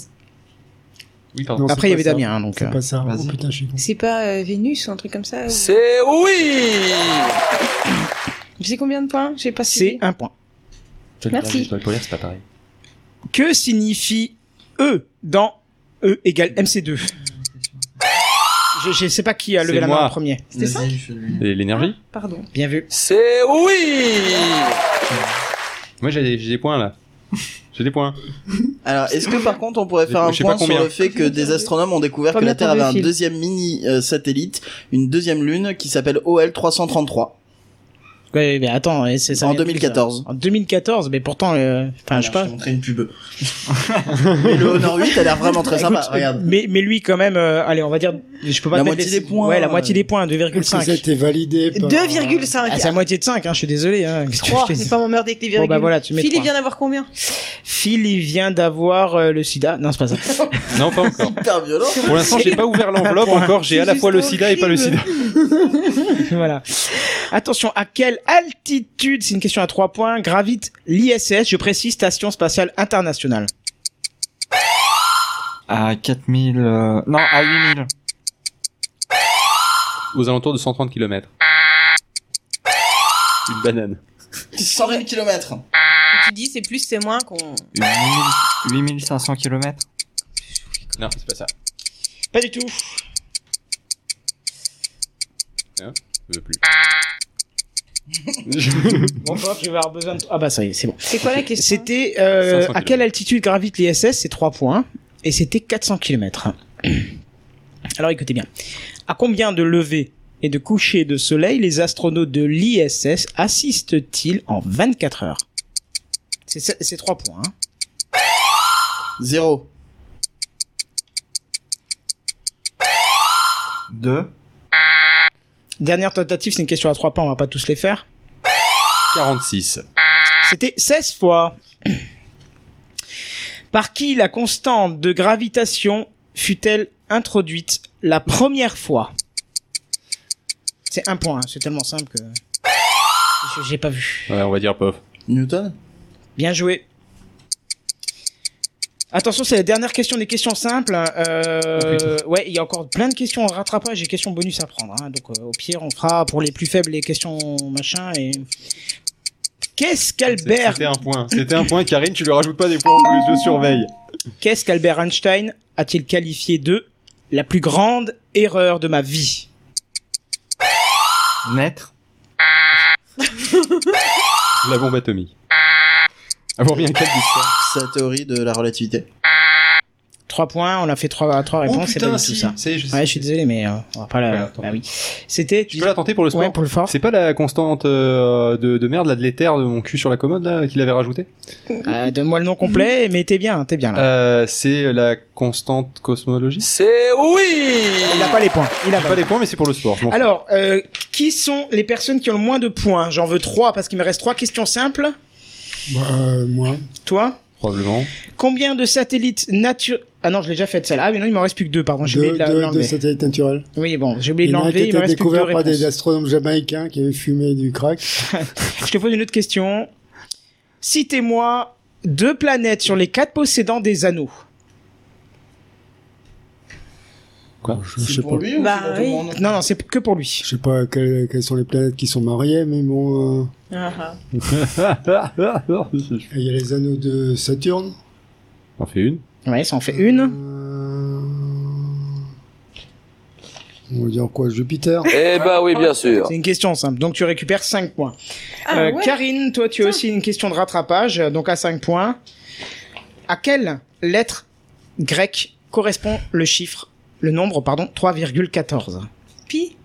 [SPEAKER 2] Oui, pardon.
[SPEAKER 6] Non, c'est
[SPEAKER 1] Après, il y
[SPEAKER 6] pas
[SPEAKER 1] avait
[SPEAKER 6] ça.
[SPEAKER 1] Damien, hein, donc.
[SPEAKER 6] C'est
[SPEAKER 1] euh,
[SPEAKER 6] pas ça. Oh
[SPEAKER 7] vas-y.
[SPEAKER 6] putain, je suis con.
[SPEAKER 8] C'est pas euh, Vénus ou un truc comme ça ou-
[SPEAKER 5] C'est oui
[SPEAKER 8] J'ai combien de points Ah, J'ai pas
[SPEAKER 1] C'est
[SPEAKER 8] suivi.
[SPEAKER 1] un point.
[SPEAKER 8] Merci.
[SPEAKER 2] L'étoile polaire, c'est pas pareil.
[SPEAKER 1] Que signifie E dans E égale MC2 je, je sais pas qui a levé
[SPEAKER 2] C'est
[SPEAKER 1] la
[SPEAKER 2] moi.
[SPEAKER 1] main en premier.
[SPEAKER 8] C'était ça
[SPEAKER 2] Et l'énergie
[SPEAKER 1] Ah,
[SPEAKER 8] Pardon.
[SPEAKER 1] Bien vu.
[SPEAKER 5] C'est oui
[SPEAKER 2] Moi, j'ai des, j'ai des points là. J'ai des points.
[SPEAKER 4] Alors, est-ce que par contre on pourrait
[SPEAKER 2] Je-
[SPEAKER 4] faire un
[SPEAKER 2] je sais pas
[SPEAKER 4] point sur
[SPEAKER 2] combien.
[SPEAKER 4] le fait que des astronomes ont découvert que
[SPEAKER 8] Combien
[SPEAKER 4] la Terre avait
[SPEAKER 8] combien
[SPEAKER 4] un
[SPEAKER 8] fil
[SPEAKER 4] deuxième mini euh, satellite, une deuxième lune qui s'appelle OL 333
[SPEAKER 1] Ouais, mais attends, et c'est ça.
[SPEAKER 4] en
[SPEAKER 1] vient de qui, ça
[SPEAKER 4] 2014
[SPEAKER 1] En 2014, mais pourtant, euh, enfin, je sais pas.
[SPEAKER 4] vais te montrer une pub. mais le Honor 8 elle a l'air vraiment très sympa.
[SPEAKER 1] Écoute,
[SPEAKER 4] Regarde.
[SPEAKER 1] Mais, mais lui, quand même, euh, allez, on va dire, je peux pas
[SPEAKER 4] La
[SPEAKER 1] mettre
[SPEAKER 4] moitié
[SPEAKER 1] les-
[SPEAKER 4] des points,
[SPEAKER 1] Ouais, la
[SPEAKER 4] euh,
[SPEAKER 1] moitié des points,
[SPEAKER 6] Est-ce que ça a
[SPEAKER 1] 2,5.
[SPEAKER 6] été validé par... euh,
[SPEAKER 8] 2,5.
[SPEAKER 1] Ah, c'est à moitié de 5, hein, je suis désolé. Hein, Qu'est-ce que je
[SPEAKER 8] 3,
[SPEAKER 1] te dis
[SPEAKER 8] c'est pas mon meurtre avec les
[SPEAKER 1] Bon,
[SPEAKER 8] virgules.
[SPEAKER 1] bah voilà, tu mets
[SPEAKER 8] Phil, il
[SPEAKER 1] trois.
[SPEAKER 8] vient d'avoir combien
[SPEAKER 1] Phil, il vient d'avoir euh, le sida. Non, c'est pas ça.
[SPEAKER 2] Non, pas encore.
[SPEAKER 4] Hyper violent.
[SPEAKER 2] Pour l'instant, j'ai pas ouvert l'enveloppe
[SPEAKER 1] Point.
[SPEAKER 2] encore. J'ai à la fois le sida et pas le sida.
[SPEAKER 1] voilà. Attention, à quelle altitude, c'est une question à 3 points, gravite l'ISS, je précise, Station Spatiale Internationale
[SPEAKER 7] À 4000... euh, Non, à 8000.
[SPEAKER 2] Aux alentours de 130 km. Une banane.
[SPEAKER 4] 120 km.
[SPEAKER 8] Tu dis c'est plus, c'est moins qu'on.
[SPEAKER 7] 8000 8500 km.
[SPEAKER 2] Non, c'est pas ça.
[SPEAKER 1] Pas du tout.
[SPEAKER 2] Je veux plus.
[SPEAKER 1] Bon, hop, je vais avoir besoin de... Ah bah ça y est, c'est bon.
[SPEAKER 8] C'est quoi la question
[SPEAKER 1] C'était euh,
[SPEAKER 2] 500
[SPEAKER 1] à quelle altitude gravite l'ISS C'est 3 points. Et c'était 400 km. Alors écoutez bien. À combien de levées et de couchers de soleil les astronautes de l'ISS assistent-ils en 24 heures C'est- C'est c'est 3 points. hein.
[SPEAKER 4] Zéro.
[SPEAKER 7] 2.
[SPEAKER 1] Dernière tentative, c'est une question à 3 points, on va pas tous les faire.
[SPEAKER 2] 46.
[SPEAKER 1] C'était 16 fois. Par qui la constante de gravitation fut-elle introduite la première fois C'est un point, hein, c'est tellement simple que... Je- J'ai pas vu.
[SPEAKER 2] Ouais, on va dire pof.
[SPEAKER 4] Newton.
[SPEAKER 1] Bien joué. Attention, c'est la dernière question des questions simples. hein. Euh, ouais, il y a encore plein de questions en rattrapage et questions bonus à prendre. hein. Donc, euh, au pire, on fera pour les plus faibles les questions machin. Et qu'est-ce qu'Albert
[SPEAKER 2] C'était un point. C'était un point, Karine. Tu lui rajoutes pas des points en plus. Je surveille.
[SPEAKER 1] Qu'est-ce qu'Albert Einstein a-t-il qualifié de la plus grande erreur de ma vie
[SPEAKER 7] Naître.
[SPEAKER 2] La bombe atomique. Avoir mis un cadre
[SPEAKER 4] Sa théorie de la relativité.
[SPEAKER 1] Trois points, on a fait trois,
[SPEAKER 6] Oh,
[SPEAKER 1] trois réponses, c'est pas du tout ça.
[SPEAKER 2] C'est, je sais.
[SPEAKER 1] Ouais, je suis désolé, mais euh, on va pas
[SPEAKER 2] Ouais,
[SPEAKER 1] la.
[SPEAKER 2] attends.
[SPEAKER 1] bah oui. C'était.
[SPEAKER 2] Tu peux la tenter pour le sport
[SPEAKER 1] Ouais, pour le fort.
[SPEAKER 2] C'est pas la constante euh, de, de merde, là, de l'éther de mon cul sur la commode, là, qu'il avait rajouté
[SPEAKER 1] Euh, Donne-moi le nom complet, mais t'es bien, t'es bien là.
[SPEAKER 2] euh, C'est la constante cosmologique.
[SPEAKER 5] C'est oui
[SPEAKER 1] Il a pas les points. Il a
[SPEAKER 2] J'ai
[SPEAKER 1] pas.
[SPEAKER 2] pas
[SPEAKER 1] les
[SPEAKER 2] les points, mais c'est pour le sport. je m'en fous.
[SPEAKER 1] Alors, euh, qui sont les personnes qui ont le moins de points J'en veux trois parce qu'il me reste trois questions simples.
[SPEAKER 6] Bah, euh, moi.
[SPEAKER 1] Toi,
[SPEAKER 2] Probablement.
[SPEAKER 1] combien de satellites naturels Ah non, je l'ai déjà faite celle-là. Ah mais non, il m'en reste plus que deux. Pardon, j'ai
[SPEAKER 6] Deux,
[SPEAKER 1] oublié de la- de
[SPEAKER 6] deux, deux
[SPEAKER 1] l'enlever.
[SPEAKER 6] satellites naturels.
[SPEAKER 1] Oui, bon, j'ai oublié
[SPEAKER 6] Il
[SPEAKER 1] de
[SPEAKER 6] y en a un qui a
[SPEAKER 1] l'enlever. Il
[SPEAKER 6] été
[SPEAKER 1] me reste plus que deux
[SPEAKER 6] découvert par des
[SPEAKER 1] réponses.
[SPEAKER 6] astronomes jamaïcains qui avaient fumé du crack.
[SPEAKER 1] Je te pose une autre question. Citez-moi deux planètes sur les quatre possédant des anneaux.
[SPEAKER 2] Quoi
[SPEAKER 6] Je sais pas.
[SPEAKER 4] lui
[SPEAKER 8] ou Bah c'est pour tout le oui. monde
[SPEAKER 1] Non, non, c'est que pour lui.
[SPEAKER 6] Je sais pas quelles, quelles sont les planètes qui sont mariées, mais bon, euh,
[SPEAKER 8] Ah,
[SPEAKER 6] il y a les anneaux de Saturne.
[SPEAKER 2] On fait une.
[SPEAKER 1] Ouais, ça en fait une.
[SPEAKER 6] Euh, On va dire quoi Jupiter
[SPEAKER 5] Eh ben oui, bien sûr.
[SPEAKER 1] Ah, C'est une question simple. Donc tu récupères 5 points.
[SPEAKER 8] Ah,
[SPEAKER 1] Euh,
[SPEAKER 8] ouais.
[SPEAKER 1] Karine, toi, tu as
[SPEAKER 8] Tiens.
[SPEAKER 1] aussi une question de rattrapage, euh, donc à 5 points. À quelle lettre grecque correspond le chiffre, le nombre, pardon, 3,14
[SPEAKER 8] Pi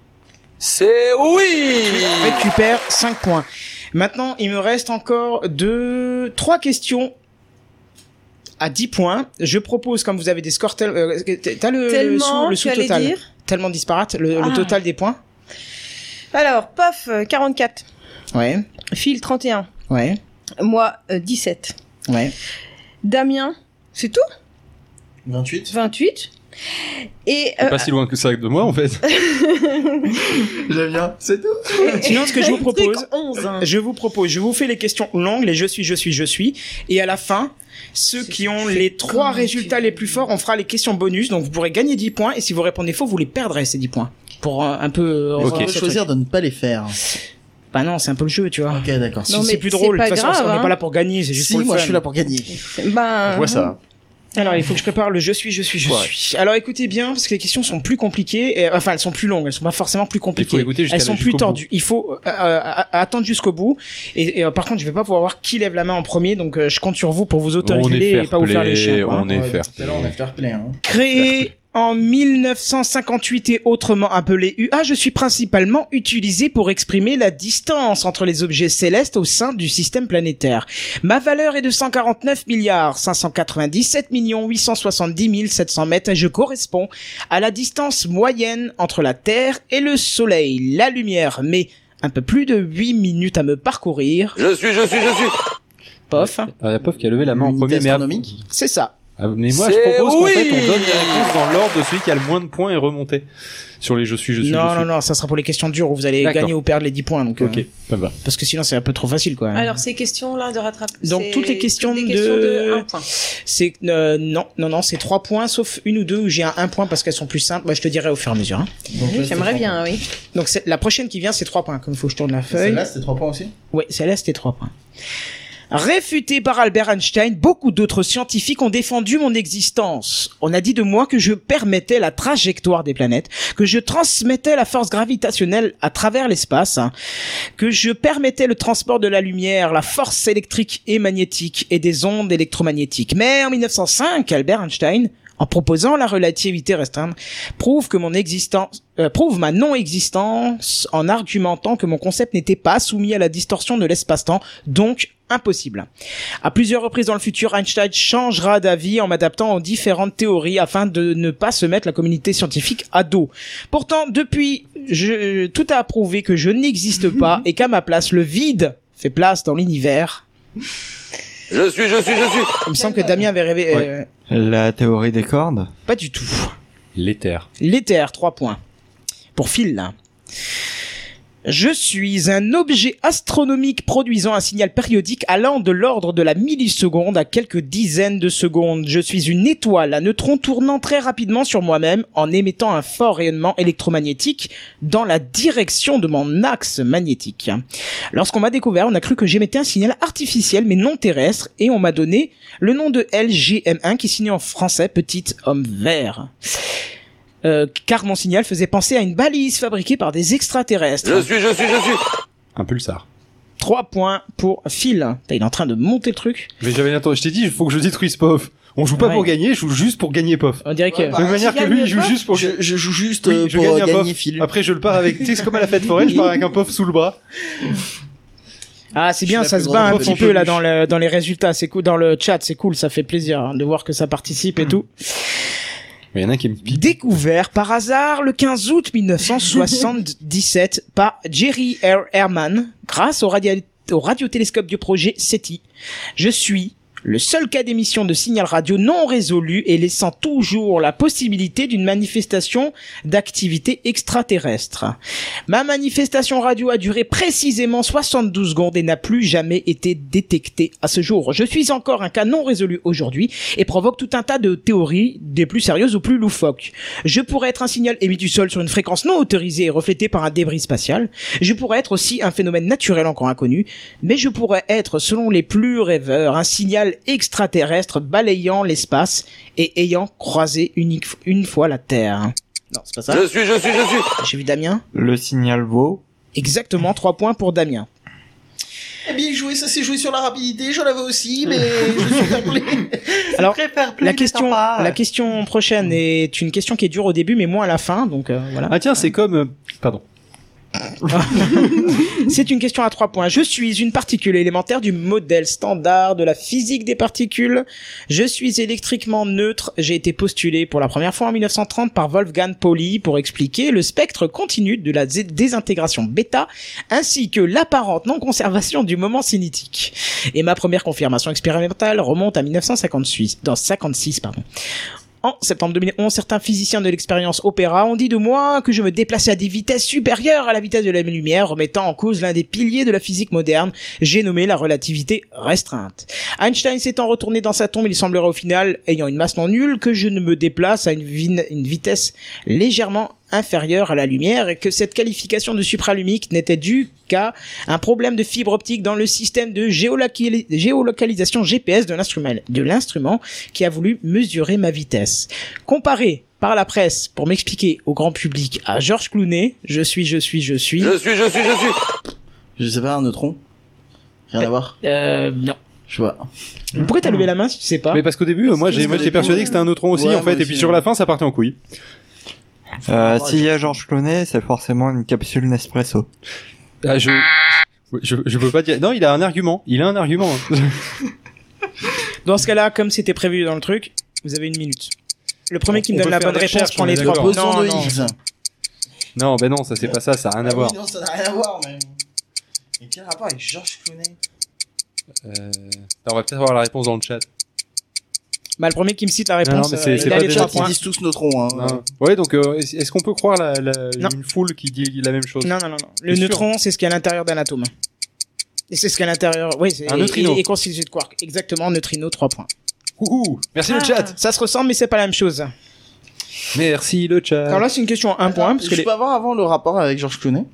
[SPEAKER 5] C'est oui
[SPEAKER 1] récupère 5 points. Maintenant, il me reste encore deux, trois questions à 10 points. Je propose, comme vous avez des scores, tel- euh, t'as le, le sous,
[SPEAKER 8] Tellement,
[SPEAKER 1] le
[SPEAKER 8] tu allais
[SPEAKER 1] sous-total.
[SPEAKER 8] dire
[SPEAKER 1] Tellement disparate, le, le
[SPEAKER 8] Ah.
[SPEAKER 1] total des points.
[SPEAKER 8] Alors, Pof, euh, 44.
[SPEAKER 1] Ouais.
[SPEAKER 8] Phil, 31.
[SPEAKER 1] Ouais.
[SPEAKER 8] Moi, euh, 17.
[SPEAKER 1] Ouais.
[SPEAKER 8] Damien, c'est tout
[SPEAKER 4] 28
[SPEAKER 8] 28. Et.
[SPEAKER 2] T'es
[SPEAKER 8] euh,
[SPEAKER 2] Pas si loin que ça de moi en fait.
[SPEAKER 4] J'aime bien. C'est tout.
[SPEAKER 1] Sinon, ce que je vous
[SPEAKER 8] Patrick,
[SPEAKER 1] propose,
[SPEAKER 8] 11. hein.
[SPEAKER 1] je vous propose, je vous fais les questions longues, les je suis, je suis, je suis, et à la fin, ceux qui ont les trois
[SPEAKER 3] comment
[SPEAKER 1] résultats
[SPEAKER 3] tu-
[SPEAKER 1] les plus forts, on fera les questions bonus, donc vous pourrez gagner 10 points, et si vous répondez faux, vous les perdrez ces 10 points. Pour euh, un peu. euh,
[SPEAKER 4] On
[SPEAKER 1] revoir
[SPEAKER 4] peut
[SPEAKER 1] ce
[SPEAKER 4] choisir
[SPEAKER 1] truc.
[SPEAKER 4] de ne pas les faire.
[SPEAKER 1] Bah non, c'est un peu le jeu, tu vois.
[SPEAKER 4] Ok, d'accord.
[SPEAKER 1] Si
[SPEAKER 8] Non, mais
[SPEAKER 1] c'est plus
[SPEAKER 8] c'est
[SPEAKER 1] drôle, de
[SPEAKER 8] pas
[SPEAKER 1] toute façon,
[SPEAKER 8] grave,
[SPEAKER 1] on n'est
[SPEAKER 8] hein.
[SPEAKER 1] pas là pour gagner, c'est juste
[SPEAKER 4] Si,
[SPEAKER 1] pour le
[SPEAKER 4] moi,
[SPEAKER 1] fun.
[SPEAKER 4] je suis là pour gagner.
[SPEAKER 8] Ben,
[SPEAKER 9] Je vois ça.
[SPEAKER 1] Alors, il faut que je prépare le je suis, je suis, je
[SPEAKER 2] Ouais.
[SPEAKER 1] suis. Alors, écoutez bien, parce que les questions sont plus compliquées. et- enfin, elles sont plus longues. Elles sont pas forcément plus compliquées.
[SPEAKER 2] écouter jusqu'à
[SPEAKER 1] elles sont
[SPEAKER 2] aller
[SPEAKER 1] plus
[SPEAKER 2] jusqu'au
[SPEAKER 1] tordues. Il faut euh, euh, a- attendre jusqu'au bout. Et, et, euh, par contre, je vais pas pouvoir voir qui lève la main en premier. Donc, euh, je compte sur vous pour vous
[SPEAKER 2] on
[SPEAKER 1] autoriser
[SPEAKER 2] est
[SPEAKER 1] et
[SPEAKER 2] fair
[SPEAKER 1] pas vous faire les
[SPEAKER 2] play,
[SPEAKER 1] chiens. hein.
[SPEAKER 2] on est fair.
[SPEAKER 4] Tout à l'heure, on a fair play. Hein.
[SPEAKER 1] Créé en 1958 et autrement appelé UA, je suis principalement utilisé pour exprimer la distance entre les objets célestes au sein du système planétaire. Ma valeur est de 149 milliards 597 millions 870 700 mètres et je correspond à la distance moyenne entre la Terre et le Soleil. La lumière met un peu plus de 8 minutes à me parcourir.
[SPEAKER 5] Je suis, je suis, je suis.
[SPEAKER 1] Pof,
[SPEAKER 2] Ah, la pauvre qui a levé la main en
[SPEAKER 4] L'unité
[SPEAKER 2] premier. Mais, à-
[SPEAKER 4] astronomique.
[SPEAKER 1] c'est ça.
[SPEAKER 2] ah, mais moi je
[SPEAKER 5] C'est
[SPEAKER 2] propose qu'en fait
[SPEAKER 5] oui
[SPEAKER 2] on donne les réponses dans l'ordre de celui qui a le moins de points et remonté. Sur les je suis, je suis,
[SPEAKER 1] non,
[SPEAKER 2] je
[SPEAKER 1] non,
[SPEAKER 2] suis.
[SPEAKER 1] non, ça sera pour les questions dures où vous allez
[SPEAKER 2] D'accord.
[SPEAKER 1] gagner ou perdre les 10 points. Donc, euh,
[SPEAKER 2] Ok, ça va.
[SPEAKER 1] parce que sinon c'est un peu trop facile quoi.
[SPEAKER 3] Alors, ces questions-là de rattrapage.
[SPEAKER 1] Donc,
[SPEAKER 3] c'est
[SPEAKER 1] toutes les questions
[SPEAKER 3] des
[SPEAKER 1] de-
[SPEAKER 3] un point.
[SPEAKER 1] C'est euh, non, non, non, c'est trois points sauf une ou deux où j'ai un, un point parce qu'elles sont plus simples. Bah, je te dirai au fur et à mesure. hein.
[SPEAKER 4] Donc là,
[SPEAKER 8] J'aimerais
[SPEAKER 4] c'était
[SPEAKER 8] bien, oui.
[SPEAKER 1] Donc c'est- la prochaine qui vient, c'est trois points. Comme il faut que je tourne la
[SPEAKER 4] trois points.
[SPEAKER 1] feuille.
[SPEAKER 4] Celle-là, c'était 3 points aussi
[SPEAKER 1] Ouais, celle-là c'était trois points. Réfuté par Albert Einstein, beaucoup d'autres scientifiques ont défendu mon existence. On a dit de moi que je permettais la trajectoire des planètes, que je transmettais la force gravitationnelle à travers l'espace, hein, que je permettais le transport de la lumière, la force électrique et magnétique et des ondes électromagnétiques. Mais en 1905, Albert Einstein, en proposant la relativité restreinte, prouve que mon existence, euh, prouve ma non-existence en argumentant que mon concept n'était pas soumis à la distorsion de l'espace-temps, donc impossible. À plusieurs reprises dans le futur, Einstein changera d'avis en m'adaptant aux différentes théories afin de ne pas se mettre la communauté scientifique à dos. Pourtant, depuis, je, tout a prouvé que je n'existe pas et qu'à ma place, le vide fait place dans l'univers.
[SPEAKER 5] Je suis, je suis, je suis.
[SPEAKER 1] Il me semble que Damien avait rêvé, euh,
[SPEAKER 7] La théorie des cordes
[SPEAKER 1] pas du tout.
[SPEAKER 2] L'éther.
[SPEAKER 1] L'éther, 3 points. Pour Phil. là. Je suis un objet astronomique produisant un signal périodique allant de l'ordre de la milliseconde à quelques dizaines de secondes. Je suis une étoile à neutrons tournant très rapidement sur moi-même en émettant un fort rayonnement électromagnétique dans la direction de mon axe magnétique. Lorsqu'on m'a découvert, on a cru que j'émettais un signal artificiel mais non terrestre et on m'a donné le nom de LGM1 qui signifie en français petit homme vert. Euh, car mon signal faisait penser à une balise fabriquée par des extraterrestres.
[SPEAKER 5] Je suis, je suis, je suis.
[SPEAKER 2] Un pulsar.
[SPEAKER 1] Trois points pour Phil. Putain, Il est en train de monter le truc.
[SPEAKER 2] Mais j'avais attendu, je t'ai dit, il faut que je détruise POF. On joue pas
[SPEAKER 1] Ouais.
[SPEAKER 2] pour gagner, je joue juste pour gagner POF.
[SPEAKER 1] On dirait que...
[SPEAKER 4] Ouais,
[SPEAKER 2] De
[SPEAKER 4] bah,
[SPEAKER 2] la manière
[SPEAKER 4] si
[SPEAKER 2] que
[SPEAKER 4] gagne
[SPEAKER 2] lui, il joue
[SPEAKER 4] pas,
[SPEAKER 2] juste pour-
[SPEAKER 4] Je, je joue juste
[SPEAKER 2] Oui,
[SPEAKER 4] euh,
[SPEAKER 2] je
[SPEAKER 4] pour
[SPEAKER 2] gagne un
[SPEAKER 4] gagner
[SPEAKER 2] pof.
[SPEAKER 4] Phil.
[SPEAKER 2] Après, je le pars avec. Tu sais, c'est comme à la fête foraine, je pars avec un POF sous le bras.
[SPEAKER 1] Ah, c'est
[SPEAKER 4] Je suis
[SPEAKER 1] bien,
[SPEAKER 4] la
[SPEAKER 1] ça
[SPEAKER 4] plus
[SPEAKER 1] se bat un
[SPEAKER 4] grande
[SPEAKER 1] petit
[SPEAKER 2] prof du
[SPEAKER 1] peu là
[SPEAKER 2] peluche.
[SPEAKER 1] dans, le- dans les résultats. C'est cool, dans le chat, c'est cool, ça fait plaisir hein, de voir que ça participe
[SPEAKER 5] Hmm.
[SPEAKER 1] et tout.
[SPEAKER 2] Mais il y en a qui me piquent.
[SPEAKER 1] Découvert par hasard le 15 août 1977 par Jerry R. Herman grâce au, radio- au radiotélescope du projet SETI. Je suis le seul cas d'émission de signal radio non résolu et laissant toujours la possibilité d'une manifestation d'activité extraterrestre. Ma manifestation radio a duré précisément 72 secondes et n'a plus jamais été détectée à ce jour. Je suis encore un cas non résolu aujourd'hui et provoque tout un tas de théories des plus sérieuses aux plus loufoques. Je pourrais être un signal émis du sol sur une fréquence non autorisée et reflété par un débris spatial. Je pourrais être aussi un phénomène naturel encore inconnu, mais je pourrais être, selon les plus rêveurs, un signal extraterrestre balayant l'espace et ayant croisé une, une fois la Terre. Non, c'est pas ça.
[SPEAKER 5] Je suis, je suis, je suis.
[SPEAKER 1] J'ai vu Damien.
[SPEAKER 7] Le signal vaut
[SPEAKER 1] Exactement, trois points pour Damien.
[SPEAKER 4] Eh bien, jouer, ça s'est joué sur la rapidité, je l'avais aussi, mais je suis fair play.
[SPEAKER 1] Alors, la question, la question prochaine est une question qui est dure au début, mais moins à la fin, donc euh, voilà.
[SPEAKER 2] Ah tiens, c'est comme. euh, Pardon.
[SPEAKER 1] C'est une question à trois points. Je suis une particule élémentaire du modèle standard de la physique des particules. Je suis électriquement neutre. J'ai été postulé pour la première fois en 1930 par Wolfgang Pauli pour expliquer le spectre continu de la dé- désintégration bêta ainsi que l'apparente non-conservation du moment cinétique. Et ma première confirmation expérimentale remonte à 1956. Dans 56, pardon. En septembre 2011, certains physiciens de l'expérience Opéra ont dit de moi que je me déplaçais à des vitesses supérieures à la vitesse de la lumière, remettant en cause l'un des piliers de la physique moderne, j'ai nommé la relativité restreinte. Einstein s'étant retourné dans sa tombe, il semblerait au final, ayant une masse non nulle, que je ne me déplace à une, vin- une vitesse légèrement inférieure à la lumière et que cette qualification de supralumique n'était due qu'à un problème de fibre optique dans le système de géolocali- géolocalisation GPS de l'instrument, de l'instrument qui a voulu mesurer ma vitesse. Comparé par la presse pour m'expliquer au grand public à Georges Clooney, je suis, je suis, je suis.
[SPEAKER 5] Je suis, je suis, je suis.
[SPEAKER 4] Je sais pas, un neutron Rien à voir
[SPEAKER 1] Euh, non.
[SPEAKER 4] Je vois.
[SPEAKER 1] Pourquoi t'as levé la main si tu sais pas
[SPEAKER 2] Mais parce qu'au début, euh, moi,
[SPEAKER 4] Parce que
[SPEAKER 2] j'ai- moi,
[SPEAKER 4] c'est
[SPEAKER 2] j'étais
[SPEAKER 4] des
[SPEAKER 2] persuadé
[SPEAKER 4] cons.
[SPEAKER 2] que c'était un neutron aussi,
[SPEAKER 4] Ouais,
[SPEAKER 2] en fait,
[SPEAKER 4] moi
[SPEAKER 2] et puis
[SPEAKER 4] aussi. hein.
[SPEAKER 2] sur la fin, ça partait en couille.
[SPEAKER 7] Euh, S'il y a Georges Clooney, c'est forcément une capsule Nespresso.
[SPEAKER 2] Ah, je... Je, je peux pas dire. Non, il a un argument. Il a un argument.
[SPEAKER 1] Dans ce cas-là, comme c'était prévu dans le truc, vous avez une minute. Le premier qui me
[SPEAKER 2] On
[SPEAKER 1] donne
[SPEAKER 2] peut
[SPEAKER 1] la
[SPEAKER 2] faire
[SPEAKER 1] bonne
[SPEAKER 2] des
[SPEAKER 1] réponse
[SPEAKER 2] recherches,
[SPEAKER 1] prend
[SPEAKER 2] on
[SPEAKER 1] les
[SPEAKER 2] est
[SPEAKER 1] trois
[SPEAKER 2] d'accord.
[SPEAKER 1] points.
[SPEAKER 4] Boson
[SPEAKER 1] Non,
[SPEAKER 4] de
[SPEAKER 1] non.
[SPEAKER 4] Higgs.
[SPEAKER 2] non, ben non, ça c'est pas ça. Ça a rien à
[SPEAKER 4] Ah
[SPEAKER 2] voir.
[SPEAKER 4] oui, non, ça n'a rien à voir, mais. Mais quel rapport avec Georges Clooney
[SPEAKER 2] Euh, on va peut-être avoir la réponse dans le chat.
[SPEAKER 1] Bah, le premier qui me cite la
[SPEAKER 2] Non, non,
[SPEAKER 1] réponse,
[SPEAKER 2] mais
[SPEAKER 1] euh,
[SPEAKER 2] c'est-
[SPEAKER 1] il
[SPEAKER 2] c'est
[SPEAKER 1] a
[SPEAKER 2] pas des
[SPEAKER 1] les trois
[SPEAKER 2] gens
[SPEAKER 4] Déjà,
[SPEAKER 2] qui
[SPEAKER 1] points.
[SPEAKER 4] ils disent tous neutrons, hein.
[SPEAKER 2] Non. Ouais, donc euh, est-ce est-ce qu'on peut croire la, la-
[SPEAKER 1] Non.
[SPEAKER 2] une foule qui dit la même chose
[SPEAKER 1] Non, non, non. non. Le
[SPEAKER 2] T'es sûr
[SPEAKER 1] neutron, c'est ce qu'il y a à l'intérieur d'un atome. Et c'est ce qu'il y a à l'intérieur. Oui, c'est
[SPEAKER 2] Un neutrino.
[SPEAKER 1] Et, et constitué de quark. Exactement, neutrino, 3 points.
[SPEAKER 2] Ouhou Merci le
[SPEAKER 3] Ah.
[SPEAKER 2] chat.
[SPEAKER 1] Ça se ressemble, mais c'est pas la même chose.
[SPEAKER 2] Merci le chat.
[SPEAKER 1] Alors là, c'est une question à un point, parce que
[SPEAKER 4] Euh, je
[SPEAKER 1] les...
[SPEAKER 4] peux avoir avant le rapport avec Georges Clooney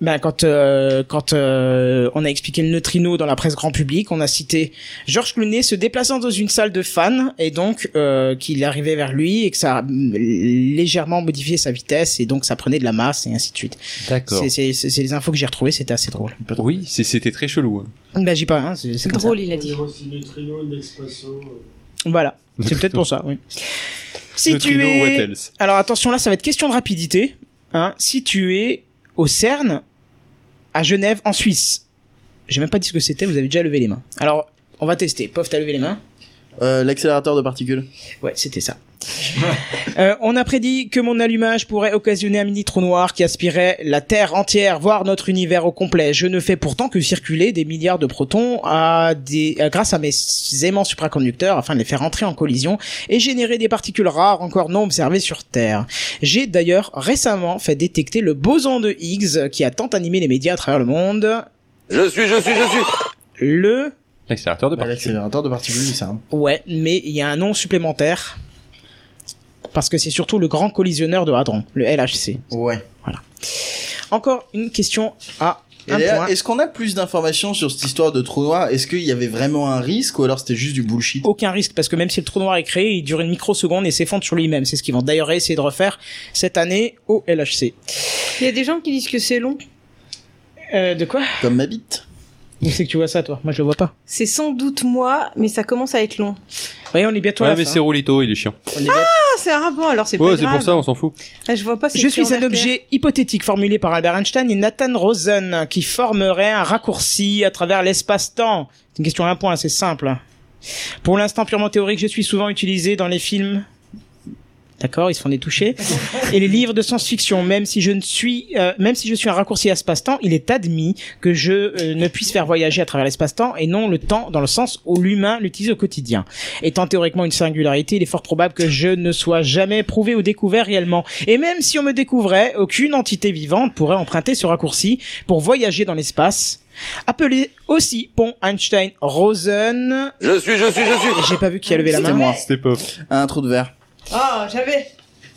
[SPEAKER 1] Ben, quand euh, quand euh, on a expliqué le neutrino dans la presse grand public, on a cité Georges Clooney se déplaçant dans une salle de fans et donc euh, qu'il arrivait vers lui et que ça a mm, légèrement modifié sa vitesse et donc ça prenait de la masse et ainsi de suite.
[SPEAKER 2] D'accord.
[SPEAKER 1] C'est- C'est c'est- c'est les infos que j'ai retrouvées, c'était assez drôle.
[SPEAKER 2] Oui, c'est- c'était très chelou. hein.
[SPEAKER 1] Ben j'ai pas, hein, c'est c'est comme ça.
[SPEAKER 8] Drôle, il a dit.
[SPEAKER 6] Neutrino, Nespresso.
[SPEAKER 1] Voilà, c'est peut-être pour ça. Oui. Si
[SPEAKER 2] le
[SPEAKER 1] tu
[SPEAKER 2] trino
[SPEAKER 1] es-
[SPEAKER 2] Wettels.
[SPEAKER 1] Alors attention, là, ça va être question de rapidité. Hein, si tu es au CERN, à Genève, en Suisse. J'ai même pas dit ce que c'était, vous avez déjà levé les mains. Alors, on va tester. Pof, t'as levé les mains
[SPEAKER 4] euh, L'accélérateur de particules.
[SPEAKER 1] Ouais, c'était ça. Euh, on a prédit que mon allumage pourrait occasionner un mini trou noir qui aspirait la Terre entière, voire notre univers au complet. Je ne fais pourtant que circuler des milliards de protons à des, à- grâce à mes aimants supraconducteurs afin de les faire entrer en collision et générer des particules rares encore non observées sur Terre. J'ai d'ailleurs récemment fait détecter le boson de Higgs qui a tant animé les médias à travers le monde.
[SPEAKER 5] Je suis, je suis, je suis.
[SPEAKER 1] Le...
[SPEAKER 2] L'accélérateur de
[SPEAKER 4] Bah,
[SPEAKER 2] particules.
[SPEAKER 4] L'accélérateur de particules, c'est hein. un.
[SPEAKER 1] Ouais, mais il y a un nom supplémentaire. Parce que c'est surtout le grand collisionneur de Hadron, le LHC.
[SPEAKER 4] Ouais.
[SPEAKER 1] Encore une question à
[SPEAKER 4] Et
[SPEAKER 1] un
[SPEAKER 4] d'ailleurs,
[SPEAKER 1] point.
[SPEAKER 4] est-ce qu'on a plus d'informations sur cette histoire de trou noir Est-ce qu'il y avait vraiment un risque ou alors c'était juste du bullshit
[SPEAKER 1] Aucun risque, parce que même si le trou noir est créé, il dure une microseconde et s'effondre sur lui-même. C'est ce qu'ils vont d'ailleurs essayer de refaire cette année au LHC.
[SPEAKER 8] Il y a des gens qui disent que c'est long.
[SPEAKER 1] Euh, de quoi
[SPEAKER 4] Comme ma bite
[SPEAKER 1] Où c'est que tu vois ça, toi Moi, je le vois pas.
[SPEAKER 8] C'est sans doute moi, mais ça commence à être long.
[SPEAKER 1] Voyons, on est bientôt à
[SPEAKER 2] Ouais,
[SPEAKER 1] la
[SPEAKER 2] mais
[SPEAKER 1] fin.
[SPEAKER 2] c'est Rolito, il est chiant.
[SPEAKER 1] On est bien-
[SPEAKER 8] Ah, c'est un rapport, alors c'est
[SPEAKER 2] Ouais,
[SPEAKER 8] pas
[SPEAKER 2] c'est
[SPEAKER 8] grave.
[SPEAKER 2] pour ça, on s'en fout.
[SPEAKER 8] Ah, je vois pas. c'est
[SPEAKER 1] Je
[SPEAKER 8] écrit
[SPEAKER 1] suis
[SPEAKER 8] en
[SPEAKER 1] un
[SPEAKER 8] vert clair.
[SPEAKER 1] objet hypothétique formulé par Albert Einstein et Nathan Rosen qui formerait un raccourci à travers l'espace-temps. C'est une question à un point, c'est simple. Pour l'instant purement théorique, je suis souvent utilisé dans les films. D'accord, ils se font des touchés. Et les livres de science-fiction, même si je ne suis, euh, même si je suis un raccourci à espace-temps, il est admis que je euh, ne puisse faire voyager à travers l'espace-temps et non le temps dans le sens où l'humain l'utilise au quotidien. Étant théoriquement une singularité, il est fort probable que je ne sois jamais prouvé ou découvert réellement. Et même si on me découvrait, aucune entité vivante pourrait emprunter ce raccourci pour voyager dans l'espace. Appelé aussi pont Einstein-Rosen.
[SPEAKER 5] Je suis, je suis, je suis.
[SPEAKER 1] Ah, J'ai pas vu qui a levé la
[SPEAKER 4] C'était
[SPEAKER 1] main.
[SPEAKER 4] moi.
[SPEAKER 2] C'était pas.
[SPEAKER 4] Un trou de verre.
[SPEAKER 3] Ah, j'avais.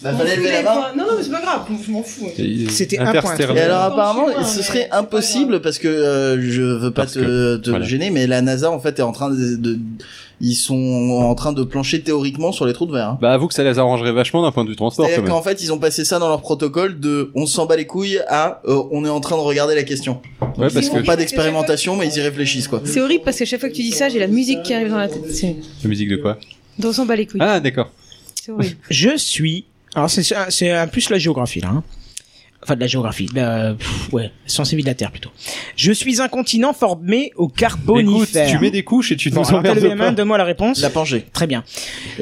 [SPEAKER 4] Bah, fallait lever la
[SPEAKER 3] Mais
[SPEAKER 4] main.
[SPEAKER 3] bon, Non, non, mais c'est pas grave, je m'en fous.
[SPEAKER 1] C'était un point.
[SPEAKER 4] Et alors
[SPEAKER 3] Attends, je
[SPEAKER 4] apparemment,
[SPEAKER 3] suis loin,
[SPEAKER 4] ce
[SPEAKER 3] hein, mais
[SPEAKER 4] serait
[SPEAKER 3] c'est pas
[SPEAKER 4] impossible parce que euh, je veux pas
[SPEAKER 2] Parce
[SPEAKER 4] te,
[SPEAKER 2] que,
[SPEAKER 4] te
[SPEAKER 2] voilà.
[SPEAKER 4] gêner, mais la NASA en fait est en train de, de- ils sont en train de plancher théoriquement sur les trous de verre. hein.
[SPEAKER 2] Bah, avoue que ça les arrangerait vachement d'un point de vue transport, quand
[SPEAKER 4] C'est-à-dire
[SPEAKER 2] même.
[SPEAKER 4] qu'en fait, ils ont passé ça dans leur protocole de on s'en bat les couilles à euh, on est en train de regarder la question.
[SPEAKER 2] Ouais, parce
[SPEAKER 4] Ils font
[SPEAKER 2] que
[SPEAKER 4] pas d'expérimentation, mais ils y réfléchissent quoi.
[SPEAKER 8] C'est horrible parce que chaque fois que tu dis ça, j'ai la musique qui arrive dans la tête. C'est
[SPEAKER 2] la musique de quoi
[SPEAKER 8] dans son bas les couilles.
[SPEAKER 2] Ah, d'accord.
[SPEAKER 8] C'est horrible.
[SPEAKER 1] euh, Je suis. Alors c'est c'est un- c'est un plus la géographie là. hein. Enfin, de la géographie. de la- pff, ouais, sciences et vie de la Terre plutôt. Je suis un continent formé au carbonifère.
[SPEAKER 2] Écoute, tu mets des couches et tu
[SPEAKER 1] Bon,
[SPEAKER 2] nous
[SPEAKER 1] alors,
[SPEAKER 2] emmerdes
[SPEAKER 1] levez la main,
[SPEAKER 2] pas.
[SPEAKER 1] Donne-moi la réponse.
[SPEAKER 4] La Pangée.
[SPEAKER 1] Très bien.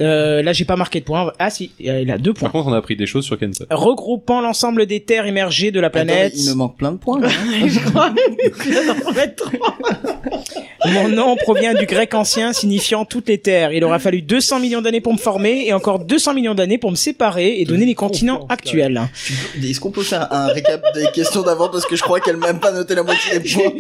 [SPEAKER 1] Euh, là, j'ai pas marqué de points. Ah si, euh, il a deux points.
[SPEAKER 2] Par contre, on a appris des choses sur Kenton.
[SPEAKER 1] Regroupant l'ensemble des terres immergées de la planète.
[SPEAKER 4] Attends, il me manque plein de points. là. hein.
[SPEAKER 3] Je crois que en fait trois.
[SPEAKER 1] Mon nom provient du grec ancien signifiant toutes les terres. Il aura fallu 200 millions d'années pour me former et encore 200 millions d'années pour me séparer et donner les continents actuels.
[SPEAKER 4] Tu peux- Est-ce qu'on peut faire un récap des questions d'avant parce que je crois qu'elle m'a même pas noté la moitié des points.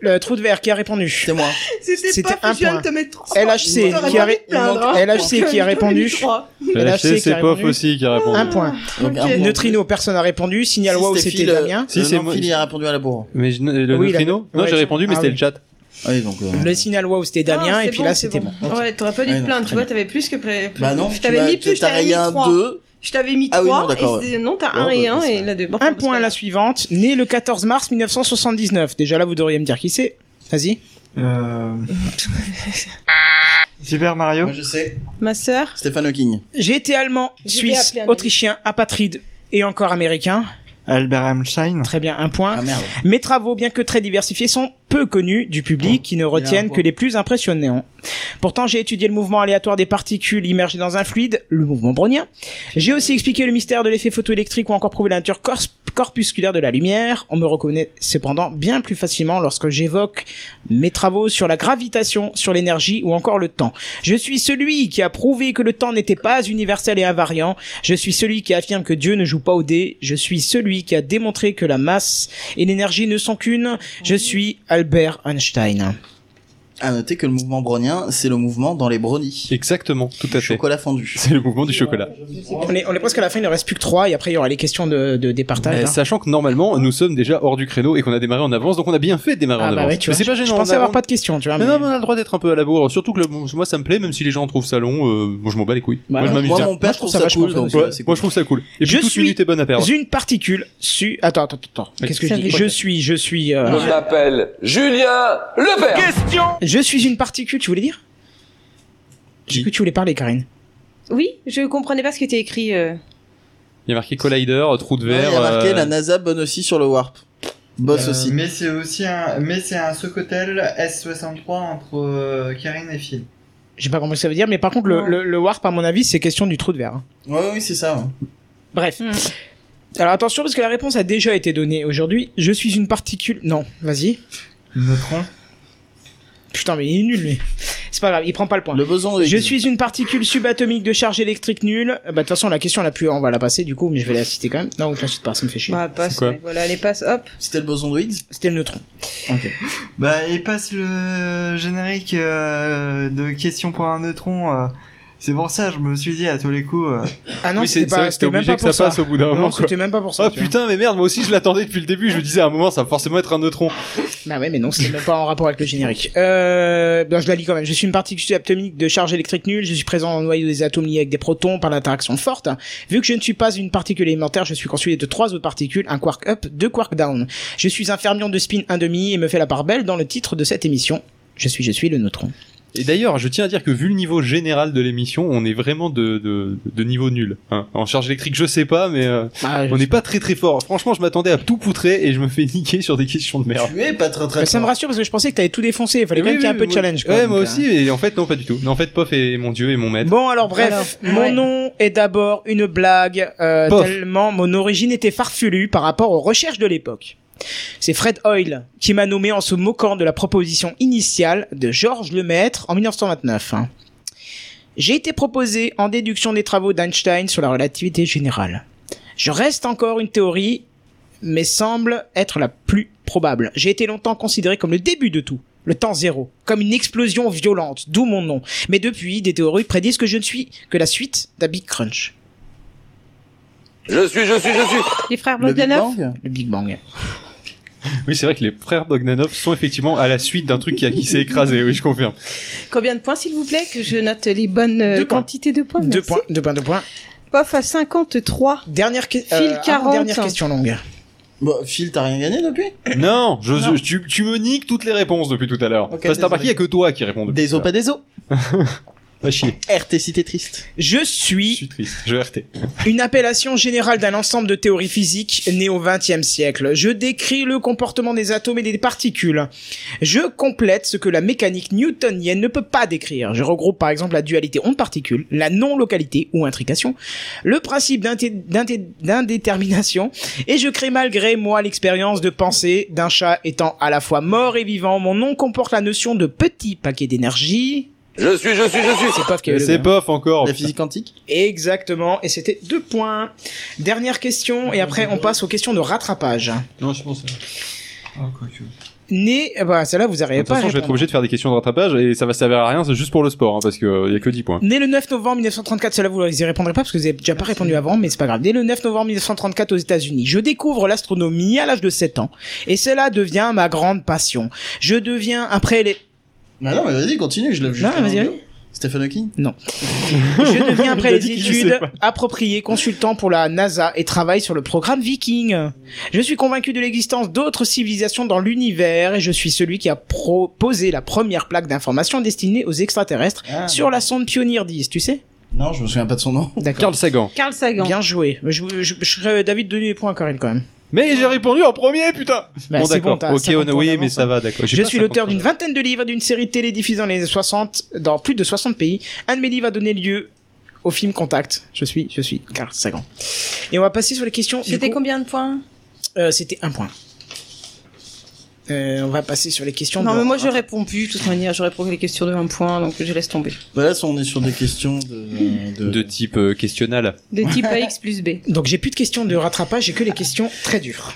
[SPEAKER 1] Le trou de verre qui a répondu.
[SPEAKER 4] C'est moi.
[SPEAKER 3] C'était
[SPEAKER 1] C'était
[SPEAKER 3] pas
[SPEAKER 1] un
[SPEAKER 3] je viens
[SPEAKER 1] point.
[SPEAKER 3] de te mettre trois.
[SPEAKER 1] LHC
[SPEAKER 3] T'aurais
[SPEAKER 1] qui
[SPEAKER 3] pas
[SPEAKER 1] a,
[SPEAKER 3] dû
[SPEAKER 1] ré-
[SPEAKER 3] te plaindre, hein.
[SPEAKER 1] LHC qui a
[SPEAKER 3] J'aurais mis
[SPEAKER 1] répondu.
[SPEAKER 3] trois.
[SPEAKER 1] LHC
[SPEAKER 2] LHC,
[SPEAKER 1] qui a
[SPEAKER 2] c'est POF
[SPEAKER 1] répondu.
[SPEAKER 2] aussi qui a répondu.
[SPEAKER 1] Un point.
[SPEAKER 4] Donc, un
[SPEAKER 3] Ah. Ok.
[SPEAKER 4] point.
[SPEAKER 1] Neutrino, personne n'a répondu. Signal
[SPEAKER 4] Si
[SPEAKER 1] Wow,
[SPEAKER 4] c'était
[SPEAKER 1] c'était
[SPEAKER 4] Phil, euh,
[SPEAKER 1] Damien.
[SPEAKER 2] Si,
[SPEAKER 4] euh,
[SPEAKER 2] c'est
[SPEAKER 4] non,
[SPEAKER 2] moi.
[SPEAKER 4] Phil, il a répondu à la bourre.
[SPEAKER 2] Mais je- le
[SPEAKER 1] Oui, la-
[SPEAKER 2] neutrino
[SPEAKER 1] ouais,
[SPEAKER 2] Non, j'ai
[SPEAKER 1] c'est-
[SPEAKER 2] répondu, mais
[SPEAKER 1] ah
[SPEAKER 2] c'était
[SPEAKER 1] oui.
[SPEAKER 2] le chat.
[SPEAKER 4] Oui, donc. euh,
[SPEAKER 1] Le Signal Wow, c'était Damien.
[SPEAKER 3] Ah,
[SPEAKER 1] et
[SPEAKER 3] c'est
[SPEAKER 1] puis
[SPEAKER 3] bon,
[SPEAKER 1] là,
[SPEAKER 3] c'est
[SPEAKER 1] c'était bon.
[SPEAKER 4] Ok.
[SPEAKER 3] Ouais, t'aurais pas dû
[SPEAKER 4] Ouais,
[SPEAKER 3] te
[SPEAKER 4] non,
[SPEAKER 3] plaindre,
[SPEAKER 4] très
[SPEAKER 3] tu vois, t'avais plus que. pré-
[SPEAKER 4] Bah non,
[SPEAKER 3] je
[SPEAKER 4] tu
[SPEAKER 3] t'avais
[SPEAKER 4] m'as-
[SPEAKER 3] mis plus, je
[SPEAKER 4] t'as
[SPEAKER 3] t'avais
[SPEAKER 4] rayé
[SPEAKER 3] mis
[SPEAKER 4] un
[SPEAKER 3] trois.
[SPEAKER 4] 2.
[SPEAKER 3] Je t'avais mis
[SPEAKER 4] Ah oui,
[SPEAKER 3] 3
[SPEAKER 4] non, d'accord,
[SPEAKER 3] et c'est- non, t'as
[SPEAKER 4] Ah,
[SPEAKER 3] un
[SPEAKER 4] bah,
[SPEAKER 3] et un
[SPEAKER 4] c'est
[SPEAKER 3] et
[SPEAKER 4] ça.
[SPEAKER 3] la 2.
[SPEAKER 1] Un point à la suivante. Né le 14 mars 1979. Déjà là, vous devriez me dire qui c'est. Vas-y.
[SPEAKER 7] Euh... Super Mario
[SPEAKER 4] Moi, je sais.
[SPEAKER 8] Ma sœur,
[SPEAKER 4] Stéphane Hawking.
[SPEAKER 1] J'ai été allemand,
[SPEAKER 3] Je vais
[SPEAKER 1] suisse,
[SPEAKER 3] appeler un ami.
[SPEAKER 1] autrichien, apatride et encore américain.
[SPEAKER 7] Albert Einstein
[SPEAKER 1] Très bien, un point.
[SPEAKER 4] Ah merde.
[SPEAKER 1] Mes travaux, bien que très diversifiés, sont peu connus du public
[SPEAKER 4] Ah,
[SPEAKER 1] qui ne retiennent
[SPEAKER 4] point.
[SPEAKER 1] que les plus impressionnants. Pourtant, j'ai étudié le mouvement aléatoire des particules immergées dans un fluide, le mouvement brownien. J'ai aussi expliqué le mystère de l'effet photoélectrique ou encore prouvé la nature cors- corpusculaire de la lumière. On me reconnaît cependant bien plus facilement lorsque j'évoque mes travaux sur la gravitation, sur l'énergie ou encore le temps. Je suis celui qui a prouvé que le temps n'était pas universel et invariant. Je suis celui qui affirme que Dieu ne joue pas au dé. Je suis celui qui a démontré que la masse et l'énergie ne sont qu'une. Je suis Albert Einstein.
[SPEAKER 4] À noter que le mouvement brownien, c'est le mouvement dans les brownies.
[SPEAKER 2] Exactement, tout à fait.
[SPEAKER 4] Chocolat fondu.
[SPEAKER 2] C'est le mouvement du chocolat.
[SPEAKER 1] On est, on est presque à la fin, il ne reste plus que trois et après il y aura les questions de, de départage.
[SPEAKER 2] Euh,
[SPEAKER 1] hein.
[SPEAKER 2] sachant que normalement, nous sommes déjà hors du créneau et qu'on a démarré en avance, donc on a bien fait de démarrer
[SPEAKER 1] Ah
[SPEAKER 2] en
[SPEAKER 1] bah
[SPEAKER 2] avance.
[SPEAKER 1] ouais, tu
[SPEAKER 2] mais
[SPEAKER 1] vois,
[SPEAKER 2] c'est pas
[SPEAKER 1] je-
[SPEAKER 2] gênant.
[SPEAKER 1] Je pensais
[SPEAKER 2] on a-
[SPEAKER 1] avoir pas de questions, tu vois.
[SPEAKER 2] Mais
[SPEAKER 1] mais-
[SPEAKER 2] non, mais on a le droit d'être un peu à la bourre. Surtout que le- moi, ça me plaît, même si les gens en trouvent ça long, euh, moi, je m'en bats les couilles.
[SPEAKER 1] Bah,
[SPEAKER 2] moi, je
[SPEAKER 1] non,
[SPEAKER 2] m'amuse
[SPEAKER 4] Moi,
[SPEAKER 2] bien.
[SPEAKER 4] mon père, je trouve ça
[SPEAKER 1] vachement
[SPEAKER 4] cool.
[SPEAKER 1] fun
[SPEAKER 4] donc,
[SPEAKER 1] aussi.
[SPEAKER 4] euh,
[SPEAKER 2] Ouais,
[SPEAKER 4] c'est
[SPEAKER 2] moi,
[SPEAKER 4] cool.
[SPEAKER 2] je trouve ça cool. Et puis,
[SPEAKER 1] Je
[SPEAKER 2] toute
[SPEAKER 1] suis-
[SPEAKER 2] minute est bonne à perdre.
[SPEAKER 1] Une particule su. Attends, attends, attends.
[SPEAKER 2] Oui.
[SPEAKER 1] Qu'est-ce que je
[SPEAKER 8] Ça
[SPEAKER 1] dis
[SPEAKER 8] fait
[SPEAKER 1] Je suis, je suis, euh,
[SPEAKER 5] Je m'appelle Julien Lepers.
[SPEAKER 1] je suis une particule. Tu voulais dire J'ai
[SPEAKER 2] Qui
[SPEAKER 1] cru que tu voulais parler, Karine.
[SPEAKER 8] oui, je comprenais pas ce qui était écrit. euh.
[SPEAKER 2] Il y a marqué Collider, trou de
[SPEAKER 4] Ouais,
[SPEAKER 2] verre.
[SPEAKER 4] il y a marqué
[SPEAKER 2] euh,
[SPEAKER 4] la NASA bonne aussi sur le warp. Boss
[SPEAKER 11] Euh,
[SPEAKER 4] aussi.
[SPEAKER 11] Mais c'est aussi un, mais c'est un Socotel S63 entre euh, Karine et Phil.
[SPEAKER 1] J'ai pas compris ce que ça veut dire, mais par contre, le,
[SPEAKER 8] Non.
[SPEAKER 1] le, le warp, à mon avis, c'est question du trou de verre. hein.
[SPEAKER 4] Ouais, oui, c'est ça. ouais.
[SPEAKER 1] Bref.
[SPEAKER 8] Hmm.
[SPEAKER 1] Alors attention, parce que la réponse a déjà été donnée aujourd'hui. Je suis une particule. Non, vas-y.
[SPEAKER 11] Neutron.
[SPEAKER 1] Putain, mais il est nul, lui. C'est pas grave, il prend pas le point.
[SPEAKER 4] Le boson.
[SPEAKER 1] Je suis une particule subatomique de charge électrique nulle. Euh, Bah, de toute façon, la question la plus, on va la passer du coup, mais je vais la citer quand même. Non, je la cite pas, ça me fait chier.
[SPEAKER 8] Bah, passe,
[SPEAKER 2] quoi
[SPEAKER 8] ouais, voilà, allez, passe, hop.
[SPEAKER 4] C'était le boson de Higgs.
[SPEAKER 1] C'était le neutron.
[SPEAKER 11] Bah, il passe le générique euh, de question pour un neutron. euh, c'est pour ça, je me suis dit à tous les coups. euh,
[SPEAKER 1] Ah non,
[SPEAKER 2] oui, c'est
[SPEAKER 1] c'était
[SPEAKER 2] c'est vrai
[SPEAKER 1] pas,
[SPEAKER 2] que c'était
[SPEAKER 1] c'était même
[SPEAKER 2] obligé
[SPEAKER 1] pas
[SPEAKER 2] que ça
[SPEAKER 1] pour ça.
[SPEAKER 2] passe au bout d'un moment.
[SPEAKER 1] Non,
[SPEAKER 2] quoi.
[SPEAKER 1] c'était même pas pour ça.
[SPEAKER 2] Ah
[SPEAKER 1] tu vois.
[SPEAKER 2] putain, mais merde, moi aussi je l'attendais depuis le début. Je me disais à un moment, ça va forcément être un neutron.
[SPEAKER 1] Bah ouais, mais non, c'est même pas en rapport avec le générique. Euh, ben, je la lis quand même. Je suis une particule subatomique de charge électrique nulle. Je suis présent dans le noyau des atomes liés avec des protons par l'interaction forte. Vu que je ne suis pas une particule élémentaire, je suis constitué de trois autres particules, un quark up, deux quark down. Je suis un fermion de spin 1,5 et me fait la part belle dans le titre de cette émission. Je suis, je suis le neutron.
[SPEAKER 2] Et d'ailleurs, je tiens à dire que vu le niveau général de l'émission, on est vraiment de, de, de niveau nul. hein. En charge électrique, je sais pas, mais euh,
[SPEAKER 1] Ah, je-
[SPEAKER 2] on n'est pas très très fort. Franchement, je m'attendais à tout poutrer et je me fais niquer sur des questions de merde.
[SPEAKER 4] Tu es pas très très.
[SPEAKER 1] Mais ça me
[SPEAKER 4] fort.
[SPEAKER 1] rassure parce que je pensais que t'avais tout défoncé. Il fallait quand
[SPEAKER 2] Oui,
[SPEAKER 1] même qu'il y ait un
[SPEAKER 2] oui,
[SPEAKER 1] peu de
[SPEAKER 2] moi-
[SPEAKER 1] challenge. quoi.
[SPEAKER 2] ouais, moi
[SPEAKER 1] Donc, euh,
[SPEAKER 2] aussi, et en fait, non, pas du tout. Non, en fait, Pof est mon dieu et mon maître.
[SPEAKER 1] Bon alors bref,
[SPEAKER 8] Alors,
[SPEAKER 1] mon
[SPEAKER 8] ouais.
[SPEAKER 1] nom est d'abord une blague euh,
[SPEAKER 2] Pof.
[SPEAKER 1] tellement mon origine était farfelue par rapport aux recherches de l'époque. C'est Fred Hoyle qui m'a nommé en se moquant de la proposition initiale de Georges Lemaître en 1929. hein. J'ai été proposé en déduction des travaux d'Einstein sur la relativité générale. Je reste encore une théorie, mais semble être la plus probable. J'ai été longtemps considéré comme le début de tout, le temps zéro, comme une explosion violente, d'où mon nom. Mais depuis, des théories prédisent que je ne suis que la suite d'un Big Crunch,
[SPEAKER 5] Je suis, je suis, je suis.
[SPEAKER 8] Les frères
[SPEAKER 4] Le Big
[SPEAKER 8] Bogdanov
[SPEAKER 4] Bang
[SPEAKER 1] le Big Bang.
[SPEAKER 2] Oui, c'est vrai que les frères Bogdanov sont effectivement à la suite d'un truc qui, a- qui s'est écrasé. Oui, je confirme.
[SPEAKER 8] Combien de points, s'il vous plaît, que je note les bonnes euh,
[SPEAKER 1] Deux points.
[SPEAKER 8] quantités de points
[SPEAKER 1] deux
[SPEAKER 8] merci.
[SPEAKER 1] points, deux points, deux points.
[SPEAKER 8] Pof à 53.
[SPEAKER 1] Dernière, que- euh,
[SPEAKER 8] Fil 40.
[SPEAKER 1] dernière question longue.
[SPEAKER 4] Bon, Bah, Phil, t'as rien gagné depuis
[SPEAKER 2] Non, je, je- tu, tu me niques toutes les réponses depuis tout à l'heure.
[SPEAKER 4] Ok,
[SPEAKER 2] Parce que t'as
[SPEAKER 4] désolé.
[SPEAKER 2] remarqué, il y a que toi qui réponds. depuis
[SPEAKER 4] Des
[SPEAKER 2] tout à
[SPEAKER 4] os, pas des os.
[SPEAKER 2] l'heure. Va chier.
[SPEAKER 4] RT, si t'es triste.
[SPEAKER 1] Je suis
[SPEAKER 2] Triste. Je vais RT.
[SPEAKER 1] Une appellation générale d'un ensemble de théories physiques nées au XXe siècle. Je décris le comportement des atomes et des particules. Je complète ce que la mécanique newtonienne ne peut pas décrire. Je regroupe par exemple la dualité onde-particule, la non-localité ou intrication, le principe d'inté- d'inté- d'indétermination, et je crée malgré moi l'expérience de penser d'un chat étant à la fois mort et vivant. Mon nom comporte la notion de petit paquet d'énergie.
[SPEAKER 5] Je suis, je suis, je suis.
[SPEAKER 1] C'est pof qui avait levé,
[SPEAKER 2] C'est
[SPEAKER 1] hein.
[SPEAKER 2] pof encore. La
[SPEAKER 4] physique quantique
[SPEAKER 1] Exactement, et c'était deux points. Dernière question, et après on passe aux questions de rattrapage.
[SPEAKER 2] Non, je pense.
[SPEAKER 11] Ah,
[SPEAKER 1] Né, eh ben, celle-là vous
[SPEAKER 2] De
[SPEAKER 1] arrivez
[SPEAKER 2] toute
[SPEAKER 1] pas à
[SPEAKER 2] façon, je vais être
[SPEAKER 1] répondre.
[SPEAKER 2] obligé de faire des questions de rattrapage et ça va servir à rien, c'est juste pour le sport, hein, parce qu'il n'y a que 10 points.
[SPEAKER 1] Né le 9 novembre 1934, cela vous y répondrez pas parce que vous avez déjà pas répondu avant, mais c'est pas grave. Né le 9 novembre 1934 aux États-Unis, je découvre l'astronomie à l'âge de 7 ans, et cela devient ma grande passion. Je deviens après les.
[SPEAKER 4] Ah non, mais vas-y, continue, je lève juste.
[SPEAKER 1] Non, vas-y,
[SPEAKER 4] un
[SPEAKER 1] vas-y.
[SPEAKER 4] doigt. Stephen Hawking
[SPEAKER 1] Non. Je deviens après
[SPEAKER 4] Il a
[SPEAKER 1] les
[SPEAKER 4] dit qu'il le sait
[SPEAKER 1] études
[SPEAKER 4] pas.
[SPEAKER 1] appropriées consultant pour la NASA et travaille sur le programme Viking. Je suis convaincu de l'existence d'autres civilisations dans l'univers et je suis celui qui a proposé la première plaque d'information destinée aux extraterrestres
[SPEAKER 4] Ah,
[SPEAKER 1] sur la sonde Pioneer 10, tu sais
[SPEAKER 4] Non, je me souviens pas de son nom.
[SPEAKER 1] D'accord.
[SPEAKER 2] Carl Sagan.
[SPEAKER 8] Carl Sagan.
[SPEAKER 1] Bien joué. Je, je, je serais David donner les points à Corinne quand même.
[SPEAKER 2] Mais j'ai répondu en premier, putain
[SPEAKER 1] Bah,
[SPEAKER 2] Bon,
[SPEAKER 1] c'est
[SPEAKER 2] d'accord.
[SPEAKER 1] bon, t'as
[SPEAKER 2] ok,
[SPEAKER 1] 50
[SPEAKER 2] on-
[SPEAKER 1] points
[SPEAKER 2] oui,
[SPEAKER 1] d'avance,
[SPEAKER 2] mais ça
[SPEAKER 1] hein.
[SPEAKER 2] va, d'accord. J'ai
[SPEAKER 1] Je
[SPEAKER 2] pas
[SPEAKER 1] suis
[SPEAKER 2] 50
[SPEAKER 1] l'auteur
[SPEAKER 2] points.
[SPEAKER 1] d'une vingtaine de livres et d'une série télé diffusée dans les années 60 dans plus de 60 pays. Un de mes livres a donné lieu au film Contact. Je suis, je suis Carl Sagan. Et on va passer sur les questions. du
[SPEAKER 8] C'était
[SPEAKER 1] coup.
[SPEAKER 8] combien de points
[SPEAKER 1] Euh, C'était un point. Euh, on va passer sur les questions.
[SPEAKER 8] Non,
[SPEAKER 1] de-
[SPEAKER 8] mais moi je réponds plus, de toute manière, je réponds que les questions de 1 point, donc je laisse tomber.
[SPEAKER 4] Bah là, on est sur des questions de. de-
[SPEAKER 2] De type euh, questionnal.
[SPEAKER 8] De type AX plus B.
[SPEAKER 1] Donc j'ai plus de questions de rattrapage, j'ai que les questions très dures.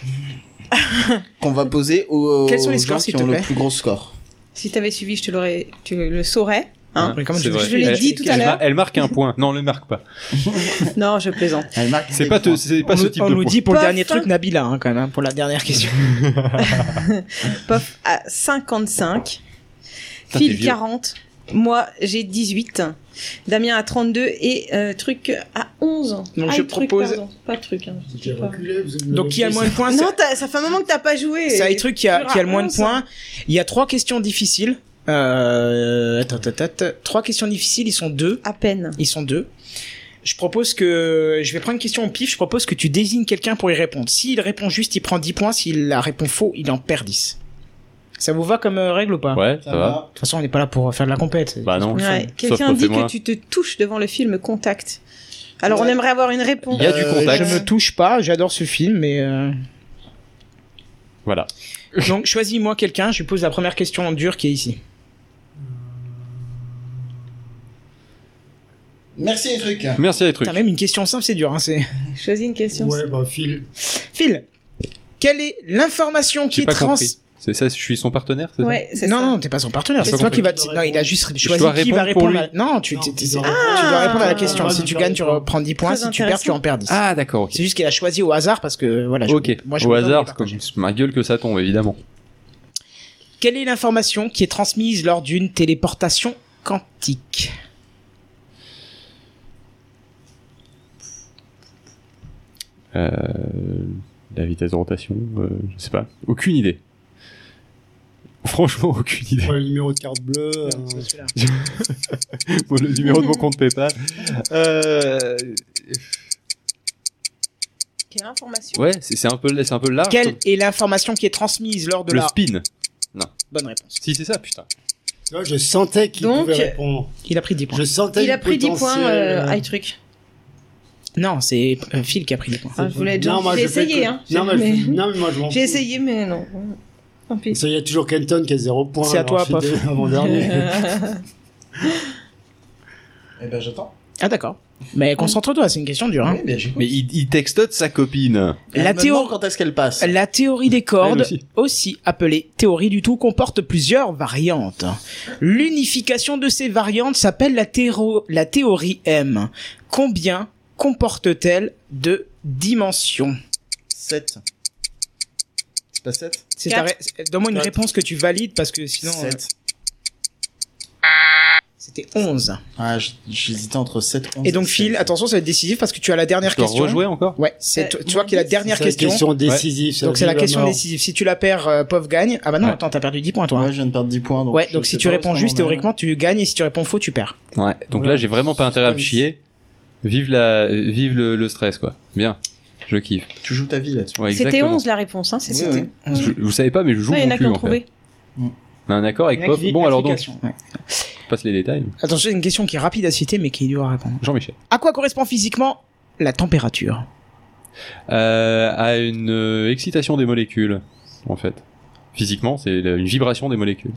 [SPEAKER 4] Qu'on va poser aux,
[SPEAKER 1] Quels sont les
[SPEAKER 4] aux
[SPEAKER 1] scores,
[SPEAKER 4] gens
[SPEAKER 1] s'il
[SPEAKER 4] qui
[SPEAKER 1] te
[SPEAKER 4] ont
[SPEAKER 1] plaît
[SPEAKER 4] le plus gros score.
[SPEAKER 8] Si t'avais suivi, je te l'aurais, tu le saurais. Hein
[SPEAKER 1] Mais comment
[SPEAKER 2] C'est
[SPEAKER 1] tu-
[SPEAKER 2] vrai.
[SPEAKER 8] je l'ai
[SPEAKER 2] Elle-
[SPEAKER 8] dit tout à
[SPEAKER 2] elle
[SPEAKER 8] l'heure.
[SPEAKER 2] mar- Elle marque un point. Non, elle le marque pas.
[SPEAKER 8] non, je plaisante.
[SPEAKER 2] C'est pas, te- c'est pas
[SPEAKER 1] on
[SPEAKER 2] ce
[SPEAKER 1] nous-
[SPEAKER 2] type
[SPEAKER 1] on
[SPEAKER 2] de
[SPEAKER 1] nous
[SPEAKER 2] point.
[SPEAKER 1] dit pour
[SPEAKER 8] Pof.
[SPEAKER 1] le dernier truc Nabila hein, quand même hein, pour la dernière question.
[SPEAKER 8] Pof à 55.
[SPEAKER 1] Putain, t'es
[SPEAKER 8] Phil
[SPEAKER 1] vieux.
[SPEAKER 8] 40. Moi, j'ai 18. Damien à 32 et euh, truc à 11.
[SPEAKER 1] Donc,
[SPEAKER 8] Ah,
[SPEAKER 1] je
[SPEAKER 8] le truc,
[SPEAKER 1] propose-
[SPEAKER 8] pardon, pas le truc. hein, je sais pas.
[SPEAKER 1] Donc qui a le moins de points
[SPEAKER 8] Non, t'as- ça fait un moment que t'as pas joué.
[SPEAKER 1] C'est un truc qui a,
[SPEAKER 8] Sur
[SPEAKER 1] qui a
[SPEAKER 8] à
[SPEAKER 1] le moins de
[SPEAKER 8] 11.
[SPEAKER 1] points. Il y a trois questions difficiles. Euh, attends, attends, attends. Trois questions difficiles, ils sont deux.
[SPEAKER 8] À peine.
[SPEAKER 1] Ils sont deux. Je propose que, je vais prendre une question au pif, je propose que tu désignes quelqu'un pour y répondre. S'il répond juste, il prend 10 points. S'il la répond faux, il en perd 10. Ça vous va comme euh, règle ou pas
[SPEAKER 2] Ouais, ça, va.
[SPEAKER 1] De toute façon, on n'est pas là pour faire de la compète.
[SPEAKER 2] Bah non.
[SPEAKER 8] Ouais,
[SPEAKER 2] Sauf
[SPEAKER 8] Quelqu'un
[SPEAKER 2] quand
[SPEAKER 8] dit
[SPEAKER 2] c'est moi.
[SPEAKER 8] que tu te touches devant le film Contact. Alors, on aimerait avoir une réponse.
[SPEAKER 2] Il
[SPEAKER 8] Euh,
[SPEAKER 2] y a du contact.
[SPEAKER 1] euh, Je me touche pas, j'adore ce film, mais... euh,
[SPEAKER 2] Voilà.
[SPEAKER 1] Donc, choisis-moi quelqu'un, je lui pose la première question en dur qui est ici.
[SPEAKER 4] Merci les trucs.
[SPEAKER 2] Merci à les trucs.
[SPEAKER 1] T'as même une question simple, c'est dur. Hein, c'est...
[SPEAKER 8] Choisis une question.
[SPEAKER 6] Ouais, bah, Phil.
[SPEAKER 1] Phil, quelle est l'information qui
[SPEAKER 2] J'ai
[SPEAKER 1] est
[SPEAKER 2] pas
[SPEAKER 1] trans...
[SPEAKER 2] compris. C'est ça, je suis son partenaire, c'est
[SPEAKER 8] Ouais, c'est
[SPEAKER 1] non,
[SPEAKER 8] ça.
[SPEAKER 1] non, t'es pas son partenaire,
[SPEAKER 2] J'ai
[SPEAKER 1] c'est
[SPEAKER 2] pas
[SPEAKER 1] toi qui va.
[SPEAKER 6] compris.
[SPEAKER 1] Non, il a juste
[SPEAKER 2] dois
[SPEAKER 1] choisi qui va
[SPEAKER 2] répondre pour
[SPEAKER 1] répondre. à- Non, tu, tu, tu-
[SPEAKER 6] il doit
[SPEAKER 1] tu dois répondre à la
[SPEAKER 8] Ah.
[SPEAKER 1] question. Si tu gagnes, tu re- prends 10 points.
[SPEAKER 8] Très
[SPEAKER 1] Si tu perds, tu en perds 10.
[SPEAKER 2] ça Ah, d'accord, ok.
[SPEAKER 1] C'est juste qu'elle a choisi au hasard parce que voilà. je-
[SPEAKER 2] Ok.
[SPEAKER 1] Moi, je
[SPEAKER 2] Au
[SPEAKER 1] peux pas
[SPEAKER 2] hasard,
[SPEAKER 1] dire.
[SPEAKER 2] c'est comme ma gueule que ça tombe, évidemment.
[SPEAKER 1] Quelle est l'information qui est transmise lors d'une téléportation quantique
[SPEAKER 2] Euh, la vitesse de rotation, euh, je sais pas. Aucune idée. Franchement, aucune idée.
[SPEAKER 6] Ouais, le numéro de carte bleue. euh,
[SPEAKER 2] Bon, le numéro de mon compte PayPal. Euh,
[SPEAKER 8] Quelle information
[SPEAKER 2] ouais, c'est c'est un peu, c'est un peu large.
[SPEAKER 1] Quelle est l'information qui est transmise lors de
[SPEAKER 2] le
[SPEAKER 1] la
[SPEAKER 2] spin. Non.
[SPEAKER 1] bonne réponse
[SPEAKER 2] Si c'est ça, putain.
[SPEAKER 6] Tu vois, je sentais qu'il
[SPEAKER 8] Donc,
[SPEAKER 6] pouvait répondre.
[SPEAKER 1] Il a pris 10 points.
[SPEAKER 6] Je sentais
[SPEAKER 8] Il a
[SPEAKER 6] le
[SPEAKER 8] pris 10
[SPEAKER 6] potentiel,
[SPEAKER 8] points, euh,
[SPEAKER 6] euh,
[SPEAKER 8] high truc.
[SPEAKER 1] Non, c'est euh, Phil qui a pris 10 points.
[SPEAKER 8] Ah, je voulais être
[SPEAKER 6] Non,
[SPEAKER 8] gentil.
[SPEAKER 6] moi,
[SPEAKER 8] J'ai
[SPEAKER 6] je fais
[SPEAKER 8] essayé,
[SPEAKER 6] que-
[SPEAKER 8] hein.
[SPEAKER 6] Non, mais,
[SPEAKER 8] Mais-
[SPEAKER 6] je- non, mais moi, je m'en
[SPEAKER 8] J'ai
[SPEAKER 6] fous.
[SPEAKER 8] essayé, mais non. Tant pis.
[SPEAKER 6] Ça, il y a toujours Kenton qui a 0 points.
[SPEAKER 1] C'est à
[SPEAKER 6] alors
[SPEAKER 1] toi,
[SPEAKER 6] j'étais
[SPEAKER 1] Paf.
[SPEAKER 6] Avant-dernier.
[SPEAKER 8] Euh.
[SPEAKER 4] Eh ben, j'attends.
[SPEAKER 1] Ah d'accord. Mais concentre-toi, c'est une question dure. hein.
[SPEAKER 4] Oui, bien, j'écoute.
[SPEAKER 2] Mais il, il textote sa copine.
[SPEAKER 4] Elle
[SPEAKER 1] La
[SPEAKER 4] me
[SPEAKER 1] théorie-
[SPEAKER 4] demande quand est-ce qu'elle passe
[SPEAKER 1] La théorie des cordes,
[SPEAKER 2] Elle aussi.
[SPEAKER 1] aussi. appelée théorie du tout, comporte plusieurs variantes. L'unification de ces variantes s'appelle la, théro- la théorie M. Combien comporte-t-elle de dimensions
[SPEAKER 4] 7. C'est pas 7
[SPEAKER 1] C'est
[SPEAKER 8] Quatre.
[SPEAKER 1] ta ré- Donne-moi une
[SPEAKER 4] Quatre.
[SPEAKER 1] réponse que tu valides parce que sinon... euh,
[SPEAKER 4] 7.
[SPEAKER 1] c'est C'était 11.
[SPEAKER 4] Ah, j- j'hésitais entre 7 et 11.
[SPEAKER 1] Et donc Phil, attention, ça va être décisif parce que tu as la dernière
[SPEAKER 4] Je dois
[SPEAKER 1] question.
[SPEAKER 4] rejouer encore
[SPEAKER 1] Ouais, c'est tu- tu vois qu'il y a la dernière
[SPEAKER 4] C'est la
[SPEAKER 1] question.
[SPEAKER 4] question décisive,
[SPEAKER 1] Ouais.
[SPEAKER 4] ça
[SPEAKER 1] Donc c'est la
[SPEAKER 4] vit la
[SPEAKER 1] question
[SPEAKER 4] mort.
[SPEAKER 1] décisive. Si tu la perds, euh, Pov gagne. Ah bah non,
[SPEAKER 4] Ouais.
[SPEAKER 1] attends, t'as perdu 10 points toi. hein.
[SPEAKER 4] Ouais, je viens de perdre 10 points. Donc
[SPEAKER 1] ouais,
[SPEAKER 4] je
[SPEAKER 1] donc si
[SPEAKER 4] sais
[SPEAKER 1] tu
[SPEAKER 4] pas
[SPEAKER 1] réponds
[SPEAKER 4] ce
[SPEAKER 1] juste
[SPEAKER 4] qu'on en est.
[SPEAKER 1] théoriquement, tu gagnes et si tu réponds faux, tu perds.
[SPEAKER 2] Ouais. Donc là, j'ai vraiment pas intérêt à me chier. Vive la, vive le, le stress, quoi. Bien. Je kiffe.
[SPEAKER 4] Tu joues ta vie là-dessus.
[SPEAKER 2] Ouais,
[SPEAKER 8] C'était
[SPEAKER 2] exactement.
[SPEAKER 8] 11 la réponse, hein, c'est
[SPEAKER 2] Oui,
[SPEAKER 8] c'était.
[SPEAKER 2] oui. Je- vous savez pas, mais je joue
[SPEAKER 8] Ah, il y en
[SPEAKER 2] mon
[SPEAKER 8] a
[SPEAKER 2] cul,
[SPEAKER 8] qui ont
[SPEAKER 2] en fait.
[SPEAKER 8] trouvé.
[SPEAKER 2] On a un accord
[SPEAKER 1] Il
[SPEAKER 2] avec
[SPEAKER 1] y en a
[SPEAKER 2] Pop.
[SPEAKER 1] qui vivent
[SPEAKER 2] Bon, alors donc,
[SPEAKER 1] l'application.
[SPEAKER 2] je passe les détails.
[SPEAKER 1] Attention, c'est une question qui est rapide à citer mais qui est dure à répondre.
[SPEAKER 2] Jean-Michel.
[SPEAKER 1] À quoi correspond physiquement la température
[SPEAKER 2] Euh, à une euh, excitation des molécules, en fait. Physiquement, c'est la- une vibration des molécules.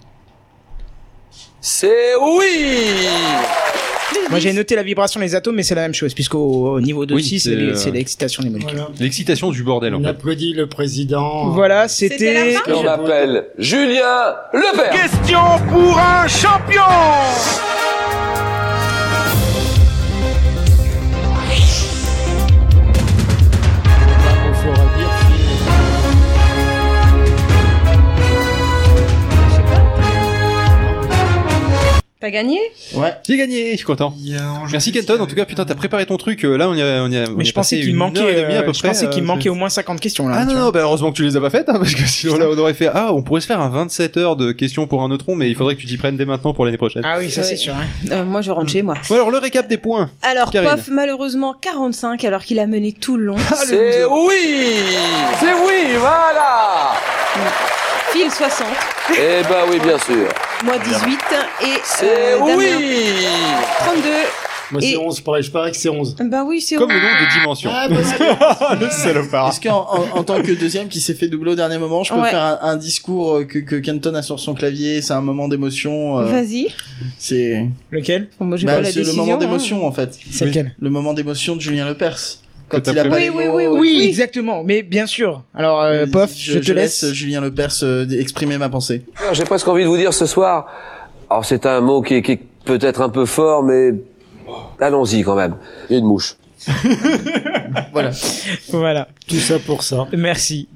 [SPEAKER 5] C'est oui
[SPEAKER 1] Moi j'ai noté la vibration des atomes mais c'est la même chose puisque au, au niveau de
[SPEAKER 2] Oui,
[SPEAKER 1] 6
[SPEAKER 2] c'est,
[SPEAKER 1] c'est les-
[SPEAKER 2] euh,
[SPEAKER 1] c'est l'excitation des molécules.
[SPEAKER 2] L'excitation du bordel, en
[SPEAKER 6] On
[SPEAKER 2] fait.
[SPEAKER 6] applaudit le président.
[SPEAKER 1] Voilà, c'était
[SPEAKER 5] Ce qu'on appelle Julien Lebert.
[SPEAKER 10] Question pour un champion
[SPEAKER 8] T'as gagné
[SPEAKER 4] Ouais.
[SPEAKER 2] J'ai gagné, je suis content. Merci Kenton, en tout cas, putain, t'as préparé ton truc. euh, Là, on y a, on y a, on y
[SPEAKER 1] Mais
[SPEAKER 2] a
[SPEAKER 1] je pensais
[SPEAKER 2] passé
[SPEAKER 1] qu'il
[SPEAKER 2] une
[SPEAKER 1] manquait
[SPEAKER 2] heure et demie à
[SPEAKER 1] euh,
[SPEAKER 2] peu
[SPEAKER 1] je
[SPEAKER 2] près,
[SPEAKER 1] pensais qu'il
[SPEAKER 2] euh,
[SPEAKER 1] manquait au moins 50 questions là.
[SPEAKER 2] Ah non, non, bah heureusement que tu les as pas faites, hein, parce que sinon là on aurait fait Ah, on pourrait se faire un 27 heures de questions pour un neutron, mais il faudrait que tu t'y prennes dès maintenant pour l'année prochaine.
[SPEAKER 1] Ah oui, ça c'est
[SPEAKER 8] Ouais.
[SPEAKER 1] sûr. hein.
[SPEAKER 8] Euh, Moi je rentre chez moi.
[SPEAKER 2] alors le récap des points.
[SPEAKER 8] Alors
[SPEAKER 2] Karine.
[SPEAKER 8] Pof malheureusement 45 alors qu'il a mené tout le long.
[SPEAKER 2] Ah,
[SPEAKER 5] C'est oui C'est oui, voilà
[SPEAKER 8] Phil 60,
[SPEAKER 5] Eh ben oui, bien sûr.
[SPEAKER 8] moi 18 et euh,
[SPEAKER 5] C'est
[SPEAKER 8] Damien
[SPEAKER 5] oui
[SPEAKER 8] 32.
[SPEAKER 6] Moi, c'est
[SPEAKER 8] Et-
[SPEAKER 6] 11, pareil, je parie que c'est 11.
[SPEAKER 8] Bah oui, c'est
[SPEAKER 2] le nom de dimension.
[SPEAKER 4] Ah, bah,
[SPEAKER 2] le salopard.
[SPEAKER 4] Est-ce qu'en en, en tant que deuxième qui s'est fait doubler au dernier moment, je peux
[SPEAKER 8] Ouais.
[SPEAKER 4] faire un, un discours euh, que, que Kenton a sur son clavier C'est un moment d'émotion. euh,
[SPEAKER 8] Vas-y.
[SPEAKER 4] C'est.
[SPEAKER 1] Lequel
[SPEAKER 8] Bon, moi, j'ai
[SPEAKER 4] Bah,
[SPEAKER 8] pas la
[SPEAKER 4] c'est le
[SPEAKER 8] décision,
[SPEAKER 4] moment
[SPEAKER 8] hein.
[SPEAKER 4] d'émotion en fait.
[SPEAKER 1] C'est lequel
[SPEAKER 4] Le moment d'émotion de Julien Lepers. Quand
[SPEAKER 2] t'as
[SPEAKER 4] il a pas
[SPEAKER 2] préparé.
[SPEAKER 4] les
[SPEAKER 1] Oui,
[SPEAKER 4] mots,
[SPEAKER 1] Oui, exactement. Mais bien sûr. Alors, euh, Pof, je, te laisse.
[SPEAKER 4] Julien Lepers euh, exprimer ma pensée.
[SPEAKER 5] Alors, J'ai presque envie de vous dire ce soir, alors c'est un mot qui est, qui est peut-être un peu fort, mais allons-y quand même. Il y a une mouche.
[SPEAKER 4] Voilà.
[SPEAKER 1] Voilà.
[SPEAKER 6] Tout ça pour ça.
[SPEAKER 1] Merci.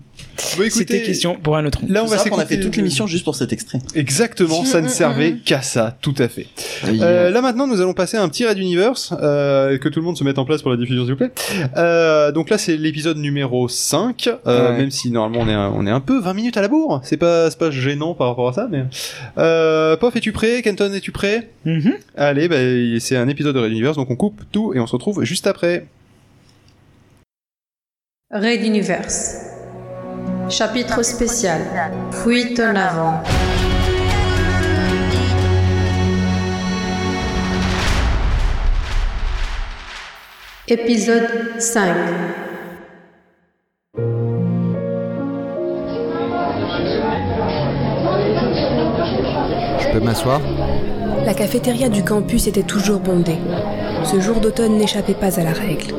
[SPEAKER 1] C'était question pour un autre.
[SPEAKER 2] Là, on
[SPEAKER 4] C'est
[SPEAKER 2] va
[SPEAKER 4] vrai qu'on a
[SPEAKER 2] s'écouter-
[SPEAKER 4] fait toute l'émission juste pour cet extrait.
[SPEAKER 2] Exactement, ça ne servait qu'à ça, tout à fait. Euh, là maintenant, nous allons passer à un petit Red Universe, euh, que tout le monde se mette en place pour la diffusion, s'il vous plaît. Euh, donc là, c'est l'épisode numéro 5, euh,
[SPEAKER 11] Ouais.
[SPEAKER 2] même si normalement on est, un, on est un peu 20 minutes à la bourre, c'est pas, c'est pas gênant par rapport à ça, mais... Euh, Pof, es-tu prêt Kenton, es-tu prêt
[SPEAKER 1] Mhm.
[SPEAKER 2] Allez, bah, c'est un épisode de Red Universe, donc on coupe tout et on se retrouve juste après.
[SPEAKER 12] Raid Universe. Chapitre spécial. Fuite en avant. Épisode 5.
[SPEAKER 13] Je peux m'asseoir
[SPEAKER 14] La cafétéria du campus était toujours bondée. Ce jour d'automne n'échappait pas à la règle.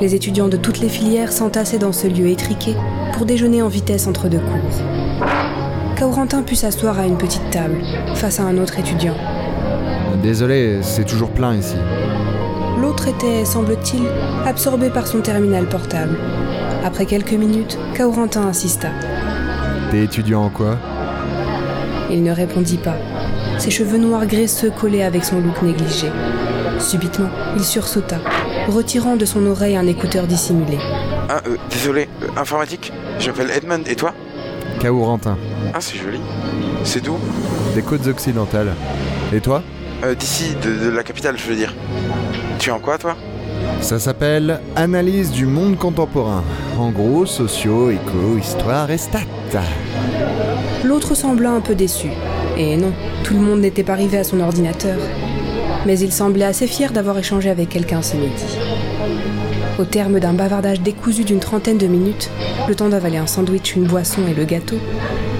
[SPEAKER 14] Les étudiants de toutes les filières s'entassaient dans ce lieu étriqué pour déjeuner en vitesse entre deux cours. Kaurentin put s'asseoir à une petite table, face à un autre étudiant.
[SPEAKER 13] Désolé, c'est toujours plein ici.
[SPEAKER 14] L'autre était, semble-t-il, absorbé par son terminal portable. Après quelques minutes, Kaurentin insista.
[SPEAKER 13] T'es étudiant en quoi
[SPEAKER 14] Il ne répondit pas. Ses cheveux noirs graisseux collaient avec son look négligé. Subitement, il sursauta, retirant de son oreille un écouteur dissimulé.
[SPEAKER 15] Ah, euh, désolé, euh, informatique Je m'appelle Edmund, et toi
[SPEAKER 13] Caourentin,
[SPEAKER 15] Ah, c'est joli. C'est d'où
[SPEAKER 13] des côtes occidentales. Et toi
[SPEAKER 15] euh, D'ici, de, de la capitale, je veux dire. Tu es en quoi, toi
[SPEAKER 13] Ça s'appelle Analyse du monde contemporain. En gros, sociaux, éco, histoire et stats.
[SPEAKER 14] L'autre sembla un peu déçu. Et non, tout le monde n'était pas arrivé à son ordinateur. Mais il semblait assez fier d'avoir échangé avec quelqu'un ce midi. Au terme d'un bavardage décousu d'une trentaine de minutes, le temps d'avaler un sandwich, une boisson et le gâteau,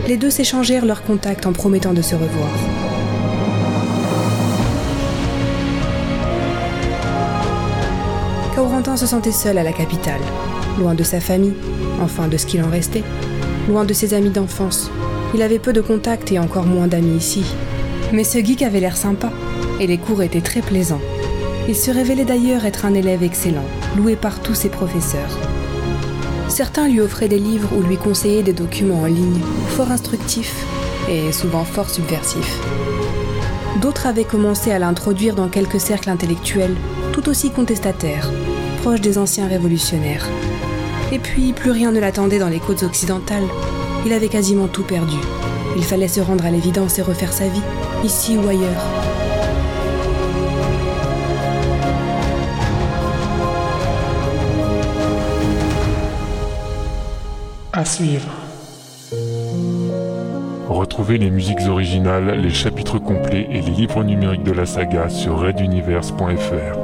[SPEAKER 14] les deux s'échangèrent leurs contacts en promettant de se revoir. Corentin se sentait seul à la capitale, loin de sa famille, enfin de ce qu'il en restait, loin de ses amis d'enfance. Il avait peu de contacts et encore moins d'amis ici. Mais ce geek avait l'air sympa, et les cours étaient très plaisants. Il se révélait d'ailleurs être un élève excellent, loué par tous ses professeurs. Certains lui offraient des livres ou lui conseillaient des documents en ligne, fort instructifs et souvent fort subversifs. D'autres avaient commencé à l'introduire dans quelques cercles intellectuels, tout aussi contestataires, proches des anciens révolutionnaires. Et puis, plus rien ne l'attendait dans les côtes occidentales. Il avait quasiment tout perdu. Il fallait se rendre à l'évidence et refaire sa vie, ici ou ailleurs.
[SPEAKER 6] À suivre.
[SPEAKER 7] Retrouvez les musiques originales, les chapitres complets et les livres numériques de la saga sur reduniverse.fr.